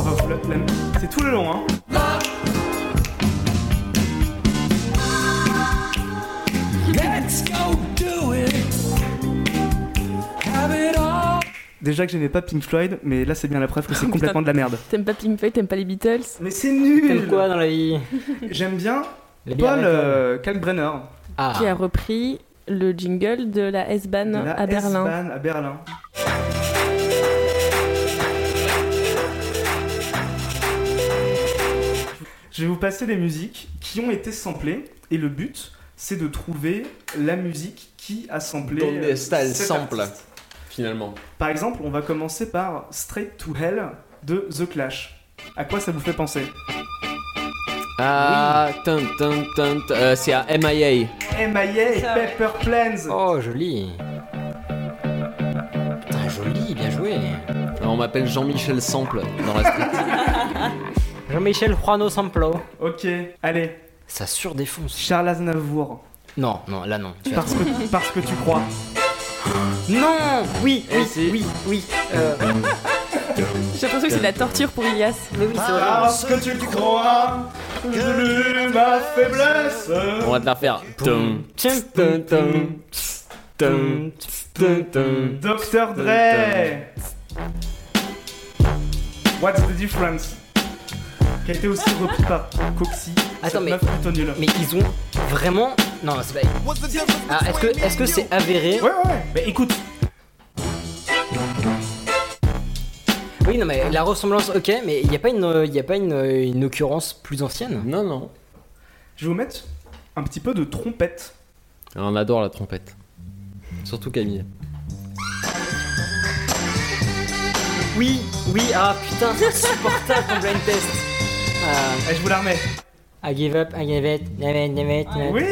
S9: Oh, la- la- C'est tout le long. Hein.
S6: Let's go do it. Have it all.
S9: Déjà que j'aimais pas Pink Floyd, mais là c'est bien la preuve que c'est complètement de la merde.
S10: T'aimes pas Pink Floyd, t'aimes pas les Beatles
S9: Mais c'est nul.
S1: t'aimes quoi dans la vie
S9: J'aime bien
S1: Les bières
S9: Paul
S1: d'alcool.
S9: euh, Kalkbrenner.
S1: Ah.
S10: Qui a repris le jingle de la S-Bahn
S9: La
S10: à Berlin.
S9: S-Bahn à Berlin. Je vais vous passer des musiques qui ont été samplées et le but c'est de trouver la musique qui a samplé.
S8: Donde
S9: euh,
S8: está el
S9: cet
S8: sample
S9: artiste.
S8: Finalement.
S9: Par exemple, on va commencer par Straight to Hell de The Clash. À quoi ça vous fait penser
S8: Ah, tin, tin, tin, tin. Euh, c'est à MIA.
S9: MIA et Pepper Plains.
S1: Oh, joli. Putain, joli, bien joué.
S8: On m'appelle Jean-Michel Sample dans la street.
S1: Jean-Michel Juano Samplo.
S9: Ok, allez,
S1: Ça surdéfonce.
S9: Charles Aznavour.
S1: Non, non, là non. Tu as
S9: Parce que, parce que tu crois.
S1: Non Oui,
S8: Eh,
S1: oui,
S8: si.
S1: oui, oui. euh,
S10: J'ai l'impression que c'est de la torture pour Ilias. Mais oui, c'est
S9: Parce que tu crois que l'une ma faiblesse.
S8: On va te la faire. Tum,
S1: tiens,
S8: tum, tum, tum, tum, tum.
S9: Dr. Dre. What's the difference Qui a été aussi repris par Coxy.
S1: Attends, mais-
S9: meuf plutôt nulle.
S1: Mais ils ont vraiment. Non, c'est pas. Ah, est-ce que est-ce que c'est avéré
S9: Ouais, ouais. Mais écoute,
S1: Oui, non, mais la ressemblance, ok, mais il n'y a pas une, euh, y a pas une, euh, une occurrence plus ancienne
S8: Non, non.
S9: je vais vous mettre un petit peu de trompette.
S8: Alors, on adore la trompette. Surtout Camille.
S1: Oui, oui, ah putain, c'est insupportable ton blind test. Ah,
S9: Et Eh, je vous la remets.
S1: I give up, I give it, give it, give it, give it.
S9: Oui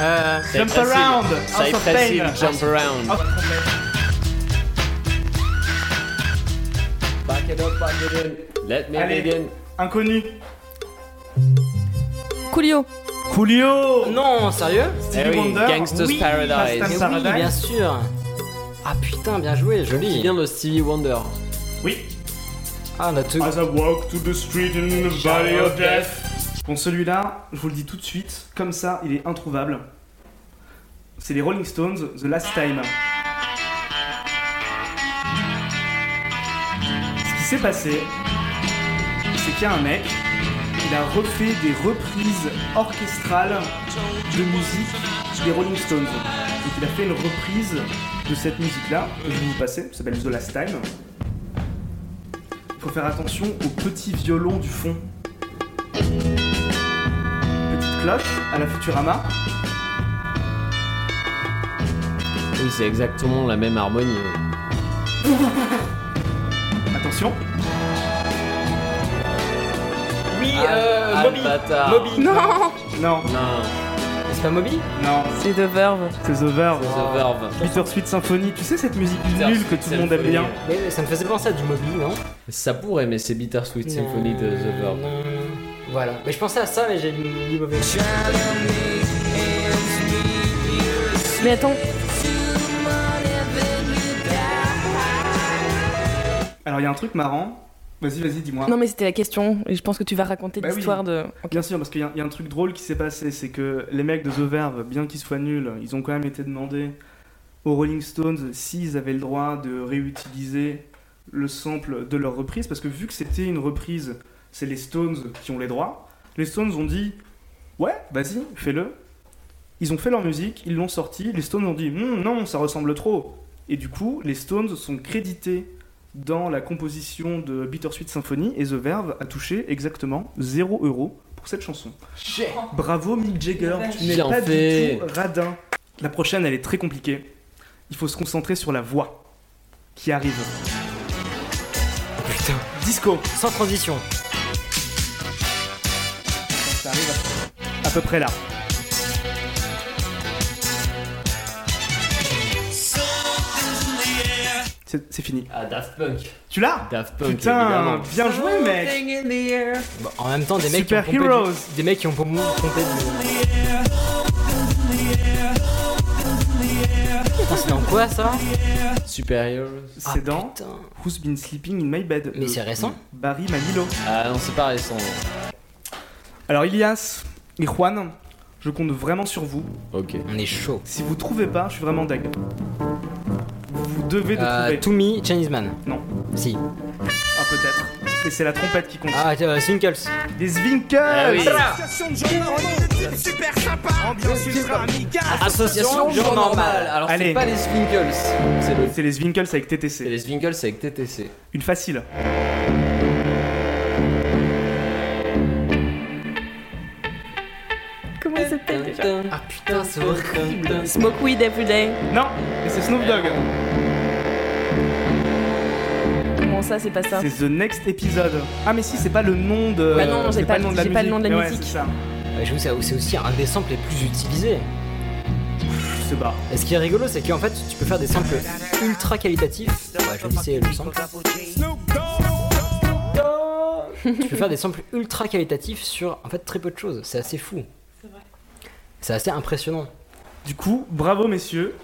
S1: Euh,
S9: Jump around
S8: Ça
S9: House
S8: est
S9: of
S8: facile,
S9: Pain.
S8: jump around.
S9: House of Pain. Oh.
S8: Back it up, back it in. Let me
S9: Allez.
S8: begin.
S9: Inconnu.
S10: Coolio.
S9: Julio
S1: Non, sérieux
S9: Stevie Wonder,
S8: Gangsta's
S9: oui,
S8: Paradise.
S9: Pasta
S1: Mais Eh oui,
S9: Paradise.
S1: bien sûr. Ah putain, bien joué, joli.
S8: Qui vient de Stevie Wonder.
S9: Oui.
S1: Ah, là,
S9: As I walk to the street in the valley of death. Bon, celui-là, je vous le dis tout de suite, comme ça, il est introuvable. C'est les Rolling Stones, The Last Time. Ce qui s'est passé, c'est qu'il y a un mec, il a refait des reprises orchestrales de musique des Rolling Stones. Donc il a fait une reprise de cette musique-là, que je vais vous passer, ça s'appelle The Last Time. Il faut faire attention au petit violon du fond. Petite cloche à la Futurama.
S8: Oui, c'est exactement la même harmonie.
S9: Attention.
S1: Oui, euh,
S8: Ah,
S1: Moby.
S8: bâtard.
S1: Moby.
S10: Non
S9: Non.
S8: Non,
S1: bah, C'est pas Moby
S9: Non.
S10: C'est de Verve.
S9: C'est The Verve.
S8: The Verve.
S9: Bittersweet Symphony. Tu sais cette musique
S8: Bittersweet
S9: nulle que tout le monde aime bien
S1: Mais ça me faisait penser à du Moby, non Euh,
S8: Ça pourrait, mais c'est Bittersweet Symphony de The Verve.
S1: Voilà. Mais je pensais à ça, mais j'ai mis mauvais.
S10: Mais attends,
S9: Alors il y a un truc marrant. Vas-y, vas-y, dis-moi.
S10: non mais c'était la question, et je pense que tu vas raconter
S9: Bah oui.
S10: l'histoire de...
S9: Bien sûr, parce qu'il y, a- il y a un truc drôle qui s'est passé, c'est que les mecs de The Verve, bien qu'ils soient nuls, ils ont quand même été demandés aux Rolling Stones s'ils avaient le droit de réutiliser le sample de leur reprise, parce que vu que c'était une reprise, c'est les Stones qui ont les droits, les Stones ont dit ouais, vas-y, fais-le. Ils ont fait leur musique, ils l'ont sortie, les Stones ont dit Hum, non, ça ressemble trop. Et du coup, les Stones sont crédités dans la composition de Bittersweet Symphony et The Verve a touché exactement 0 euros pour cette chanson. Bravo Mick Jagger, tu n'es
S8: Bien
S9: pas
S8: fait.
S9: du tout radin. La prochaine, elle est très compliquée. Il faut se concentrer sur la voix qui arrive.
S1: Putain.
S9: Disco,
S1: Sans transition.
S9: ça arrive à, à peu près là. C'est c'est fini.
S8: Ah, Daft Punk.
S9: Tu l'as
S8: Daft Punk,
S9: Putain,
S8: évidemment.
S9: bien joué mec
S1: Bah, en même temps, des mecs, qui ont
S9: Super
S1: pompé du-
S9: Heroes.
S1: des mecs qui ont pompé du. Putain, c'est dans quoi ça
S8: Super Heroes.
S1: Ah,
S9: C'est dans
S1: putain.
S9: Who's Been Sleeping in My Bed.
S1: Mais
S9: de
S1: c'est récent
S9: Barry Manilow.
S8: Ah non, c'est pas récent.
S9: Alors Ilias et Juan, je compte vraiment sur vous.
S8: Ok.
S1: On est chaud.
S9: Si vous trouvez pas, je suis vraiment dingue. Vous devez le
S1: Euh,
S9: trouver.
S1: to me, Chinese man.
S9: Non.
S1: Si.
S9: Ah peut-être. Mais c'est la trompette qui compte.
S1: Ah, euh, Swinkles.
S9: Des Zwinkels
S8: Ah oui.
S6: Super sympa Ambiance ultra amicale
S8: Association genre normal. Alors
S9: Allez.
S8: c'est pas les Swinkles. C'est le-
S9: C'est les Zwinkels avec
S8: c'est
S9: TTC.
S8: les Swinkles avec TTC.
S9: Une facile.
S10: Comment il s'appelle déjà
S1: Ah putain, c'est horrible.
S10: Euh, Smoke weed every day.
S9: Non, mais c'est Snoop Dogg.
S10: Comment ça, c'est pas ça
S9: C'est The Next Episode. Ah mais si, c'est pas le nom de.
S10: Bah non, j'ai
S9: c'est
S10: pas-
S9: le nom de la
S10: j'ai pas le nom de la
S9: Mais ouais,
S10: musique.
S9: c'est ça.
S1: Ouais, J'avoue, c'est c'est aussi un des samples les plus utilisés.
S9: Je sais pas.
S1: Et ce qui est rigolo, c'est qu'en fait, tu peux faire des samples ultra qualitatifs. Ouais, je dis c'est le sample. tu peux faire des samples ultra qualitatifs sur en fait très peu de choses. C'est assez fou. C'est assez impressionnant.
S9: Du coup, bravo messieurs.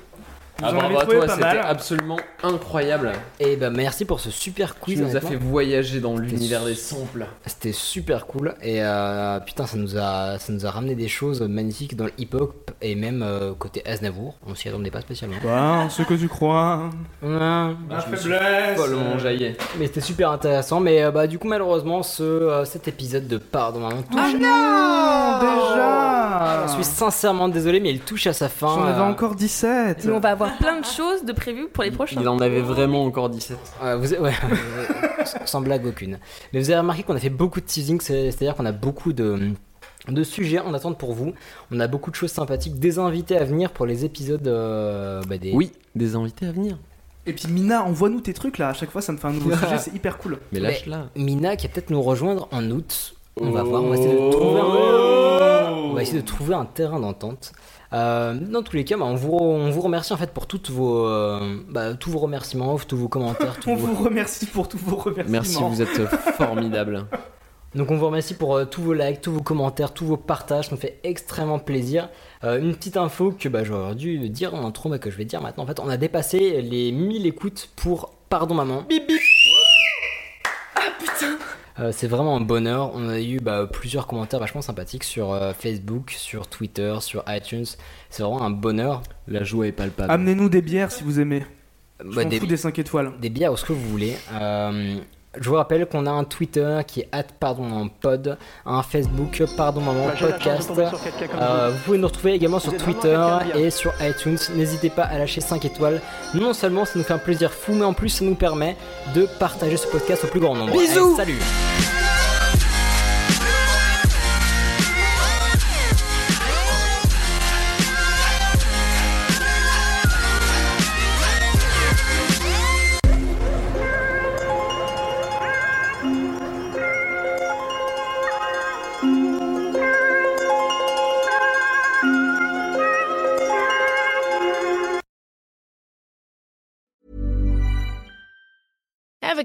S9: Vous
S8: Ah
S9: en avez
S8: bravo à
S9: trouvé
S8: toi,
S9: pas
S8: c'était
S9: mal.
S8: absolument incroyable.
S1: Et bah merci pour ce super
S8: Tu
S1: quiz.
S8: nous as
S1: honnêtement.
S8: fait voyager dans l'univers des samples.
S1: C'était super cool et euh, putain ça nous a ça nous a ramené des choses magnifiques dans le hip hop et même euh, côté Aznavour. On s'y attendait pas spécialement.
S9: Bah, ce que tu crois.
S1: Ouais.
S9: Ma
S8: Bah, Je me suis
S9: faiblesse.
S8: Follement jaillet.
S1: Mais c'était super intéressant. Mais euh, bah du coup malheureusement ce euh, cet épisode de Pardon Maman touche.
S9: Ah Non, déjà.
S1: Je suis sincèrement désolé mais il touche à sa fin.
S9: Ah. J'en avais
S1: Euh,
S9: encore 17.
S10: Mais on va avoir plein de choses de prévues pour les prochains.
S8: Il en avait vraiment encore 17.
S1: euh, vous- ouais, <laughs> euh, sans blague aucune. Mais vous avez remarqué qu'on a fait beaucoup de teasing, c'est- c'est-à-dire qu'on a beaucoup de de sujets en attente pour vous. On a beaucoup de choses sympathiques, des invités à venir pour les épisodes euh, bah, des
S8: Oui, des invités à venir.
S9: Et puis Mina, envoie-nous tes trucs là, à chaque fois ça me fait un nouveau sujet, c'est hyper cool.
S8: Mais lâche-la.
S1: Mina qui va peut-être nous rejoindre en août. On va voir, on va essayer de trouver un, on va essayer de trouver un terrain d'entente. Euh, dans tous les cas, bah, on, vous, on vous remercie en fait pour toutes vos, euh, bah, tous vos
S9: <laughs>
S1: remerciements, tous vos commentaires. tous
S9: On
S1: vos-
S9: vous remercie pour tous vos remerciements.
S8: Merci, vous êtes formidable.
S1: Donc on vous remercie pour euh, tous vos likes, tous vos commentaires, tous vos partages, ça nous fait extrêmement plaisir. Euh, une petite info que bah, j'aurais dû dire en intro, mais que je vais dire maintenant. En fait, on a dépassé les 1000 écoutes pour Pardon Maman.
S7: Bip bip Ah putain
S1: Euh, c'est vraiment un bonheur. On a eu bah, plusieurs commentaires vachement sympathiques sur euh, Facebook, sur Twitter, sur iTunes. C'est vraiment un bonheur. La joie est palpable.
S9: Amenez-nous des bières si vous aimez. Je
S1: Bah,
S9: m'en
S1: des-
S9: fous des 5 étoiles.
S1: Des bières ou ce que vous voulez. Euh, je vous rappelle qu'on a un Twitter qui est pardon en pod, un Facebook pardon maman
S6: Bah, j'ai la chance
S1: podcast.
S6: de tomber sur quelqu'un comme
S1: Euh,
S6: vous.
S1: vous pouvez nous retrouver également sur
S6: Vous êtes vraiment
S1: Twitter
S6: quelqu'un de bien.
S1: et sur iTunes. N'hésitez pas à lâcher 5 étoiles. Non seulement ça nous fait un plaisir fou, mais en plus ça nous permet de partager ce podcast au plus grand nombre.
S6: Bisous.
S1: Allez, Salut
S17: Ever